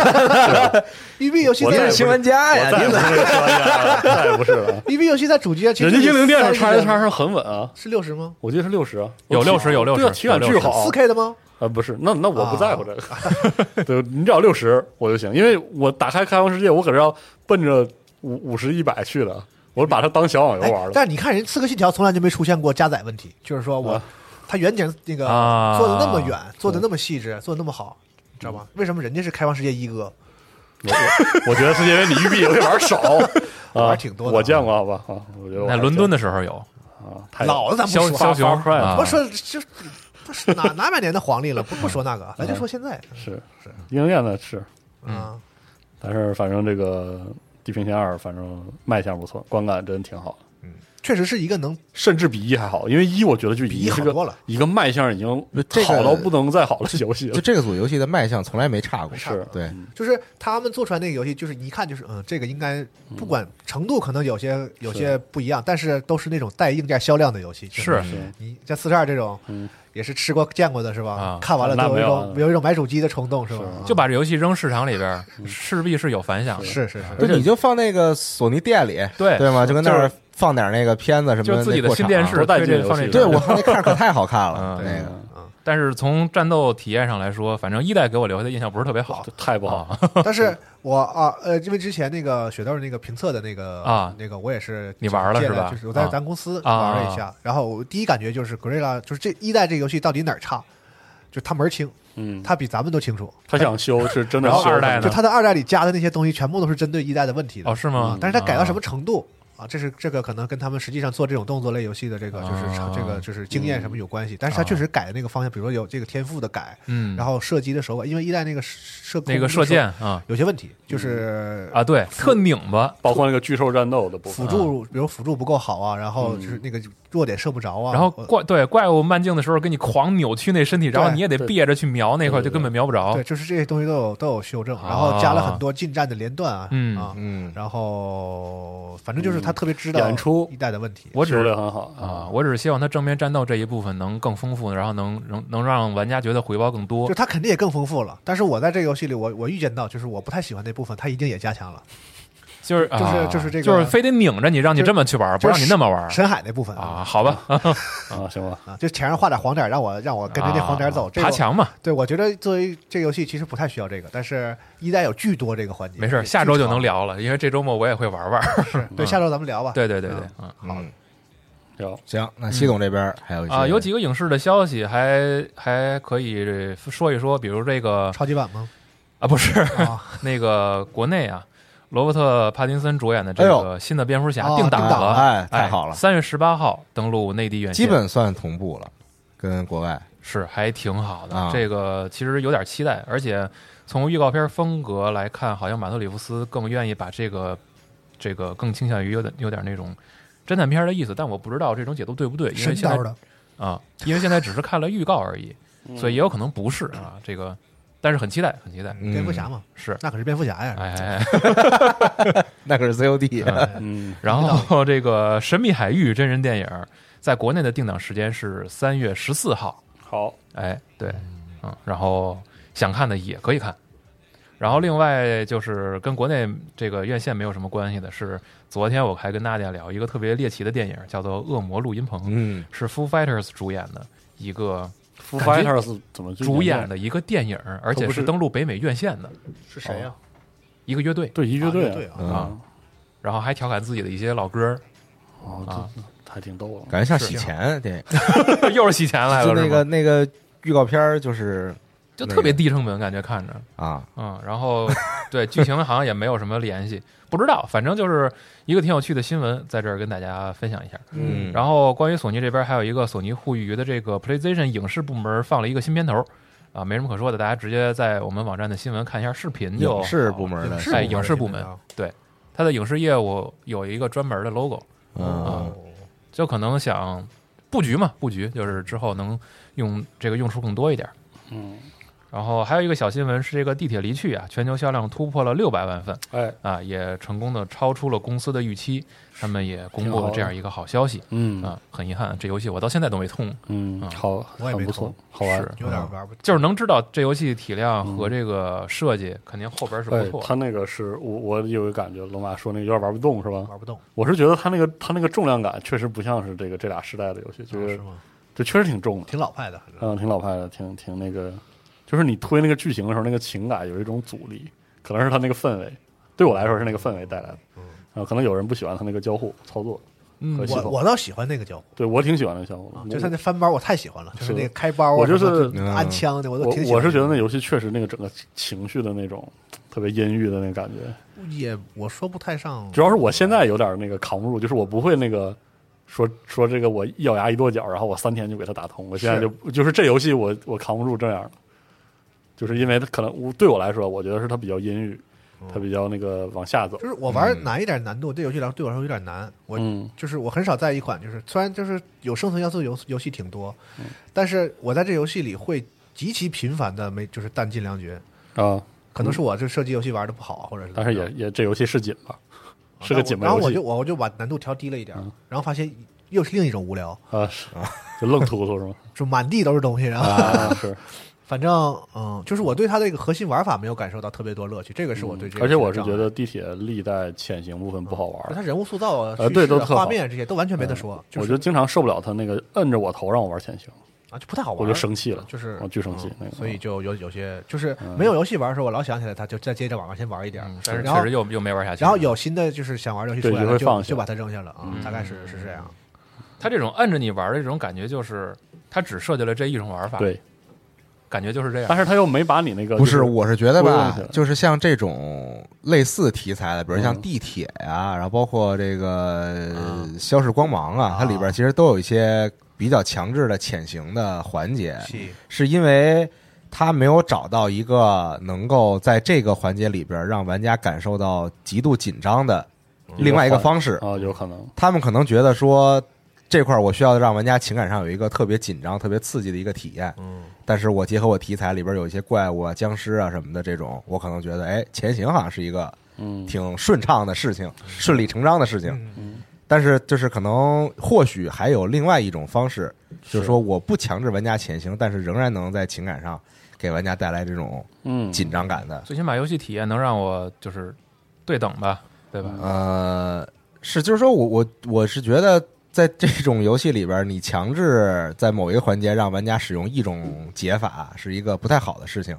Speaker 6: 育碧游戏
Speaker 5: 我
Speaker 3: 你
Speaker 5: 再
Speaker 6: 在
Speaker 5: 也
Speaker 3: 是
Speaker 5: 不
Speaker 3: 新玩家
Speaker 5: 我再
Speaker 3: 呀，
Speaker 5: 也
Speaker 3: 你怎么？
Speaker 5: 不是这个专家了， 再也不是 了。
Speaker 6: 育碧游戏在主机啊上其实
Speaker 5: 人家英灵殿上
Speaker 6: 是
Speaker 5: 叉 S 叉上很稳啊，
Speaker 6: 是六十吗？
Speaker 5: 我记得是六十，
Speaker 4: 有60有60
Speaker 5: 对啊，体感
Speaker 4: 有
Speaker 5: 巨好。
Speaker 6: 四 K 的吗？
Speaker 5: 啊，不是，那那我不在乎这个， 对你只要六十我就行，因为我打开开放世界，我可是要奔着五五十一百去的，我把它当小网游玩
Speaker 6: 哎
Speaker 5: 了。
Speaker 6: 但是你看人《刺客信条》从来就没出现过加载问题，就是说我
Speaker 5: 啊
Speaker 6: 它远景那个
Speaker 4: 啊
Speaker 6: 做的那么远，
Speaker 5: 嗯
Speaker 6: 做的那么细致，做的那么好，你知道吗？为什么人家是开放世界一哥？
Speaker 5: 我我我觉得是因为你育碧游戏 玩少，啊，
Speaker 6: 玩挺多的
Speaker 5: 我见过好吧？啊，我觉得我
Speaker 4: 那
Speaker 5: 还
Speaker 4: 伦
Speaker 5: 见
Speaker 4: 敦的时候有
Speaker 5: 啊，太
Speaker 6: 老子咱
Speaker 4: 枭
Speaker 6: 不
Speaker 4: 枭
Speaker 6: 说，
Speaker 4: 雄
Speaker 5: 发快了
Speaker 4: 啊
Speaker 6: 我，说就不是哪哪百年的黄历了，不不说那
Speaker 5: 嗯
Speaker 6: 个，咱就说现在
Speaker 5: 是是英灵殿的是，
Speaker 6: 啊，
Speaker 5: 但是反正这个《地平线二》反正卖相不错，观感真挺好的。
Speaker 6: 确实是一个能
Speaker 5: 甚至比一还好，因为一我觉得就已
Speaker 6: 比一
Speaker 5: 经是
Speaker 6: 好
Speaker 5: 个
Speaker 6: 多了
Speaker 5: 一个卖相已经
Speaker 3: 这个
Speaker 5: 好到不能再好的游戏了
Speaker 3: 就。这个组游戏的卖相从来没差过，
Speaker 5: 是
Speaker 3: 对，
Speaker 6: 就是他们做出来那个游戏，就是你一看就是，嗯，这个应该不管程度可能有些有些不一样，但是都是那种带硬件销量的游戏。就是
Speaker 5: 是
Speaker 6: 你像四十二这种，也是吃过见过的是吧？
Speaker 4: 嗯啊
Speaker 6: 看完了
Speaker 5: 那
Speaker 6: 都有一
Speaker 5: 没有
Speaker 6: 种
Speaker 5: 啊
Speaker 6: 有一种买主机的冲动是吧？
Speaker 4: 就把这游戏扔市场里边儿，势必是有反响的。
Speaker 6: 嗯啊是是是，
Speaker 3: 就你就放那个索尼店里，
Speaker 4: 对
Speaker 3: 对吗？就跟那
Speaker 4: 就
Speaker 3: 儿放点那个片子什么
Speaker 4: 就
Speaker 3: 的，
Speaker 4: 自己
Speaker 3: 那
Speaker 4: 的
Speaker 3: 过
Speaker 4: 新
Speaker 3: 场啊
Speaker 4: 电视
Speaker 5: 多带
Speaker 4: 推
Speaker 5: 劲
Speaker 4: 这
Speaker 5: 游
Speaker 4: 放
Speaker 5: 戏
Speaker 4: 这
Speaker 3: 对
Speaker 4: 边儿
Speaker 3: 我看那看着可太好看了，
Speaker 4: 嗯
Speaker 3: 那个
Speaker 4: 但是从战斗体验上来说，反正一代给我留下的印象不是特别好
Speaker 5: 这太不好了。
Speaker 4: 啊。
Speaker 6: 但是我啊呃，因为之前那个雪豆那个评测的那个
Speaker 4: 啊
Speaker 6: 那个我也是
Speaker 4: 你玩了
Speaker 6: 借
Speaker 4: 是吧
Speaker 6: 就是我在
Speaker 4: 啊
Speaker 6: 咱公司
Speaker 4: 啊
Speaker 6: 玩了一下，然后我第一感觉就是 Gorilla 就是这一代这个游戏到底哪儿差，就它门儿清，
Speaker 5: 嗯，
Speaker 6: 它比咱们都清楚。
Speaker 5: 他想修是真 的
Speaker 4: 然后
Speaker 5: 修
Speaker 4: 二代呢
Speaker 6: 就它的二代里加的那些东西，全部都是针对一代的问题的
Speaker 4: 哦，。是吗
Speaker 5: 嗯？
Speaker 6: 但是它改到什么程度啊？这是这个可能跟他们实际上做这种动作类游戏的这个就是
Speaker 4: 啊
Speaker 6: 这个就是经验什么有关系。但是
Speaker 4: 啊
Speaker 6: 它确实改的那个方向，比如说有这个天赋的改，
Speaker 4: 嗯，
Speaker 6: 然后射击的手法，因为一代那个射
Speaker 4: 那个射箭啊
Speaker 6: 有些问题，就是
Speaker 4: 啊，对，特拧巴，
Speaker 5: 包括那个巨兽战斗的部分
Speaker 6: 辅，助，
Speaker 4: 嗯
Speaker 6: 比如辅助不够好啊，然后就是那个弱点射不着啊，
Speaker 4: 然后
Speaker 6: 呃
Speaker 4: 怪对怪物慢镜的时候给你狂扭曲那身体，然后
Speaker 6: 对
Speaker 4: 你也得憋着去瞄那块，
Speaker 5: 对对
Speaker 4: 就根本瞄不着
Speaker 6: 对，。就是这些东西都有都有修正，
Speaker 4: 啊
Speaker 6: 然后加了很多近战的连段啊，
Speaker 4: 嗯
Speaker 6: 啊，
Speaker 3: 嗯，
Speaker 6: 然后反正就是他特别知道
Speaker 5: 演出
Speaker 6: 一代的问题，
Speaker 4: 我只
Speaker 5: 修的
Speaker 4: 是
Speaker 5: 很好
Speaker 4: 啊，我只是希望它正面战斗这一部分能更丰富，然后能能能让玩家觉得回报更多
Speaker 6: 就。他肯定也更丰富了。但是我在这个游戏里，我我预见到就是我不太喜欢那部分，他一定也加强了，
Speaker 4: 就是
Speaker 6: 就是
Speaker 4: 啊
Speaker 6: 就是这个
Speaker 4: 就是非得拧着你，让你
Speaker 6: 就是
Speaker 4: 这么去玩，不
Speaker 6: 就是
Speaker 4: 让你那么玩
Speaker 6: 深海那部分
Speaker 4: 啊？好吧，
Speaker 5: 啊，行吧，
Speaker 6: 啊，就墙上画点黄点儿，让我让我跟着那黄点儿走，
Speaker 4: 啊
Speaker 6: 这个
Speaker 4: 爬墙嘛，
Speaker 6: 对，我觉得作为这个游戏其实不太需要这个，但是一代有巨多这个环节，
Speaker 4: 没事，
Speaker 6: 巨
Speaker 4: 下周就
Speaker 6: 长
Speaker 4: 能。聊了，因为这周末我也会玩玩。
Speaker 6: 对，下周咱们聊吧。
Speaker 4: 对对对对，嗯。
Speaker 3: 好，
Speaker 5: 行，
Speaker 3: 行，那西总这边还有一些
Speaker 4: 啊，有几个影视的消息还还可以说一说，比如这个
Speaker 6: 超级版吗？
Speaker 4: 啊，不是、
Speaker 6: 啊
Speaker 4: 那个国内啊，罗伯特·帕金森主演的这
Speaker 3: 哎
Speaker 4: 个
Speaker 3: 呦
Speaker 4: 新的蝙蝠侠档
Speaker 6: 哦定档
Speaker 4: 了，
Speaker 6: 了
Speaker 3: 哎
Speaker 4: 哎，
Speaker 3: 太好了
Speaker 4: 三月十八号登陆内地院线，
Speaker 3: 基本算同步了，跟国外
Speaker 4: 是还挺好的。
Speaker 3: 啊
Speaker 4: 这个其实有点期待，而且从预告片风格来看，好像马特·里夫斯更愿意把这个这个更倾向于有点有点那种侦探片的意思，但我不知道这种解读对不对，因为
Speaker 6: 神
Speaker 4: 现在
Speaker 6: 叨的，
Speaker 4: 啊，因为现在只是看了预告而已，所以也有可能不是啊。这个，但是很期待，很期待。
Speaker 3: 嗯
Speaker 6: 蝙蝠侠嘛，
Speaker 4: 是，
Speaker 6: 那可是蝙蝠侠呀。
Speaker 4: 哎哎，哎哎
Speaker 3: 那可是 COD，、
Speaker 5: 嗯，
Speaker 4: 然后这个《神秘海域》真人电影在国内的定档时间是三月十四号，
Speaker 5: 好，
Speaker 4: 哎，对，嗯，然后想看的也可以看。然后另外就是跟国内这个院线没有什么关系的是，昨天我还跟娜姐聊一个特别猎奇的电影，叫做《恶魔录音棚》，
Speaker 3: 嗯，
Speaker 4: 是 Foo Fighters 主演的一个
Speaker 5: Foo
Speaker 4: 感觉
Speaker 5: Fighters 怎么就
Speaker 4: 主演的一个电影，而且
Speaker 5: 不
Speaker 4: 是
Speaker 5: 是
Speaker 4: 登陆北美院线的
Speaker 6: 是谁呀？
Speaker 4: 一个乐队，
Speaker 5: 哦对一乐
Speaker 6: 啊乐队
Speaker 5: 队
Speaker 3: 嗯
Speaker 6: 啊
Speaker 5: 啊，
Speaker 4: 然后还调侃自己的一些老歌
Speaker 5: 哦，
Speaker 4: 啊
Speaker 5: 这这还挺逗的，
Speaker 3: 感觉像洗钱电影，
Speaker 4: 儿，又是洗钱来
Speaker 3: 就
Speaker 4: 了，
Speaker 3: 那
Speaker 4: 是
Speaker 3: 个
Speaker 4: 吗？
Speaker 3: 那个预告片儿就是
Speaker 4: 就特别低成本，感觉看着，
Speaker 3: 啊，
Speaker 4: 嗯，然后对剧情好像也没有什么联系，不知道，反正就是一个挺有趣的新闻，在这儿跟大家分享一下。
Speaker 3: 嗯，
Speaker 4: 然后关于索尼这边还有一个索尼互娱的这个 PlayStation 影视部门放了一个新片头，啊，没什么可说的，大家直接在我们网站的新闻看一下视频
Speaker 3: 嗯
Speaker 4: 就
Speaker 3: 影视部门的，
Speaker 4: 哎
Speaker 6: 部门
Speaker 4: 影视部门
Speaker 6: 现在啊
Speaker 4: 对它的影视业务有一个专门的 logo，啊
Speaker 3: 嗯，
Speaker 4: 就可能想布局嘛，布局就是之后能用这个用处更多一点。
Speaker 5: 嗯，
Speaker 4: 然后还有一个小新闻是，这个《地铁离去》啊，全球销量突破了六百万份
Speaker 5: 哎，
Speaker 4: 啊，也成功的超出了公司的预期。他们也公布
Speaker 5: 挺好
Speaker 4: 了
Speaker 5: 的
Speaker 4: 这样一个好消息
Speaker 5: 嗯
Speaker 4: 啊，很遗憾，这游戏我到现在都没通，
Speaker 5: 嗯，好，
Speaker 6: 啊我也没
Speaker 5: 很不错
Speaker 6: 通，
Speaker 5: 好玩嗯
Speaker 4: 是。
Speaker 6: 有点玩不。
Speaker 4: 就是能知道这游戏体量和这个设计，肯定后边是不
Speaker 5: 哎，
Speaker 4: 错
Speaker 5: 他
Speaker 4: 的。
Speaker 5: 那个是我我有个感觉，龙马说那个有点玩不动是吧？
Speaker 6: 玩不动，
Speaker 5: 我是觉得他那个他那个重量感确实不像是这个这俩时代的游戏，就是是
Speaker 6: 啊吗？
Speaker 5: 就确实挺重的，
Speaker 6: 挺老派的，反正
Speaker 5: 嗯，挺老派的，挺挺那个，就是你推那个剧情的时候，那个情感有一种阻力，可能是他那个氛围，对我来说是那个氛围带来的，啊，可能有人不喜欢他那个交互操作，
Speaker 4: 嗯
Speaker 5: 和
Speaker 6: 嗯
Speaker 5: 系
Speaker 6: 我
Speaker 5: 统，
Speaker 6: 我倒喜欢那个交互，
Speaker 5: 对我挺喜欢那个交互的，
Speaker 6: 就他那翻包，我太喜欢了，就是
Speaker 5: 嗯是
Speaker 6: 那个开包啊，
Speaker 5: 我就是
Speaker 6: 什么
Speaker 3: 嗯
Speaker 6: 按枪的，我都
Speaker 5: 我
Speaker 6: 挺喜欢。
Speaker 5: 我是觉得那游戏确实那个整个情绪的那种特别阴郁的那个感觉，
Speaker 6: 那也我说不太上，
Speaker 5: 主要是我现在有点那个扛不住，就是我不会那个说说这个我一咬牙一跺脚，然后我三天就给它打通。我现在就就是这游戏我我扛不住这样的，就是因为它可能我对我来说，我觉得是它比较阴郁，它比较那个往下走
Speaker 6: 嗯就。是我玩难一点难度，这游戏来对我来说有点难。我
Speaker 5: 嗯
Speaker 6: 就是我很少在一款就是虽然就是有生存要素游游戏挺多，
Speaker 5: 嗯
Speaker 6: 但是我在这游戏里会极其频繁的没就是弹尽粮绝，
Speaker 5: 啊，
Speaker 6: 可能是我这射击游戏玩的不好，啊或者是
Speaker 5: 但是也也这游戏是紧吧，是个紧吧
Speaker 6: 然后啊
Speaker 5: 游
Speaker 6: 我
Speaker 5: 戏嗯
Speaker 6: 就我我就把难度调低了一点，然后发现又是另一种无聊，
Speaker 5: 啊，是就愣突突是 吗？
Speaker 6: 就满地都是东西，然后、
Speaker 5: 啊，是，
Speaker 6: 反正嗯，就是我对它这个核心玩法没有感受到特别多乐趣，这个是我对这个、
Speaker 5: 嗯而且我是觉得。地铁历代潜行部分不好玩儿
Speaker 6: 它。人物塑造啊、
Speaker 5: 呃
Speaker 6: 叙
Speaker 5: 对
Speaker 6: 事
Speaker 5: 都
Speaker 6: 啊
Speaker 5: 特好嗯
Speaker 6: 画面这些都完全没得说，就
Speaker 5: 我
Speaker 6: 是
Speaker 5: 就经常受不了他那个摁着我头让我玩潜行，
Speaker 6: 啊，就不太好玩。
Speaker 5: 我就生气了，哦
Speaker 6: 就是
Speaker 5: 我巨生气
Speaker 6: 嗯。
Speaker 5: 那个嗯
Speaker 6: 所以就有有些就是没有游戏玩的时候，我老想起来它，就再接着往上先玩一点
Speaker 4: 嗯，但是
Speaker 6: 然
Speaker 4: 确
Speaker 6: 后
Speaker 4: 实又又没玩下去。
Speaker 6: 然后有新的就是想玩的游戏出来
Speaker 5: 对
Speaker 6: 了，
Speaker 5: 就会
Speaker 6: 就
Speaker 5: 放下嗯
Speaker 6: 就把它扔下了啊，大概是是这样。
Speaker 4: 他这种摁着你玩的这种感觉，就是他只设计了这一种玩法，，
Speaker 5: 对，
Speaker 4: 感觉就是这样。
Speaker 5: 但是他又没把你那个
Speaker 3: 不是，
Speaker 5: 就
Speaker 3: 我是觉得
Speaker 5: 不用
Speaker 3: 吧
Speaker 5: 去了，
Speaker 3: 就是像这种类似题材的，比如像
Speaker 5: 嗯
Speaker 3: 地铁呀、然后包括这个
Speaker 6: 啊
Speaker 3: 《消逝光芒》啊
Speaker 6: 啊，
Speaker 3: 它里边其实都有一些比较强制的潜行的环节，
Speaker 6: 是
Speaker 3: 是因为它没有找到一个能够在这个环节里边让玩家感受到极度紧张的另外一个方式。
Speaker 5: 啊，有可能
Speaker 3: 他们可能觉得说这块儿我需要让玩家情感上有一个特别紧张、特别刺激的一个体验。嗯，但是我结合我题材里边有一些怪物啊、僵尸啊什么的这种，我可能觉得哎，前行好像是一个
Speaker 5: 嗯，
Speaker 3: 挺顺畅的事情，顺理成章的事情。但是就是可能或许还有另外一种方式，就是说我不强制玩家前行，但是仍然能在情感上给玩家带来这种
Speaker 5: 嗯
Speaker 3: 紧张感的。
Speaker 4: 最起码游戏体验能让我就是对等吧，对
Speaker 6: 嗯
Speaker 4: 吧？
Speaker 3: 呃，是，就是说我我我是觉得，在这种游戏里边儿，你强制在某一个环节让玩家使用一种解法，是一个不太好的事情，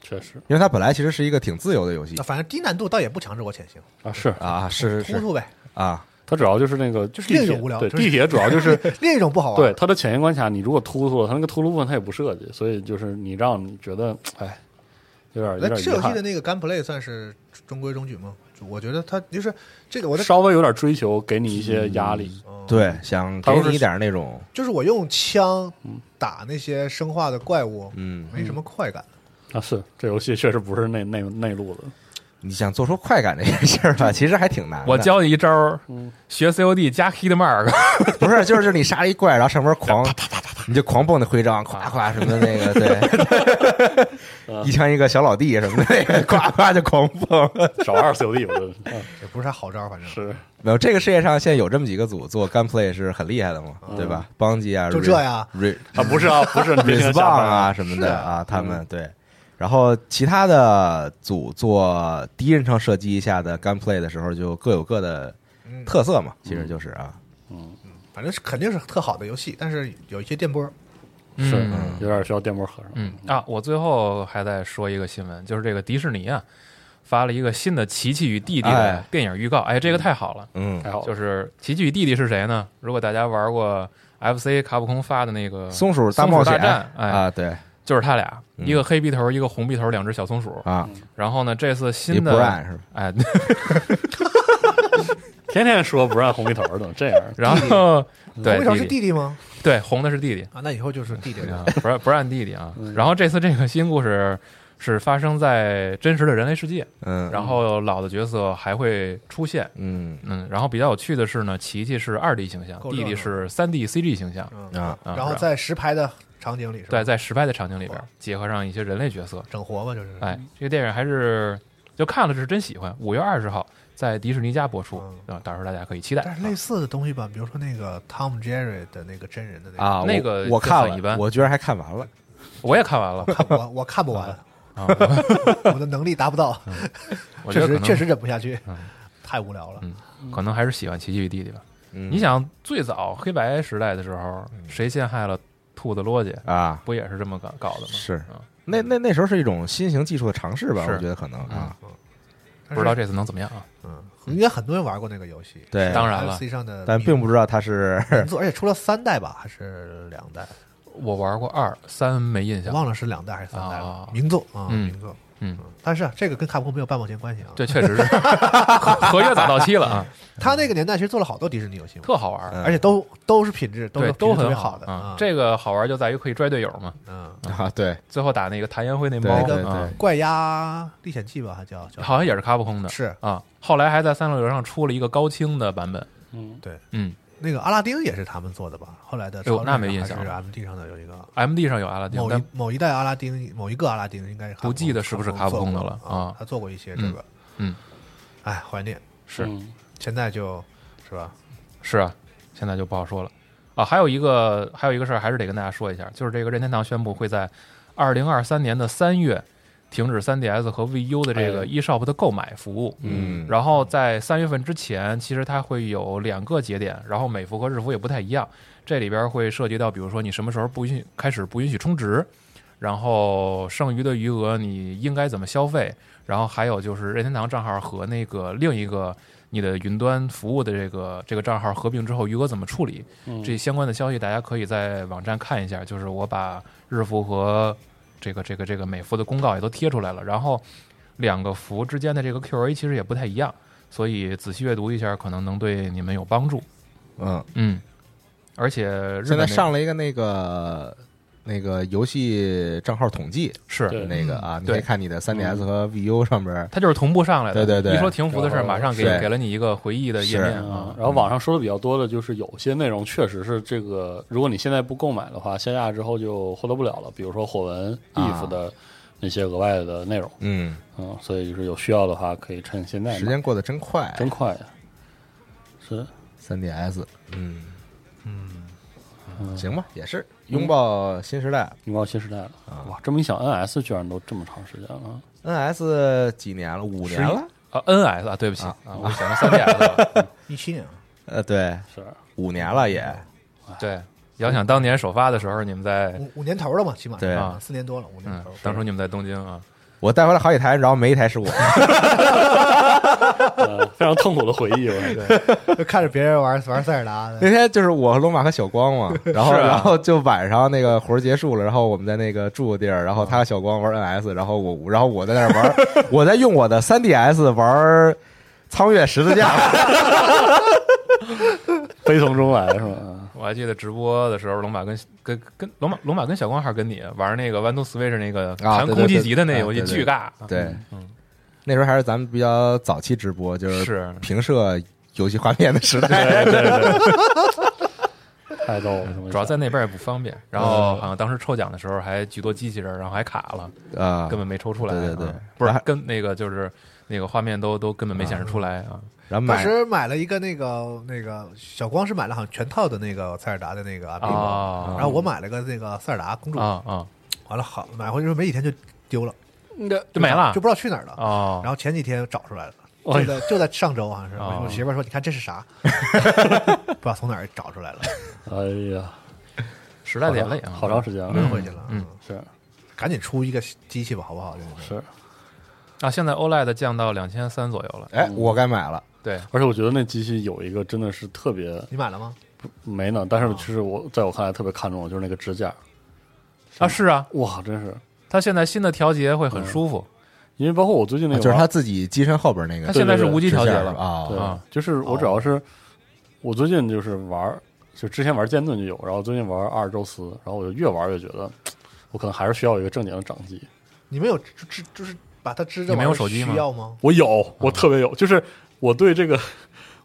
Speaker 5: 确实
Speaker 3: 因为它本来其实是一个挺自由的游戏
Speaker 6: 那反正低难度倒也不强制我潜行，
Speaker 5: 啊，是
Speaker 3: 啊，是是
Speaker 6: 突
Speaker 3: 是
Speaker 6: 突呗，
Speaker 3: 啊，
Speaker 5: 他主要就是那个
Speaker 6: 就是
Speaker 5: 地
Speaker 6: 另一
Speaker 5: 铁
Speaker 6: 种无聊
Speaker 5: 对
Speaker 6: 就是
Speaker 5: 地铁主 要就是
Speaker 6: 另一种不好玩。
Speaker 5: 对，它的潜行关卡，你如果突突了，它那个突突部分它也不设计，所以就是你让你觉得，哎，有点有
Speaker 6: 那
Speaker 5: 点
Speaker 6: 这
Speaker 5: 遗
Speaker 6: 游戏的
Speaker 5: 憾，
Speaker 6: 那个 gameplay 算是中规中矩吗？就我觉得它就是这个，我的
Speaker 5: 稍微有点追求，给你一些
Speaker 3: 嗯
Speaker 5: 压力。
Speaker 4: 哦
Speaker 3: 对，想给
Speaker 5: 它都是
Speaker 3: 你一点儿那种，
Speaker 6: 就是我用枪
Speaker 5: 嗯
Speaker 6: 打那些生化的怪物，
Speaker 3: 嗯，
Speaker 6: 没什么快感。
Speaker 5: 啊，是这游戏确实不是那那那路子，
Speaker 3: 你想做出快感这件事儿吧，其实还挺难的。
Speaker 4: 我教你一招儿，
Speaker 6: 嗯
Speaker 4: 学 COD 加 Hitmark，
Speaker 3: 不是，就是你杀一怪，然后上边狂，你就狂蹦那徽章，夸夸什么的那个，对， 一枪一个小老弟什么的，那个，夸夸就狂蹦。
Speaker 5: 少玩 COD 我觉得、啊、
Speaker 6: 也不是啥好招，反正
Speaker 5: 是
Speaker 3: 没有，这个世界上现在有这么几个组做 gunplay 是很厉害的嘛，对吧？邦吉啊，
Speaker 6: 嗯就这呀
Speaker 3: Re-
Speaker 5: 啊，不是啊，不是你别
Speaker 3: Respawn
Speaker 5: 听他瞎掰
Speaker 3: 啊，什么
Speaker 6: 是
Speaker 3: 的
Speaker 6: 啊
Speaker 3: 啊，他们对。然后其他的组做第一人称射击下的 gunplay 的时候，就各有各的
Speaker 6: 嗯
Speaker 3: 特色嘛，
Speaker 4: 嗯
Speaker 3: 其实就是啊，
Speaker 6: 反正是肯定是特好的游戏，但是有一些电波。
Speaker 5: 是
Speaker 4: 嗯
Speaker 5: 有点需要电波合上。
Speaker 4: 嗯啊，我最后还再说一个新闻，就是这个迪士尼啊发了一个新的《奇奇与弟弟》的
Speaker 3: 哎
Speaker 4: 电影预告，哎，这个太好了。
Speaker 3: 嗯，
Speaker 5: 还好
Speaker 4: 就是《奇迹与弟弟》是谁呢？如果大家玩过 FC 卡普空发的那个，
Speaker 3: 松鼠大冒
Speaker 4: 松
Speaker 3: 险
Speaker 4: 鼠大战哎
Speaker 3: 啊，对
Speaker 4: 就是他俩，一个黑鼻头，一个红鼻头，两只小松鼠。
Speaker 6: 嗯
Speaker 3: 啊，
Speaker 4: 然后呢，这次
Speaker 3: 也
Speaker 4: 新
Speaker 3: 不
Speaker 4: 的
Speaker 3: 让是吧？
Speaker 4: 哎，
Speaker 5: 天天说不让红鼻头的，这样
Speaker 4: 然后对
Speaker 6: 为啥是
Speaker 4: 弟弟
Speaker 6: 弟弟吗？
Speaker 4: 对红的是弟弟，
Speaker 6: 啊，那以后就是弟弟 了。
Speaker 4: 啊不让不让弟弟啊。
Speaker 6: 嗯
Speaker 4: 然后这次这个新故事是发生在真实的人类世界，
Speaker 3: 嗯
Speaker 4: 然后老的角色还会出现。
Speaker 3: 嗯
Speaker 4: 嗯，然后比较有趣的是呢，琪琪是二 D 形象，
Speaker 6: 够热
Speaker 4: 弟
Speaker 6: 闹
Speaker 4: 弟是三 D CG 形象。
Speaker 3: 啊，
Speaker 4: 啊
Speaker 6: 嗯然后在实拍的场景里是吧？
Speaker 4: 对，在实拍的场景里边结合上一些人类角色，
Speaker 6: 整活吧，就是。
Speaker 4: 哎，这个电影还是就看了是真喜欢。五月二十号在迪士尼家播出，啊，到时候大家可以期待。
Speaker 6: 嗯但是类似的东西吧，比如说那个 Tom Jerry 的那个真人的那个，
Speaker 3: 啊，
Speaker 4: 那
Speaker 3: 我
Speaker 4: 个
Speaker 3: 我
Speaker 4: 就
Speaker 3: 看
Speaker 4: 很一
Speaker 3: 了，
Speaker 4: 般
Speaker 3: 我居然还看完了。
Speaker 4: 我也看完 了，
Speaker 6: 看我我看不完，
Speaker 4: 啊 嗯
Speaker 6: 我的能力达不到，
Speaker 4: 我觉
Speaker 6: 确
Speaker 4: 得可
Speaker 6: 实
Speaker 4: 能嗯
Speaker 6: 确实忍不下去，太无聊了。
Speaker 4: 可能还是喜欢奇迹与弟弟吧。
Speaker 3: 嗯
Speaker 4: 你想，最早黑白时代的时候，
Speaker 6: 嗯
Speaker 4: 谁陷害了兔子罗姐？
Speaker 3: 啊，
Speaker 4: 不也是这么搞搞的吗？
Speaker 3: 是
Speaker 4: 啊
Speaker 3: 那那那时候是一种新型技术的尝试吧？
Speaker 4: 是
Speaker 3: 我觉得可
Speaker 6: 嗯
Speaker 3: 能啊，
Speaker 6: 但
Speaker 4: 不
Speaker 6: 是嗯
Speaker 4: 知道这次能怎么样啊？
Speaker 6: 应该很多人玩过那个游戏，
Speaker 3: 对，
Speaker 4: 当然了
Speaker 6: FC 上的，
Speaker 3: 但并不知道它 是
Speaker 6: 名作，而且出了三代吧，还是两代？
Speaker 4: 我玩过二三，没印
Speaker 6: 我
Speaker 4: 象。
Speaker 6: 忘了是两代还是三代了
Speaker 4: 啊。
Speaker 6: 名作啊，
Speaker 4: 嗯
Speaker 6: 名作。
Speaker 4: 嗯，
Speaker 6: 但是啊这个跟卡普空没有半毛钱关系啊。
Speaker 4: 这确实是合合约早到期了 啊，
Speaker 6: 他那个年代其实做了好多迪士尼游戏嘛，
Speaker 4: 特好玩
Speaker 3: 嗯
Speaker 4: 儿，
Speaker 6: 而且都都是品质，嗯都
Speaker 4: 对，
Speaker 6: 是品质特
Speaker 4: 很
Speaker 6: 别好的
Speaker 4: 啊
Speaker 6: 啊。。
Speaker 4: 这个好玩就在于可以拽队友嘛，
Speaker 6: 嗯，
Speaker 3: 啊，对，
Speaker 4: 最后打那个谭延辉那
Speaker 3: 对
Speaker 4: 猫，
Speaker 3: 对
Speaker 4: 啊
Speaker 3: 对
Speaker 6: 怪鸭历险记吧，还叫叫
Speaker 4: 好像也是卡普空的，
Speaker 6: 是
Speaker 4: 啊。后来还在三六零上出了一个高清的版本，
Speaker 6: 对
Speaker 4: 嗯
Speaker 6: 那个阿拉丁也是他们做的吧？后来的
Speaker 4: 哎呦
Speaker 6: 超市啊
Speaker 4: 那没印象
Speaker 6: 还是
Speaker 4: 了
Speaker 6: M D 上的有一个
Speaker 4: ，M D 上有阿拉丁，
Speaker 6: 某
Speaker 4: 但
Speaker 6: 一某一代阿拉丁，某一个阿拉丁应该是卡普空
Speaker 4: 不记得是不是卡普空的了
Speaker 6: 做过
Speaker 4: 啊
Speaker 6: 他做过一些这个，
Speaker 4: 嗯嗯，
Speaker 6: 哎，怀念，
Speaker 5: 是
Speaker 6: 现在就是吧？
Speaker 4: 是啊，现在就不好说了啊。还有一个还有一个事儿，还是得跟大家说一下，就是这个任天堂宣布会在二零二三年的三月停止 3DS 和 VU 的这个
Speaker 5: 哎
Speaker 4: eShop 的购买服务。
Speaker 3: 嗯
Speaker 4: 然后在三月份之前，其实它会有两个节点，然后美服和日服也不太一样。这里边会涉及到，比如说你什么时候不允许开始不允许充值，然后剩余的余额你应该怎么消费，然后还有就是任天堂账号和那个另一个你的云端服务的这个这个账号合并之后余额怎么处理，这相关的消息大家可以在网站看一下。就是我把日服和这个这个这个美服的公告也都贴出来了，然后两个服之间的这个 Q&A 其实也不太一样，所以仔细阅读一下可能能对你们有帮助。
Speaker 3: 嗯，
Speaker 4: 嗯，而且日
Speaker 3: 现在
Speaker 4: 本那
Speaker 3: 上了一个那个那个游戏账号统计
Speaker 4: 是
Speaker 5: 对
Speaker 3: 那个啊，你
Speaker 4: 对
Speaker 3: 可以看你的 3DS 和 VU 上边儿，
Speaker 4: 它就是同步上来的，
Speaker 3: 对对对
Speaker 4: 一说停服的事儿，马上给
Speaker 3: 是
Speaker 4: 给了你一个回忆的页面啊
Speaker 5: 啊，，然后网上说的比较多的就是有些内容确实是这个，如果你现在不购买的话，下架之后就获得不了了。比如说火纹、
Speaker 3: 啊
Speaker 5: if 的那些额外的内容，
Speaker 3: 嗯，
Speaker 5: 嗯，所以就是有需要的话，可以趁现在买
Speaker 3: 时间过得真快啊
Speaker 5: 真快呀，是
Speaker 3: 3DS，嗯嗯，行吧，也是拥抱新时代
Speaker 5: 拥抱新时代了。哇，这么一想，NS 居然都这么长时间了，
Speaker 3: ，NS 几年了，五年了，
Speaker 4: 啊 NS 啊，对不起啊，我想成 3DS 了，
Speaker 6: 一七年了，啊
Speaker 3: 呃，对，
Speaker 5: 是
Speaker 3: 五年了也，
Speaker 4: 对。遥想当年首发的时候，你们在
Speaker 6: 五五年头了嘛，起码
Speaker 3: 对
Speaker 6: 啊四年多了，五年
Speaker 4: 哎嗯
Speaker 6: 头。，
Speaker 4: 当初你们在东京啊，
Speaker 3: 我带回来好几台，然后没一台是我，
Speaker 5: 呃非常痛苦的回忆，我感觉。
Speaker 6: 就看着别人玩玩塞尔 达的，
Speaker 3: 那天就是我和龙马和小光嘛，然后、
Speaker 4: 是啊
Speaker 3: 然后就晚上那个活儿结束了，然后我们在那个住的地儿，然后他和小光玩 NS，然后我然后我在那儿玩儿，我在用我的 3DS 玩儿《苍月十字架》
Speaker 5: 悲从中来是吧？啊
Speaker 4: 我还记得直播的时候，龙马跟跟跟龙马龙马跟小光还是跟你玩那个《One to Switch》那个弹
Speaker 3: 对对
Speaker 4: 攻击
Speaker 3: 对
Speaker 4: 级的那
Speaker 3: 啊
Speaker 4: 游戏，
Speaker 3: 对对
Speaker 4: 巨尬。
Speaker 3: 对，那时候还是咱们比较早期直播，就是
Speaker 4: 是
Speaker 3: 平射游戏画面的时代。
Speaker 5: 对对对，太逗了，这么一想
Speaker 4: 主要在那边也不方便，然后好像当时抽奖的时候还举多机器人，然后还卡了，
Speaker 3: 啊，
Speaker 4: 根本没抽出来。
Speaker 3: 对对对
Speaker 4: 啊不是
Speaker 3: 然后
Speaker 4: 跟那个就是那个画面都都根本没显示出来啊。
Speaker 3: 然后
Speaker 6: 当
Speaker 3: 买
Speaker 6: 时买了一个那个那个小光是买了好像全套的那个塞尔达的那个 amiibo，
Speaker 4: 哦
Speaker 6: 然后我买了个那个塞尔达公主，
Speaker 4: 啊啊，
Speaker 6: 完了好买回去之后没几天就丢了，
Speaker 4: 就没了
Speaker 6: 呃就不知道去哪儿了。
Speaker 4: 哦
Speaker 6: 然后前几天找出来了，
Speaker 5: 哎
Speaker 6: 就
Speaker 5: 呦
Speaker 6: 在就在上周好啊像是，
Speaker 4: 哦
Speaker 6: 我我媳妇儿说你看这是 啥，不知道从哪儿找出来了，
Speaker 5: 哎呀，
Speaker 4: 时代的眼泪啊，
Speaker 5: 好长时间了，
Speaker 6: 扔回去了。嗯，
Speaker 5: 是
Speaker 6: 赶紧出一个机器吧，好不好？真的
Speaker 5: 是，
Speaker 4: 啊，现在 OLED 降到两千三左右了。
Speaker 3: 哎，我该买了，
Speaker 4: 对，
Speaker 5: 而且我觉得那机器有一个真的是特别
Speaker 6: 你买了吗？
Speaker 5: 没呢，但是就是我在我看来特别看重的就是那个支架，
Speaker 4: 啊是啊，
Speaker 5: 哇，真是，
Speaker 4: 它现在新的调节会很舒服，
Speaker 5: 因为包括我最近那个
Speaker 3: 啊就是
Speaker 5: 玩
Speaker 3: 他自己机身后边那
Speaker 4: 它
Speaker 3: 个
Speaker 4: 现在是无
Speaker 3: 支
Speaker 4: 极调节
Speaker 3: 架
Speaker 4: 了。
Speaker 5: 对
Speaker 3: 啊，
Speaker 4: 啊
Speaker 5: 就是我主要是我最近就是玩，就之前玩剑盾就有，然后最近玩阿尔宙斯，然后我就越玩越觉得。我可能还是需要一个正经的掌机。
Speaker 6: 你们有支支就是把它支着
Speaker 4: 你没有
Speaker 6: 玩儿
Speaker 4: 手机吗
Speaker 6: 需要吗？
Speaker 5: 我有，
Speaker 3: 嗯
Speaker 5: 我特别有，就是我对这个，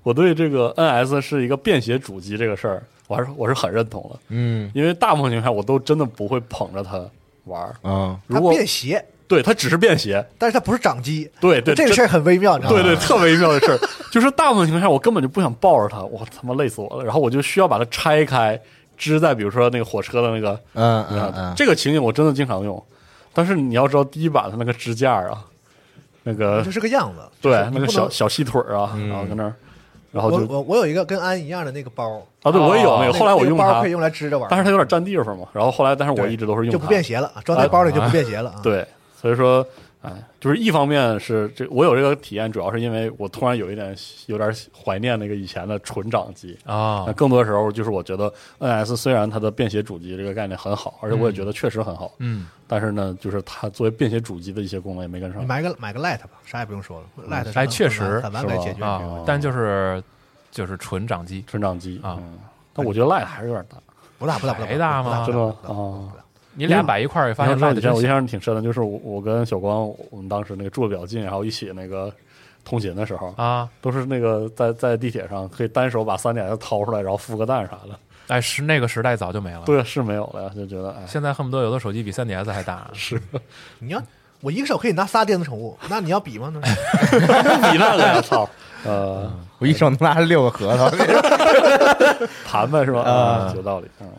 Speaker 5: 我对这个 NS 是一个便携主机这个事儿，我还是我是很认同的。
Speaker 3: 嗯
Speaker 5: 因为大部分情况下我都真的不会捧着它玩儿。
Speaker 3: 啊，
Speaker 6: 它
Speaker 5: 如果
Speaker 6: 便携，
Speaker 5: 对它只是便携，
Speaker 6: 但是它不是掌机。
Speaker 5: 对对，
Speaker 6: 这个事儿很微妙，你知
Speaker 3: 啊
Speaker 5: 真
Speaker 6: 道
Speaker 5: 对
Speaker 6: 吗？
Speaker 5: 对，特微妙的事儿，就是大部分情况下我根本就不想抱着它，我他妈累死我了。然后我就需要把它拆开，支在比如说那个火车的那个，
Speaker 3: 嗯
Speaker 5: 你
Speaker 3: 嗯
Speaker 5: 看
Speaker 3: 嗯，
Speaker 5: 这个情景我真的经常用。但是你要知道，第一版它那个支架啊，那个
Speaker 6: 就是个样子。
Speaker 5: 对
Speaker 6: 就是
Speaker 5: 那
Speaker 6: 你
Speaker 5: 个
Speaker 6: 不
Speaker 5: 小
Speaker 6: 能
Speaker 5: 小细腿儿啊，
Speaker 3: 嗯
Speaker 5: 然后跟那儿，然后
Speaker 6: 我
Speaker 5: 就
Speaker 6: 我我有一个跟安一样的那个包，
Speaker 5: 啊，对我也有那
Speaker 6: 那
Speaker 5: 个，
Speaker 6: 个
Speaker 5: 后来我
Speaker 6: 那个
Speaker 5: 用
Speaker 6: 包
Speaker 5: 它
Speaker 6: 可以，用来支着玩儿，
Speaker 5: 但是它有点占地方嘛。然后后来，但是我
Speaker 6: 对
Speaker 5: 一直都是用
Speaker 6: 就不
Speaker 5: 它哎
Speaker 6: 便携了，装在包里就不便携了啊。，
Speaker 5: 对，所以说，哎，就是一方面是这我有这个体验，主要是因为我突然有一点有点怀念那个以前的纯掌机。
Speaker 4: 啊
Speaker 5: 那，更多的时候就是我觉得 NS 虽然它的便携主机这个概念很好，而且我也觉得确实很好，
Speaker 4: 嗯，
Speaker 5: 但是呢，就是它作为便携主机的一些功能也没跟上
Speaker 6: 嗯你。买个买个 Light 吧，啥也不用说了，Light
Speaker 5: 嗯
Speaker 4: 哎确实
Speaker 6: 很完美解决这个问
Speaker 4: 啊
Speaker 6: 题。，
Speaker 4: 但就是就是纯掌机，
Speaker 5: 纯掌机
Speaker 4: 啊
Speaker 5: 嗯但我觉得 Lite 还是有点大，
Speaker 6: 不大不大不大，
Speaker 4: 还大吗
Speaker 6: 不
Speaker 5: 真的吗
Speaker 6: 不大不大
Speaker 5: 啊
Speaker 6: 不。大
Speaker 4: 你俩摆一块儿也发
Speaker 5: 然
Speaker 4: 现
Speaker 5: 后上
Speaker 4: 赖的
Speaker 5: 几天
Speaker 4: 真
Speaker 5: 我印
Speaker 4: 小
Speaker 5: 象挺深的，就是我我跟小光，我们当时那个住的比较近，然后一起那个通勤的时候，
Speaker 4: 啊，
Speaker 5: 都是那个在在地铁上可以单手把三点掏出来，然后孵个蛋啥的。
Speaker 4: 哎，是那个时代早就没了。，
Speaker 5: 对，是没有了呀，就觉得哎，
Speaker 4: 现在恨不得有的手机比 3DS 还大。啊
Speaker 5: 是
Speaker 6: 你要我一个手可以拿仨电子宠物，那你要比吗？那是
Speaker 5: 糜烂了呀，操！呃，
Speaker 4: 嗯
Speaker 3: 我一手能拿六个核桃，
Speaker 4: 啊
Speaker 5: 盘呗是吧？啊，有道理。嗯，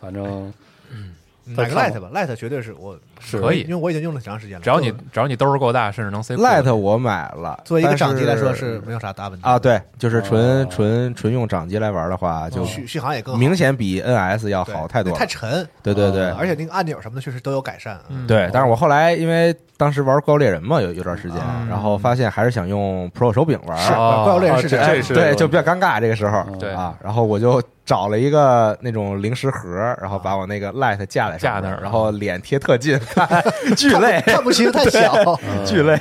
Speaker 5: 反正
Speaker 6: 买个
Speaker 5: 再看
Speaker 6: Lite 吧，Lite 绝对是我
Speaker 5: 是
Speaker 4: 可以
Speaker 6: 因为我已经用了很长时间了。
Speaker 4: 只要你
Speaker 6: 作为
Speaker 4: 只要你兜儿够大，甚至能塞裤子
Speaker 3: Lite 我买了，
Speaker 6: 作为一个
Speaker 3: 但
Speaker 6: 掌机来说是没有啥大问题
Speaker 3: 啊，，对，就是纯
Speaker 5: 哦
Speaker 3: 纯纯用掌机来玩的话，就
Speaker 6: 续续航也更好
Speaker 3: 明显比 NS 要
Speaker 6: 对
Speaker 3: 好太多
Speaker 6: 太
Speaker 3: 了。
Speaker 6: 沉，嗯
Speaker 3: 对对对
Speaker 5: 啊，
Speaker 6: 而且那个按钮什么的确实都有改善。嗯
Speaker 3: 对，但是我后来因为当时玩《怪物猎人》嘛，有有段时间
Speaker 4: 嗯，
Speaker 3: 然后发现还是想用 Pro 手柄玩，
Speaker 6: 是
Speaker 4: 哦
Speaker 6: 怪物猎人
Speaker 5: 啊
Speaker 6: 是
Speaker 5: 这
Speaker 6: 样
Speaker 5: 这
Speaker 6: 的
Speaker 5: 是
Speaker 3: 对，就比较尴尬这个时候
Speaker 5: 嗯
Speaker 4: 对
Speaker 3: 啊，然后我就找了一个那种零食盒，然后把我那个 Light 架在上面
Speaker 4: 架那儿
Speaker 3: 然后脸贴特近，巨累，
Speaker 6: 看不清太小，
Speaker 3: 巨累，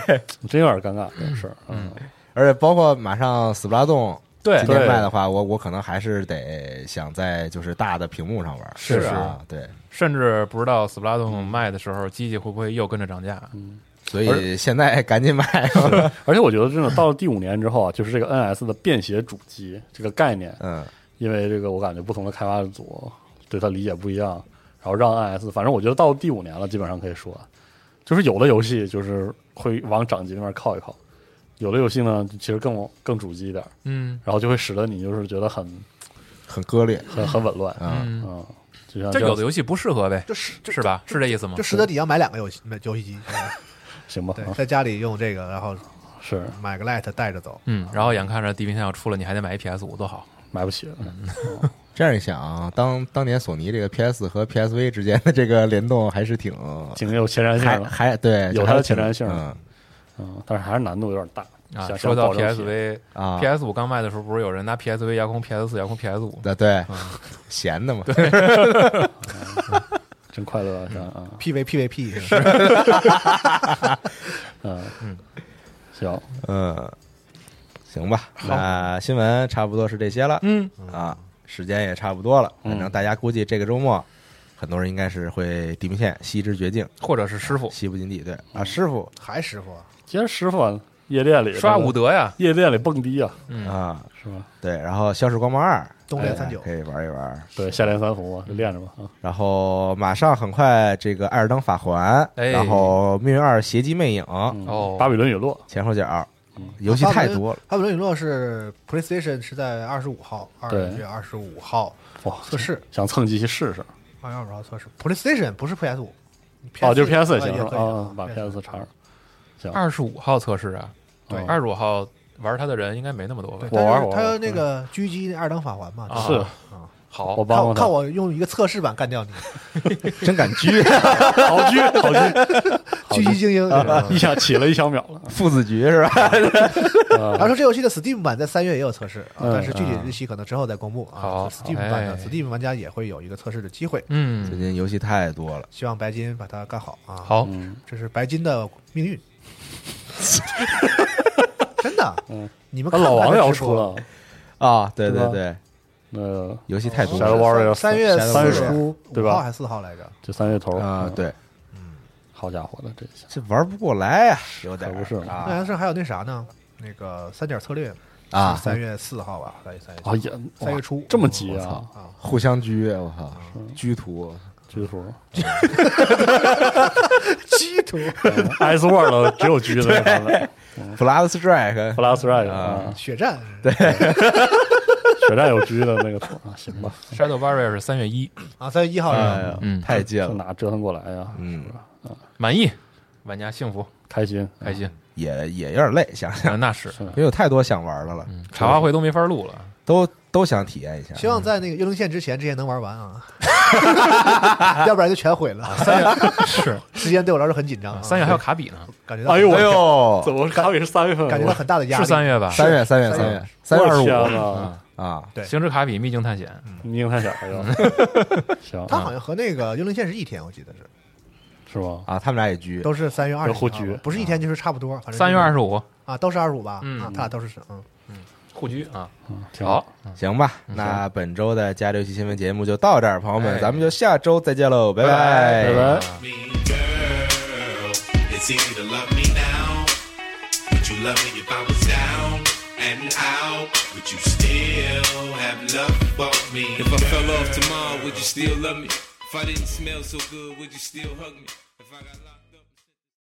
Speaker 5: 真有点尴尬，这事儿。嗯，
Speaker 3: 而且包括马上死不拉动。
Speaker 4: 对
Speaker 3: 今天
Speaker 5: 对
Speaker 3: 卖的话，我我可能还是得想在就是大的屏幕上玩，
Speaker 5: 是
Speaker 3: 啊，对，
Speaker 4: 甚至不知道 Splatoon 卖的时候，机器会不会又跟着涨价？
Speaker 6: 嗯
Speaker 3: 所以现在 赶紧买，
Speaker 5: 而且我觉得真的到了第五年之后啊，就是这个 NS 的便携主机这个概念，
Speaker 3: 嗯，
Speaker 5: 因为这个我感觉不同的开发组对它理解不一样，然后让 NS，反正我觉得到第五年了，基本上可以说，就是有的游戏就是会往掌机那边靠一靠，有的游戏呢其实更更主机一点，
Speaker 4: 嗯
Speaker 5: 然后就会使得你就是觉得很
Speaker 3: 很割裂，
Speaker 5: 很很紊乱，
Speaker 3: 嗯，
Speaker 4: 嗯，
Speaker 5: 嗯，就像
Speaker 4: 就有的游戏不适合呗，
Speaker 6: 就是就是
Speaker 4: 吧？是这意思吗
Speaker 6: 就？使得你要买两个游戏游戏机，
Speaker 5: 行吧，
Speaker 6: 对
Speaker 5: 啊，
Speaker 6: 在家里用这个，然后
Speaker 5: 是
Speaker 6: 买个 Lite 带着走。
Speaker 4: 嗯，然后眼看着《地平线》要出了，你还得买一 PS 五，多好！
Speaker 5: 买不起，嗯
Speaker 3: 这样一想啊，当当年索尼这个 PS 和 PSV 之间的这个联动还是挺，
Speaker 5: 挺有前瞻性
Speaker 3: 还
Speaker 5: 的，
Speaker 3: 还对，
Speaker 5: 有它的前瞻性
Speaker 3: 嗯
Speaker 5: 嗯，但是还是难度有点大
Speaker 4: 啊，
Speaker 5: 想
Speaker 4: 说到
Speaker 5: 想保证体
Speaker 4: PSV，PS
Speaker 3: 啊，
Speaker 4: 五刚卖的时候，不是有人拿 PSV 遥控 PS 四、遥控 PS 五？
Speaker 3: 对对，
Speaker 5: 嗯
Speaker 3: 闲的嘛，
Speaker 5: 真快乐啊，是吧啊，
Speaker 6: PV PVP
Speaker 5: 嗯嗯，行，
Speaker 3: 嗯，行吧，那新闻差不多是这些了，
Speaker 4: 嗯，
Speaker 3: 啊，时间也差不多了，
Speaker 5: 嗯
Speaker 3: 反正大家估计这个周末。很多人应该是会地平线西之绝境，
Speaker 4: 或者是师傅
Speaker 3: 西不尽地，对啊，师傅
Speaker 6: 还师傅啊，
Speaker 5: 今天师傅啊夜店里
Speaker 4: 刷伍德呀，
Speaker 5: 夜店里蹦迪啊，
Speaker 3: 啊，
Speaker 5: 是吧？
Speaker 3: 对，然后《消逝光芒二》
Speaker 6: 东联三九
Speaker 3: 可以玩一玩，
Speaker 5: 对，下联三伏
Speaker 6: 嗯
Speaker 5: 啊，就练着吧啊。
Speaker 3: 然后马上很快这个《艾尔登法环》
Speaker 4: 哎
Speaker 3: 然后《命运二：邪姬魅影》
Speaker 5: 嗯
Speaker 4: 哦
Speaker 5: 巴比伦陨落，
Speaker 3: 前后脚，游戏太多了，
Speaker 6: 巴比伦陨落是 PlayStation 是在二十五号，二
Speaker 5: 对
Speaker 6: 月二十五号
Speaker 5: 哇，
Speaker 6: 测试，
Speaker 5: 想蹭机器试试。
Speaker 6: 二月二十五号测试。PlayStation 不是 PS 五，
Speaker 5: 哦，就是 PS 也行
Speaker 6: 也
Speaker 5: 是
Speaker 6: 可
Speaker 5: 吧？
Speaker 6: 以
Speaker 5: 啊，把
Speaker 6: PS4
Speaker 5: PS 插上。行，
Speaker 4: 二十五号测试啊，
Speaker 6: 哦
Speaker 5: 对
Speaker 4: 二十五号玩它的人应该没那么多吧？
Speaker 5: 我玩
Speaker 6: 但是
Speaker 5: 我玩嗯
Speaker 6: 他
Speaker 5: 我
Speaker 6: 那个狙击那二等法环嘛，
Speaker 4: 啊
Speaker 5: 是
Speaker 4: 好
Speaker 5: 我，
Speaker 6: 看
Speaker 5: 帮
Speaker 6: 我
Speaker 5: 帮他
Speaker 6: 看，我用一个测试版干 掉你，
Speaker 3: 真敢狙，
Speaker 5: 好狙好啊狙，
Speaker 6: 狙击 精英。
Speaker 5: 一
Speaker 6: 然
Speaker 5: 下起了一小秒 了。啊
Speaker 3: 父子局是吧？
Speaker 6: 后说这游戏的 Steam 版在三月也有测试，啊
Speaker 5: 嗯
Speaker 6: 但是具体日期可能之后再公布啊。
Speaker 4: 好
Speaker 6: 就 Steam 版的
Speaker 4: 哎
Speaker 6: Steam 玩家也会有一个测试的机会，
Speaker 3: 最
Speaker 4: 嗯，
Speaker 3: 近游戏太多了，
Speaker 6: 希望白金把它干好啊。，
Speaker 4: 好，
Speaker 5: 嗯，
Speaker 6: 这是白金的命 运。真的，你们
Speaker 5: 那
Speaker 6: 看
Speaker 5: 嗯老王
Speaker 6: 看
Speaker 5: 也
Speaker 6: 这
Speaker 5: 要
Speaker 6: 直
Speaker 5: 出
Speaker 6: 播，
Speaker 5: 了，
Speaker 3: 啊，对对
Speaker 5: 是吧
Speaker 3: 对，
Speaker 5: 那
Speaker 3: 游戏太多
Speaker 5: 啥都
Speaker 3: 了
Speaker 5: 玩儿了
Speaker 6: 三月
Speaker 3: 啥都
Speaker 5: 玩
Speaker 6: 三
Speaker 5: 儿
Speaker 6: 月
Speaker 5: 了
Speaker 6: 初
Speaker 5: 对
Speaker 6: 五
Speaker 5: 吧
Speaker 6: 号还是四号来着？
Speaker 5: 就三月头嗯
Speaker 3: 啊，，对，
Speaker 5: 好家伙的，这一下
Speaker 3: 这玩不过来啊，有点
Speaker 5: 可不是吗
Speaker 6: 那
Speaker 3: 啊
Speaker 6: 还是还有那啥呢？那个三点策略
Speaker 3: 啊，
Speaker 6: 三月四号吧，三月三月
Speaker 5: 啊也
Speaker 6: 三
Speaker 5: 哇
Speaker 6: 月初
Speaker 5: 这么 急
Speaker 6: 我操
Speaker 5: 啊，
Speaker 6: 啊！
Speaker 3: 互相狙，我靠，狙图，
Speaker 5: 狙图
Speaker 6: 基图
Speaker 5: 嗯，Ice World 只有狙的那版
Speaker 3: 《
Speaker 5: 本
Speaker 3: Blood Strike》
Speaker 5: ，Plus Red
Speaker 3: 啊
Speaker 5: 啊，
Speaker 6: 血战
Speaker 5: 血战有狙的那个图啊，行吧，
Speaker 4: Shadow Warrior 是三月一，
Speaker 6: 啊，三月一号是
Speaker 3: 哎
Speaker 6: 吧？
Speaker 3: 呀
Speaker 4: 嗯，
Speaker 3: 太贱
Speaker 5: 这
Speaker 3: 了，
Speaker 5: 哪折腾过来呀？
Speaker 3: 嗯
Speaker 5: 是吧，
Speaker 4: 满意，玩家幸福
Speaker 5: 开心，
Speaker 4: 开心，
Speaker 3: 也也有点累，想想，
Speaker 4: 啊 那是
Speaker 5: 是
Speaker 3: 因为有太多想玩的了，
Speaker 4: 茶话会都没法录了。
Speaker 3: 都都想体验一
Speaker 5: 嗯
Speaker 3: 下，
Speaker 6: 希望在那个幽灵线之前，这些能玩完 啊，要不然就全毁
Speaker 5: 啊
Speaker 6: 了。
Speaker 4: 三 月是
Speaker 6: 时间对我来说很紧张啊，
Speaker 4: 三月还有卡比呢，
Speaker 6: 感觉到
Speaker 5: 哎呦
Speaker 3: 哎
Speaker 5: 我
Speaker 3: 呦，
Speaker 5: 怎么卡比是三月份？
Speaker 6: 感觉到很大的压力。
Speaker 4: 是三月吧？
Speaker 3: 三月三月
Speaker 6: 三
Speaker 3: 三
Speaker 6: 月
Speaker 3: 月三月二十
Speaker 5: 我天
Speaker 3: 五
Speaker 5: 呐
Speaker 3: 啊，
Speaker 6: 对
Speaker 4: 行之卡比秘境探险，
Speaker 5: 你硬太小了，行，
Speaker 6: 他好像和那个幽灵线是一天，我记得是，
Speaker 5: 是吗？
Speaker 3: 啊，他们俩也狙，
Speaker 6: 都是三月二十
Speaker 5: 有互狙
Speaker 6: 不是一天就是差不多，反正
Speaker 4: 三月二十五
Speaker 6: 啊，都是二十五吧，
Speaker 4: 嗯
Speaker 6: 啊，他俩都是是嗯，
Speaker 4: 互狙啊，
Speaker 5: 嗯挺
Speaker 4: 好，，
Speaker 3: 行吧，那本周的加六期新闻节目就到这儿，朋友们，
Speaker 4: 哎
Speaker 3: 咱们就下周再见喽，拜
Speaker 4: 拜
Speaker 5: 拜拜。
Speaker 2: mean girl. It's easy to love me now. Would you love me if I was down and out? Would you still have love for me? If I fell off tomorrow, would you still love me? If I didn't smell so good, would you still hug me? If I got lost.